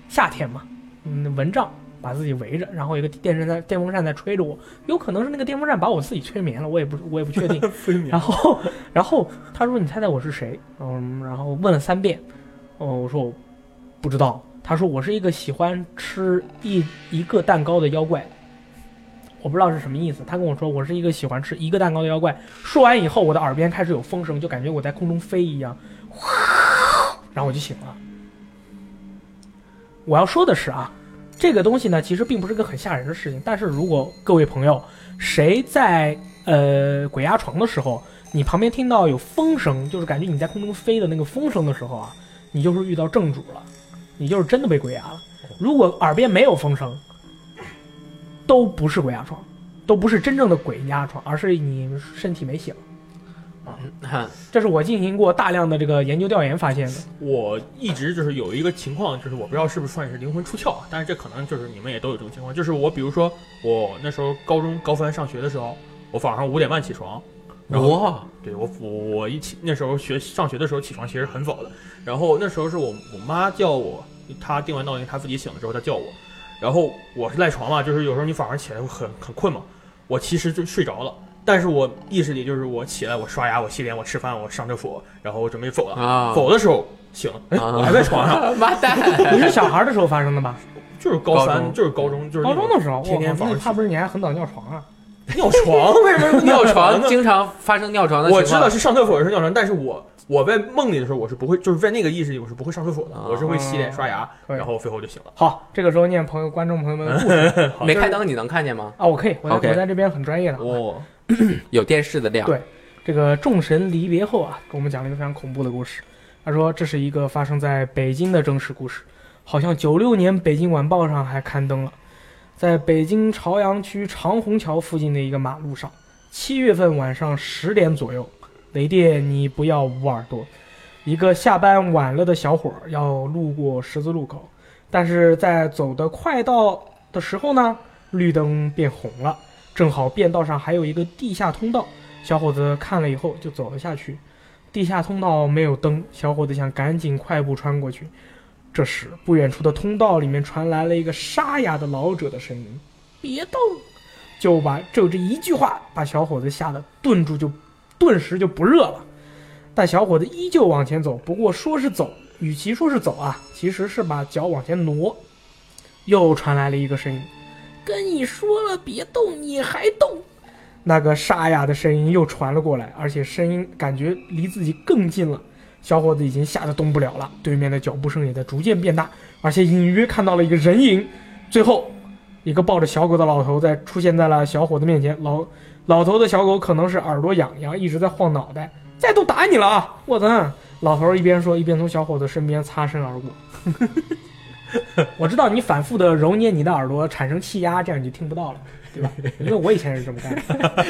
Speaker 1: 夏天嘛，嗯，蚊帐把自己围着，然后一个电扇在电风扇在吹着我，有可能是那个电风扇把我自己吹眠了，我也不我也不确定。
Speaker 2: 分明
Speaker 1: 然后， (laughs) 然后他说：“你猜猜我是谁？”嗯，然后问了三遍，哦，我说我不知道。他说：“我是一个喜欢吃一一个蛋糕的妖怪。”我不知道是什么意思。他跟我说：“我是一个喜欢吃一个蛋糕的妖怪。”说完以后，我的耳边开始有风声，就感觉我在空中飞一样，然后我就醒了。我要说的是啊，这个东西呢，其实并不是个很吓人的事情。但是如果各位朋友谁在呃鬼压床的时候，你旁边听到有风声，就是感觉你在空中飞的那个风声的时候啊，你就是遇到正主了，你就是真的被鬼压了。如果耳边没有风声，都不是鬼压床，都不是真正的鬼压床，而是你身体没醒。这是我进行过大量的这个研究调研发现的。
Speaker 2: 我一直就是有一个情况，就是我不知道是不是算是灵魂出窍啊，但是这可能就是你们也都有这种情况，就是我比如说我那时候高中高三上学的时候，我早上五点半起床，然后
Speaker 3: 哇，
Speaker 2: 对我我我一起那时候学上学的时候起床其实很早的，然后那时候是我我妈叫我，她定完闹铃，她自己醒了之后她叫我，然后我是赖床嘛，就是有时候你早上起来会很很困嘛，我其实就睡着了，但是我意识里就是我起来我刷牙我洗脸我吃饭我上厕所，然后我准备走了，
Speaker 3: 啊
Speaker 2: 走的时候醒了，哎，
Speaker 3: 啊
Speaker 2: 我还在床上，
Speaker 3: (laughs) 妈蛋！
Speaker 1: 你是小孩的时候发生的吧？
Speaker 2: 就是高
Speaker 3: 高
Speaker 2: 三
Speaker 3: 中
Speaker 2: 就是高中就是
Speaker 1: 高
Speaker 2: 那
Speaker 1: 中
Speaker 2: 种
Speaker 1: 的时候，
Speaker 2: 天天
Speaker 1: 我靠那
Speaker 2: 玩
Speaker 1: 你怕不是你还很早尿床啊？
Speaker 2: 尿床，为什么
Speaker 3: (laughs)
Speaker 2: 是
Speaker 3: 尿
Speaker 2: 床
Speaker 3: 床
Speaker 2: 呢？
Speaker 3: 经常发生尿床的情
Speaker 2: 我
Speaker 3: 况，
Speaker 2: 知道是上厕所的时候尿床，但是我我在梦里的时候，我是不会，就是在那个意识里，我是不会上厕所的，
Speaker 3: 啊
Speaker 2: 我是会洗
Speaker 1: 嗯
Speaker 2: 脸刷牙，
Speaker 1: 可以
Speaker 2: 然后最后就醒了。 (laughs)
Speaker 1: 好，这个时候念朋友、观众朋友们的故事
Speaker 3: (laughs) 没开灯你能看见吗？
Speaker 1: 啊，我可以，我在
Speaker 3: OK
Speaker 1: 我在这边很专业的。啊
Speaker 2: 哦，
Speaker 3: 有电视的亮。
Speaker 1: 对这个众神离别后啊，给我们讲了一个非常恐怖的故事。他说这是一个发生在北京的真实故事，好像九六年《北京晚报》上还刊登了。在北京朝阳区长虹桥附近的一个马路上，七月份晚上十点左右，雷电你不要捂耳朵，一个下班晚了的小伙儿要路过十字路口，但是在走得快到的时候呢，绿灯变红了，正好便道上还有一个地下通道。小伙子看了以后就走了下去。地下通道没有灯，小伙子想赶紧快步穿过去。这时，不远处的通道里面传来了一个沙哑的老者的声音：“别动！”就把就这一句话把小伙子吓得顿住就，顿时就不热了。但小伙子依旧往前走，不过说是走，与其说是走啊，其实是把脚往前挪。又传来了一个声音：“跟你说了别动，你还动！”那个沙哑的声音又传了过来，而且声音感觉离自己更近了。小伙子已经吓得动不了了，对面的脚步声也在逐渐变大，而且隐约看到了一个人影。最后，一个抱着小狗的老头在出现在了小伙子面前。老老头的小狗可能是耳朵痒痒，一直在晃脑袋。再度打你了啊！我操！老头一边说，一边从小伙子身边擦身而 (laughs) 过。我知道你反复的揉捏你的耳朵，产生气压，这样你就听不到了，对吧？因为我以前是这么干的。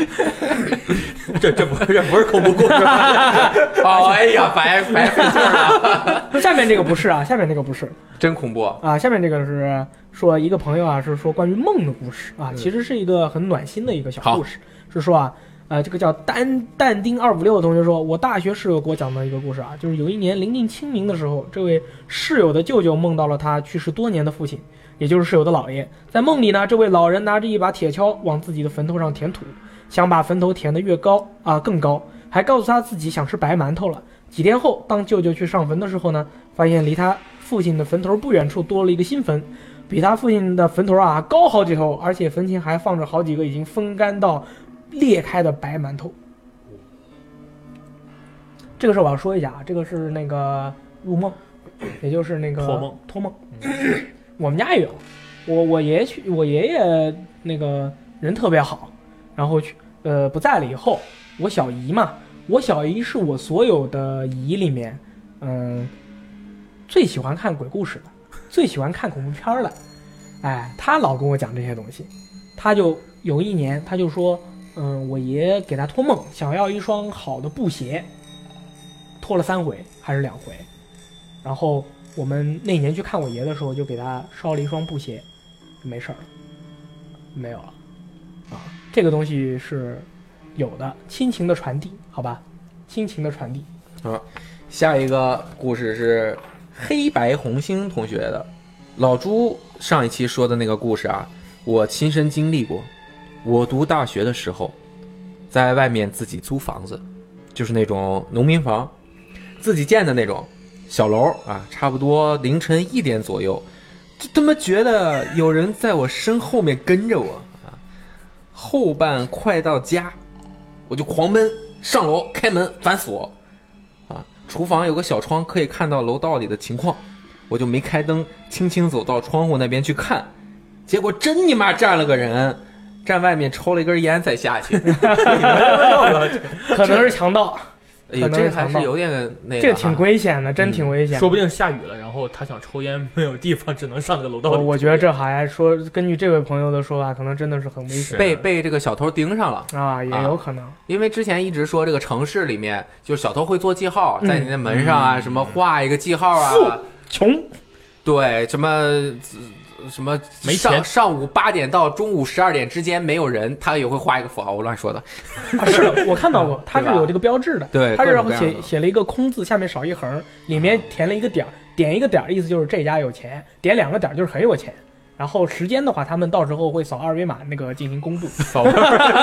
Speaker 2: 这这不这不是恐怖故事吧，
Speaker 3: 哦，哎呀，白白费劲儿了，
Speaker 1: (laughs) 下面这个不是啊，下面这个不是
Speaker 3: 真恐怖。
Speaker 1: 啊，下面这个是说一个朋友啊，是说关于梦的故事啊，其实是一个很暖心的一个小
Speaker 3: 好
Speaker 1: 故事，是说啊。呃，这个叫丹但丁二五六的同学说，我大学室友给我讲的一个故事啊，就是有一年临近清明的时候，这位室友的舅舅梦到了他去世多年的父亲，也就是室友的姥爷。在梦里呢，这位老人拿着一把铁锹往自己的坟头上填土，想把坟头填得越高啊、更高，还告诉他自己想吃白馒头了。几天后，当舅舅去上坟的时候呢，发现离他父亲的坟头不远处多了一个新坟，比他父亲的坟头啊高好几头，而且坟前还放着好几个已经风干到裂开的白馒头。这个事儿我要说一下啊，这个是那个入梦，也就是那个
Speaker 2: 托梦。
Speaker 1: 托梦，我们家也有，我我爷爷去，我爷爷那个人特别好，然后去呃不在了以后，我小姨嘛，我小姨是我所有的姨里面，嗯、最喜欢看鬼故事的，最喜欢看恐怖片儿的，哎，她老跟我讲这些东西，她就有一年，她就说，嗯、我爷爷给她托梦，想要一双好的布鞋，托了三回还是两回，然后我们那年去看我爷的时候，就给他烧了一双布鞋，没事儿了，没有了，啊，这个东西是有的，亲情的传递，好吧，亲情的传递，
Speaker 4: 下一个故事是黑白红星同学的，老朱上一期说的那个故事啊，我亲身经历过。我读大学的时候，在外面自己租房子，就是那种农民房，自己建的那种小楼啊，差不多凌晨一点左右，就他妈觉得有人在我身后面跟着我啊，后半快到家，我就狂奔上楼，开门反锁，啊，厨房有个小窗，可以看到楼道里的情况，我就没开灯，轻轻走到窗户那边去看，结果真你妈站了个人，站外面抽了一根烟再下去。
Speaker 1: 可能是强盗，
Speaker 4: 哎呦，
Speaker 1: 可能是
Speaker 4: 这还
Speaker 1: 强
Speaker 4: 是
Speaker 1: 盗
Speaker 4: 有点那
Speaker 1: 这
Speaker 4: 个
Speaker 1: 个挺
Speaker 4: 哈
Speaker 1: 危险的，真挺危险的。
Speaker 2: 说不定下雨了，然后他想抽烟没有地方，只能上这个楼道里
Speaker 1: 我
Speaker 2: 抽烟。
Speaker 1: 我觉得这还说，根据这位朋友的说法，可能真的是很危险
Speaker 2: 是
Speaker 3: 被被这个小偷盯上了，
Speaker 1: 啊，也有可能。
Speaker 3: 因为之前一直说这个城市里面，就是小偷会做记号，在你的门上啊，什么画一个记号啊，
Speaker 1: 穷
Speaker 3: 对，什么呃什么
Speaker 2: 没
Speaker 3: 上
Speaker 2: 钱
Speaker 3: 上午八点到中午十二点之间没有人，他也会画一个符号，我乱说的。
Speaker 1: 啊，是的，我看到过，它是
Speaker 3: 对吧
Speaker 1: 有这个标志的。
Speaker 4: 对
Speaker 1: 它是
Speaker 4: 各种各样
Speaker 1: 写
Speaker 4: 的
Speaker 1: 写了一个空字，下面少一横，里面填了一个点儿，点一个点儿，意思就是这家有钱，点两个点儿就是很有钱。然后时间的话，他们到时候会扫二维码那个进行公布，
Speaker 2: 扫描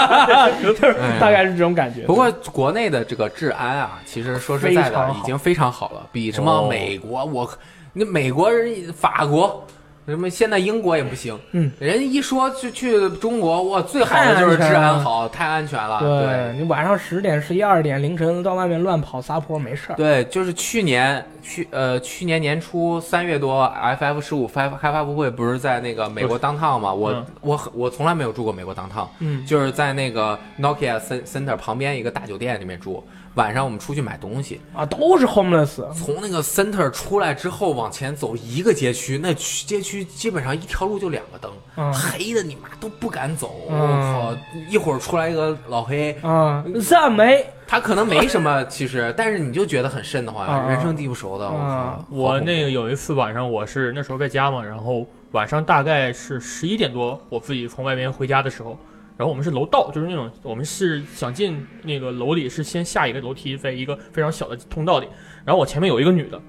Speaker 1: (laughs) 就是大概是这种感觉。
Speaker 3: 不过国内的这个治安啊，其实说实在
Speaker 1: 非常
Speaker 3: 的，
Speaker 1: 好哦
Speaker 3: 已经非常好了，比什么美国，我那美国人、法国。什么？现在英国也不行，
Speaker 1: 嗯，
Speaker 3: 人一说去去中国，哇，最好的就是
Speaker 1: 太安全
Speaker 3: 治安
Speaker 1: 了
Speaker 3: 好，太安全了。
Speaker 1: 嗯对你晚上十点、十一二点凌晨到外面乱跑撒泼没事儿。
Speaker 3: 对，就是去年去呃去年年初三月多，FF 十五开开发布会不是在那个美国当趟嘛？我、
Speaker 2: 嗯
Speaker 3: 我我从来没有住过美国当趟，
Speaker 1: 嗯，
Speaker 3: 就是在那个 Nokia Cen- Center 旁边一个大酒店里面住。晚上我们出去买东西，
Speaker 1: 啊，都是 homeless，
Speaker 3: 从那个 Center 出来之后往前走一个街区，那区街区基本上一条路就两个灯，
Speaker 1: 嗯
Speaker 3: 黑的你妈都不敢走。我、
Speaker 1: 嗯
Speaker 3: 靠！一会儿出来一个老黑，
Speaker 1: 啊，赞美
Speaker 3: 他可能没什么，其实，但是你就觉得很瘆得慌，
Speaker 1: 啊
Speaker 3: 人生地不熟的。我
Speaker 1: 啊
Speaker 3: 靠！
Speaker 2: 我那个有一次晚上，我是那时候在家嘛，然后晚上大概是十一点多，我自己从外面回家的时候，然后我们是楼道，就是那种我们是想进那个楼里是先下一个楼梯，在一个非常小的通道里，然后我前面有一个女的，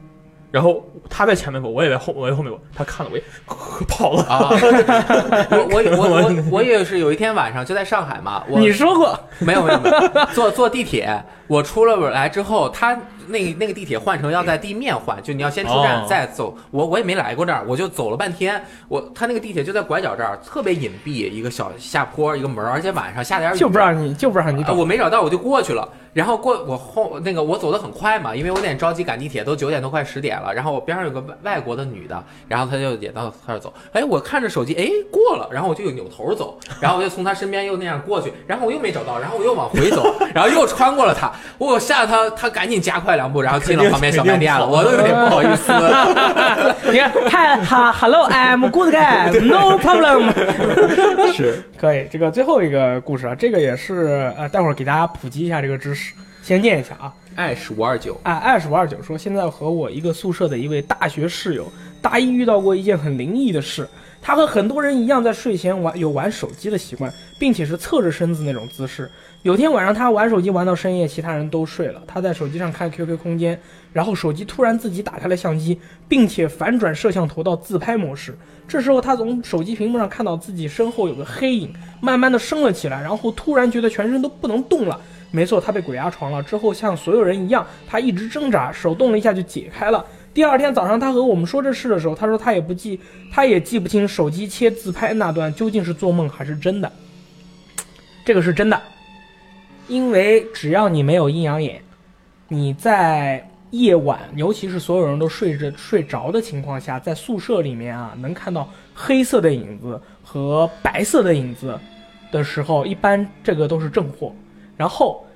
Speaker 2: 然后他在前面过，我也在后，我在后面过，他看了我一眼，跑了。
Speaker 3: 啊， (laughs) 我我我我我也是有一天晚上就在上海嘛，我
Speaker 1: 你说过，
Speaker 3: 没有没有没有，坐 (laughs) 坐地铁，我出了来之后，他那那个地铁换乘要在地面换，就你要先出站
Speaker 2: 哦
Speaker 3: 再走。我我也没来过这儿，我就走了半天。我他那个地铁就在拐角这儿，特别隐蔽，一个小下坡，一个门儿，而且晚上下点雨，
Speaker 1: 就不让你就不让你
Speaker 3: 哎啊，
Speaker 1: 懂。
Speaker 3: 我没找到，我就过去了。然后过我后那个我走得很快嘛，因为我有点着急赶地铁，都九点多快十点了。然后我边上有个外外国的女的，然后她就也到她这儿走。哎，我看着手机，哎过了，然后我就有扭头走，然后我就从她身边又那样过去，然后我又没找到，然后我又往回走，然后又穿过了她，我吓得她，她赶紧加快两步，然后进了旁边小卖店了，我都有点不好意思。
Speaker 1: (laughs)
Speaker 2: (laughs)
Speaker 1: 你看，嗨哈，hello I'm good guy，no problem。
Speaker 3: (laughs)
Speaker 4: 是
Speaker 1: 可以，这个最后一个故事啊，这个也是呃，待会儿给大家普及一下这个知识，先念一下啊。
Speaker 3: 爱是
Speaker 4: 五二九，
Speaker 1: 啊，二十五二九说，现在和我一个宿舍的一位大学室友，大一遇到过一件很灵异的事。他和很多人一样，在睡前玩有玩手机的习惯，并且是侧着身子那种姿势。有天晚上，他玩手机玩到深夜，其他人都睡了，他在手机上看 QQ 空间，然后手机突然自己打开了相机，并且反转摄像头到自拍模式。这时候，他从手机屏幕上看到自己身后有个黑影，慢慢的升了起来，然后突然觉得全身都不能动了。没错，他被鬼压床了。之后像所有人一样，他一直挣扎，手动了一下就解开了。第二天早上，他和我们说这事的时候，他说他也不记，他也记不清手机切自拍那段究竟是做梦还是真的。这个是真的，因为只要你没有阴阳眼，你在夜晚，尤其是所有人都睡着睡着的情况下，在宿舍里面啊，能看到黑色的影子和白色的影子的时候，一般这个都是正货。然后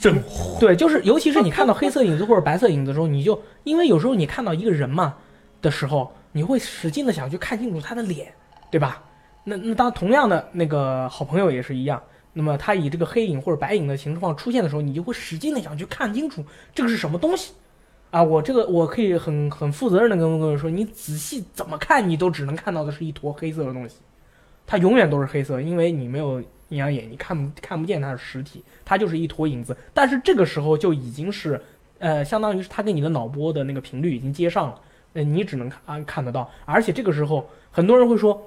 Speaker 2: 正
Speaker 1: 对，就是尤其是你看到黑色影子或者白色影子的时候，你就因为有时候你看到一个人嘛的时候，你会使劲的想去看清楚他的脸，对吧？那那当同样的那个好朋友也是一样，那么他以这个黑影或者白影的形状出现的时候，你就会使劲的想去看清楚这个是什么东西。啊，我这个我可以很很负责任的跟各位说，你仔细怎么看，你都只能看到的是一坨黑色的东西，它永远都是黑色，因为你没有阴阳眼，你看不看不见它的实体，它就是一坨影子。但是这个时候就已经是，呃，相当于是它跟你的脑波的那个频率已经接上了，呃，你只能看、啊、看得到。而且这个时候，很多人会说，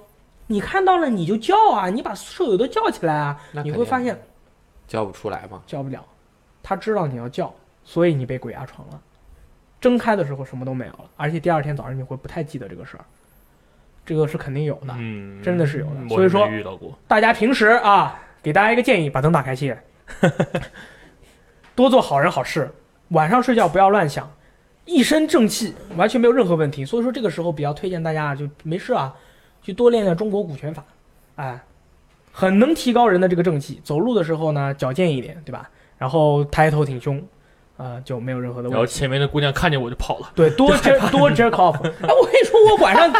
Speaker 1: 你看到了你就叫啊，你把舍友都叫起来啊
Speaker 3: 那，
Speaker 1: 你
Speaker 3: 肯
Speaker 1: 会
Speaker 3: 定
Speaker 1: 发现
Speaker 3: 叫不出来吗？
Speaker 1: 叫不了，他知道你要叫，所以你被鬼压床了。睁开的时候什么都没有了，而且第二天早上你会不太记得这个事儿，这个是肯定有的。
Speaker 2: 嗯
Speaker 1: 真的是有的
Speaker 2: 我
Speaker 1: 所以说
Speaker 2: 没遇到过。
Speaker 1: 大家平时啊，给大家一个建议，把灯打开
Speaker 3: (laughs)
Speaker 1: 些，多做好人好事，晚上睡觉不要乱想，一身正气，完全没有任何问题。所以说这个时候比较推荐大家就没事啊，去多练练中国股权法，哎，很能提高人的这个正气。走路的时候呢，矫健一点，对吧？然后抬头挺胸，呃，就没有任何的
Speaker 2: 然
Speaker 1: 问
Speaker 2: 后
Speaker 1: 题。
Speaker 2: 前面的姑娘看见我就跑了，
Speaker 1: 对，
Speaker 3: (laughs)
Speaker 1: 多 jerk 多 jerk off。哎，我跟你说，我晚上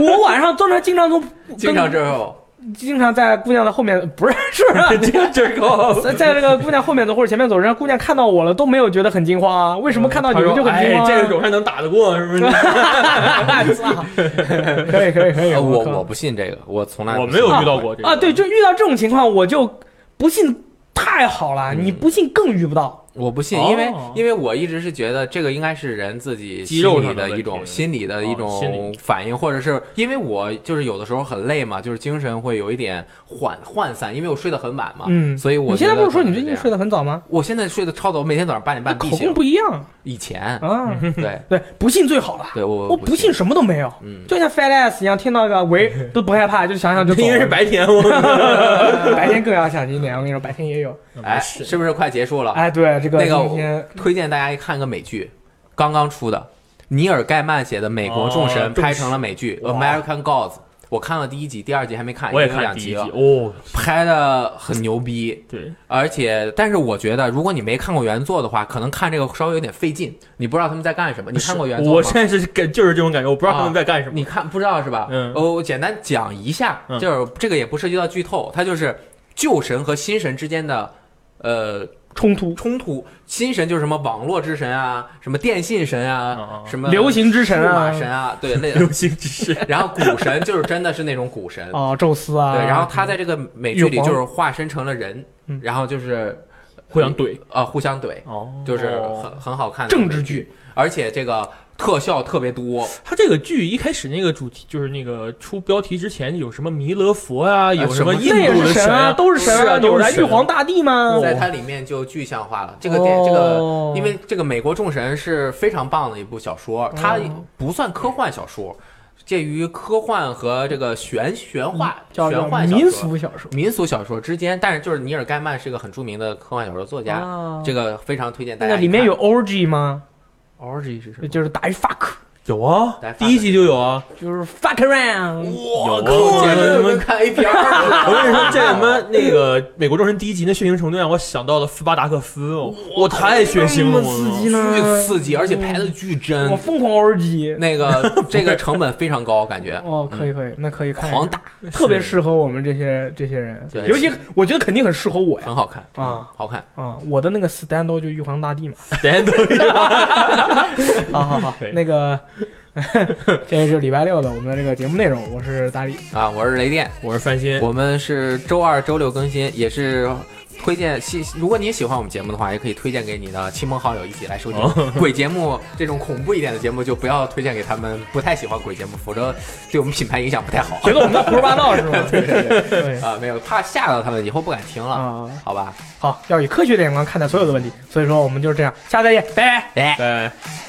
Speaker 1: 我晚上经常经常从
Speaker 3: 经常这种
Speaker 1: 经常在姑娘的后面，不是是
Speaker 3: (laughs)
Speaker 1: 啊，
Speaker 3: 这个
Speaker 1: 在在这个姑娘后面走或者前面走，人家姑娘看到我了都没有觉得很惊慌啊？为什么看到你
Speaker 2: 他
Speaker 1: 们
Speaker 2: 说
Speaker 1: 就很惊
Speaker 2: 哎
Speaker 1: 慌、啊？
Speaker 2: 这个有还能打得过是不是？
Speaker 3: 哎
Speaker 1: (laughs) 可以可以可以，
Speaker 3: 呃我
Speaker 1: 哎靠
Speaker 3: 我不信这个，我从来
Speaker 2: 我
Speaker 3: 不
Speaker 2: 没有
Speaker 3: 信
Speaker 2: 遇到过这个
Speaker 1: 啊，对，就遇到这种情况，我就不信太好了，
Speaker 3: 嗯
Speaker 1: 你不信更遇不到。
Speaker 3: 我不信，
Speaker 2: 哦
Speaker 3: 因为因为我一直是觉得这个应该是人自己
Speaker 2: 肌
Speaker 3: 心
Speaker 2: 肉
Speaker 3: 理
Speaker 2: 上的
Speaker 3: 的
Speaker 2: 问
Speaker 3: 一
Speaker 2: 题
Speaker 3: 种心理的一
Speaker 2: 哦心
Speaker 3: 种
Speaker 2: 理
Speaker 3: 反应，或者是因为我就是有的时候很累嘛，就是精神会有一点涣涣散，因为我睡得很晚嘛，
Speaker 1: 嗯
Speaker 3: 啊所以我
Speaker 1: 你现在
Speaker 3: 觉得
Speaker 1: 不是说
Speaker 3: 可
Speaker 1: 你
Speaker 3: 能
Speaker 1: 最近
Speaker 3: 这样
Speaker 1: 睡，得很早吗？
Speaker 3: 我现在睡得超早，我每天早上八点
Speaker 1: 那
Speaker 3: 半必
Speaker 1: 口
Speaker 3: 醒
Speaker 1: 供，不一样
Speaker 3: 以前
Speaker 1: 啊。哦
Speaker 3: 对
Speaker 1: (laughs) 对，不信最好了。
Speaker 3: 对我
Speaker 1: 我
Speaker 3: 不
Speaker 1: 信什么都没有，
Speaker 3: 嗯
Speaker 1: 就像 fat ass 一样，听到一个喂都不害怕，就想想就走了。
Speaker 3: (laughs)
Speaker 2: 因为是白天，我
Speaker 1: (laughs) 白天更要小心一点，我跟你说，白天也有。
Speaker 3: 哎，
Speaker 2: 是
Speaker 3: 是不是快结束了？
Speaker 1: 哎，对，这个
Speaker 3: 那个
Speaker 1: 今天
Speaker 3: 推荐大家看个美剧，刚刚出的，尼尔盖曼写的《美国众神
Speaker 2: 哦》
Speaker 3: 拍成了美剧《
Speaker 2: 哇
Speaker 3: American Gods》，我看了第一集，第二集还没看，
Speaker 2: 我也
Speaker 3: 已经有
Speaker 2: 看
Speaker 3: 两
Speaker 2: 第一
Speaker 3: 集
Speaker 2: 集
Speaker 3: 了，
Speaker 2: 哦，
Speaker 3: 拍的很牛逼。
Speaker 2: 对，
Speaker 3: 而且，但是我觉得，如果你没看过原作的话，可能看这个稍微有点费劲，你不知道他们在干什么。你看过原作吗？
Speaker 2: 我现在是感就是这种感觉，我不知道他们在干什么。
Speaker 3: 你看不知道是吧？
Speaker 2: 嗯
Speaker 3: 哦，我简单讲一下，
Speaker 2: 嗯
Speaker 3: 就是这个也不涉及到剧透，它就是旧神和新神之间的，呃，
Speaker 1: 冲突，
Speaker 3: 冲突。新神就是什么网络之神啊，什么电信神啊
Speaker 2: 哦，
Speaker 3: 什么
Speaker 1: 流行之神
Speaker 3: 数
Speaker 1: 啊
Speaker 3: 码，神啊，对，那
Speaker 2: (laughs) 流行
Speaker 3: (laughs)
Speaker 2: 之士，
Speaker 3: 然后股神就是真的是那种股神，
Speaker 1: 哦，宙斯啊，
Speaker 3: 对，然后他在这个美剧里
Speaker 1: 玉皇
Speaker 3: 就是化身成了人
Speaker 1: 嗯，
Speaker 3: 然后就是
Speaker 2: 互相怼
Speaker 3: 呃互相怼，
Speaker 2: (laughs) 哦
Speaker 3: 就是很很好看的
Speaker 1: 政治剧，
Speaker 3: 而且这个特效特别多，
Speaker 2: 他这个剧一开始那个主题就是那个出标题之前有什么弥勒佛啊，有么印
Speaker 1: 那也
Speaker 2: 度的
Speaker 1: 是神
Speaker 2: 啊，
Speaker 1: 都是神
Speaker 2: 是啊，
Speaker 1: 有
Speaker 2: 都是
Speaker 1: 来玉
Speaker 2: 神
Speaker 1: 皇大帝吗？
Speaker 3: 在它里面就具象化了。这个电这个，
Speaker 1: 嗯哦
Speaker 3: 因为这个《美国众神》是非常棒的一部小说，它
Speaker 1: 嗯
Speaker 3: 不算科幻小说，介于科幻和这个玄玄幻
Speaker 1: 嗯叫
Speaker 3: 玄
Speaker 1: 叫
Speaker 3: 幻小说
Speaker 1: 民俗小说
Speaker 3: 民俗小说之间，但是就是尼尔盖曼是个很著名的科幻小说作家，
Speaker 1: 啊
Speaker 3: 这个非常推荐大
Speaker 1: 那
Speaker 3: 家
Speaker 1: 个
Speaker 3: 去看。
Speaker 1: 里面有 orgy 吗？
Speaker 2: orgy 是什么？
Speaker 1: 就是打一 fuck，
Speaker 2: 有啊
Speaker 3: 来，发
Speaker 2: 第一集就有啊。
Speaker 1: 就是 fuck around。
Speaker 3: 我
Speaker 2: 有啊
Speaker 3: 靠，简直就跟看 A 片儿了
Speaker 2: 我跟你说，这什么那个《美国众神》第一集那血腥程度让我想到了斯巴达克斯，哦，我太血腥
Speaker 1: 这么
Speaker 2: 了，
Speaker 1: 刺激
Speaker 2: 我
Speaker 1: 呢
Speaker 3: 巨刺激，而且拍的巨
Speaker 1: 嗯我
Speaker 3: 真。
Speaker 1: 疯狂 orgy。
Speaker 3: (laughs) 那个这个成本非常高，感觉
Speaker 1: (laughs) 哦，可以可以，那可以看一下，
Speaker 3: 嗯狂打，
Speaker 1: 特别适合我们这些这些人
Speaker 3: 对，
Speaker 1: 尤其我觉得肯定很适合我呀。
Speaker 3: 很好看
Speaker 1: 啊，
Speaker 3: 好看。
Speaker 1: 啊，我的那个 stand 就玉皇大
Speaker 3: (laughs)
Speaker 1: 帝嘛。
Speaker 2: 真的。
Speaker 1: 好好好
Speaker 2: 对，
Speaker 1: 那个 (laughs) 这是礼拜六的我们的这个节目内容，我是大力。
Speaker 3: 啊，我是雷电，
Speaker 2: 我是范鑫，
Speaker 3: 我们是周二、周六更新，也是推荐喜。如果你喜欢我们节目的话，也可以推荐给你的亲朋好友一起来收
Speaker 1: 哦
Speaker 3: 听。 (laughs) 鬼节目这种恐怖一点的节目，就不要推荐给他们不太喜欢 (laughs) 鬼节目，否则对我们品牌影响不太好。
Speaker 1: (laughs) 觉得我们在胡说八道是吗？ (laughs) 对对对。
Speaker 3: 啊，没有，怕吓到他们，以后不敢听了，
Speaker 1: 啊，
Speaker 3: 好吧？
Speaker 1: 好，要以科学的眼光看待所有的问题，所以说我们就是这样，下次再见，拜拜。
Speaker 3: 哎。
Speaker 2: 对。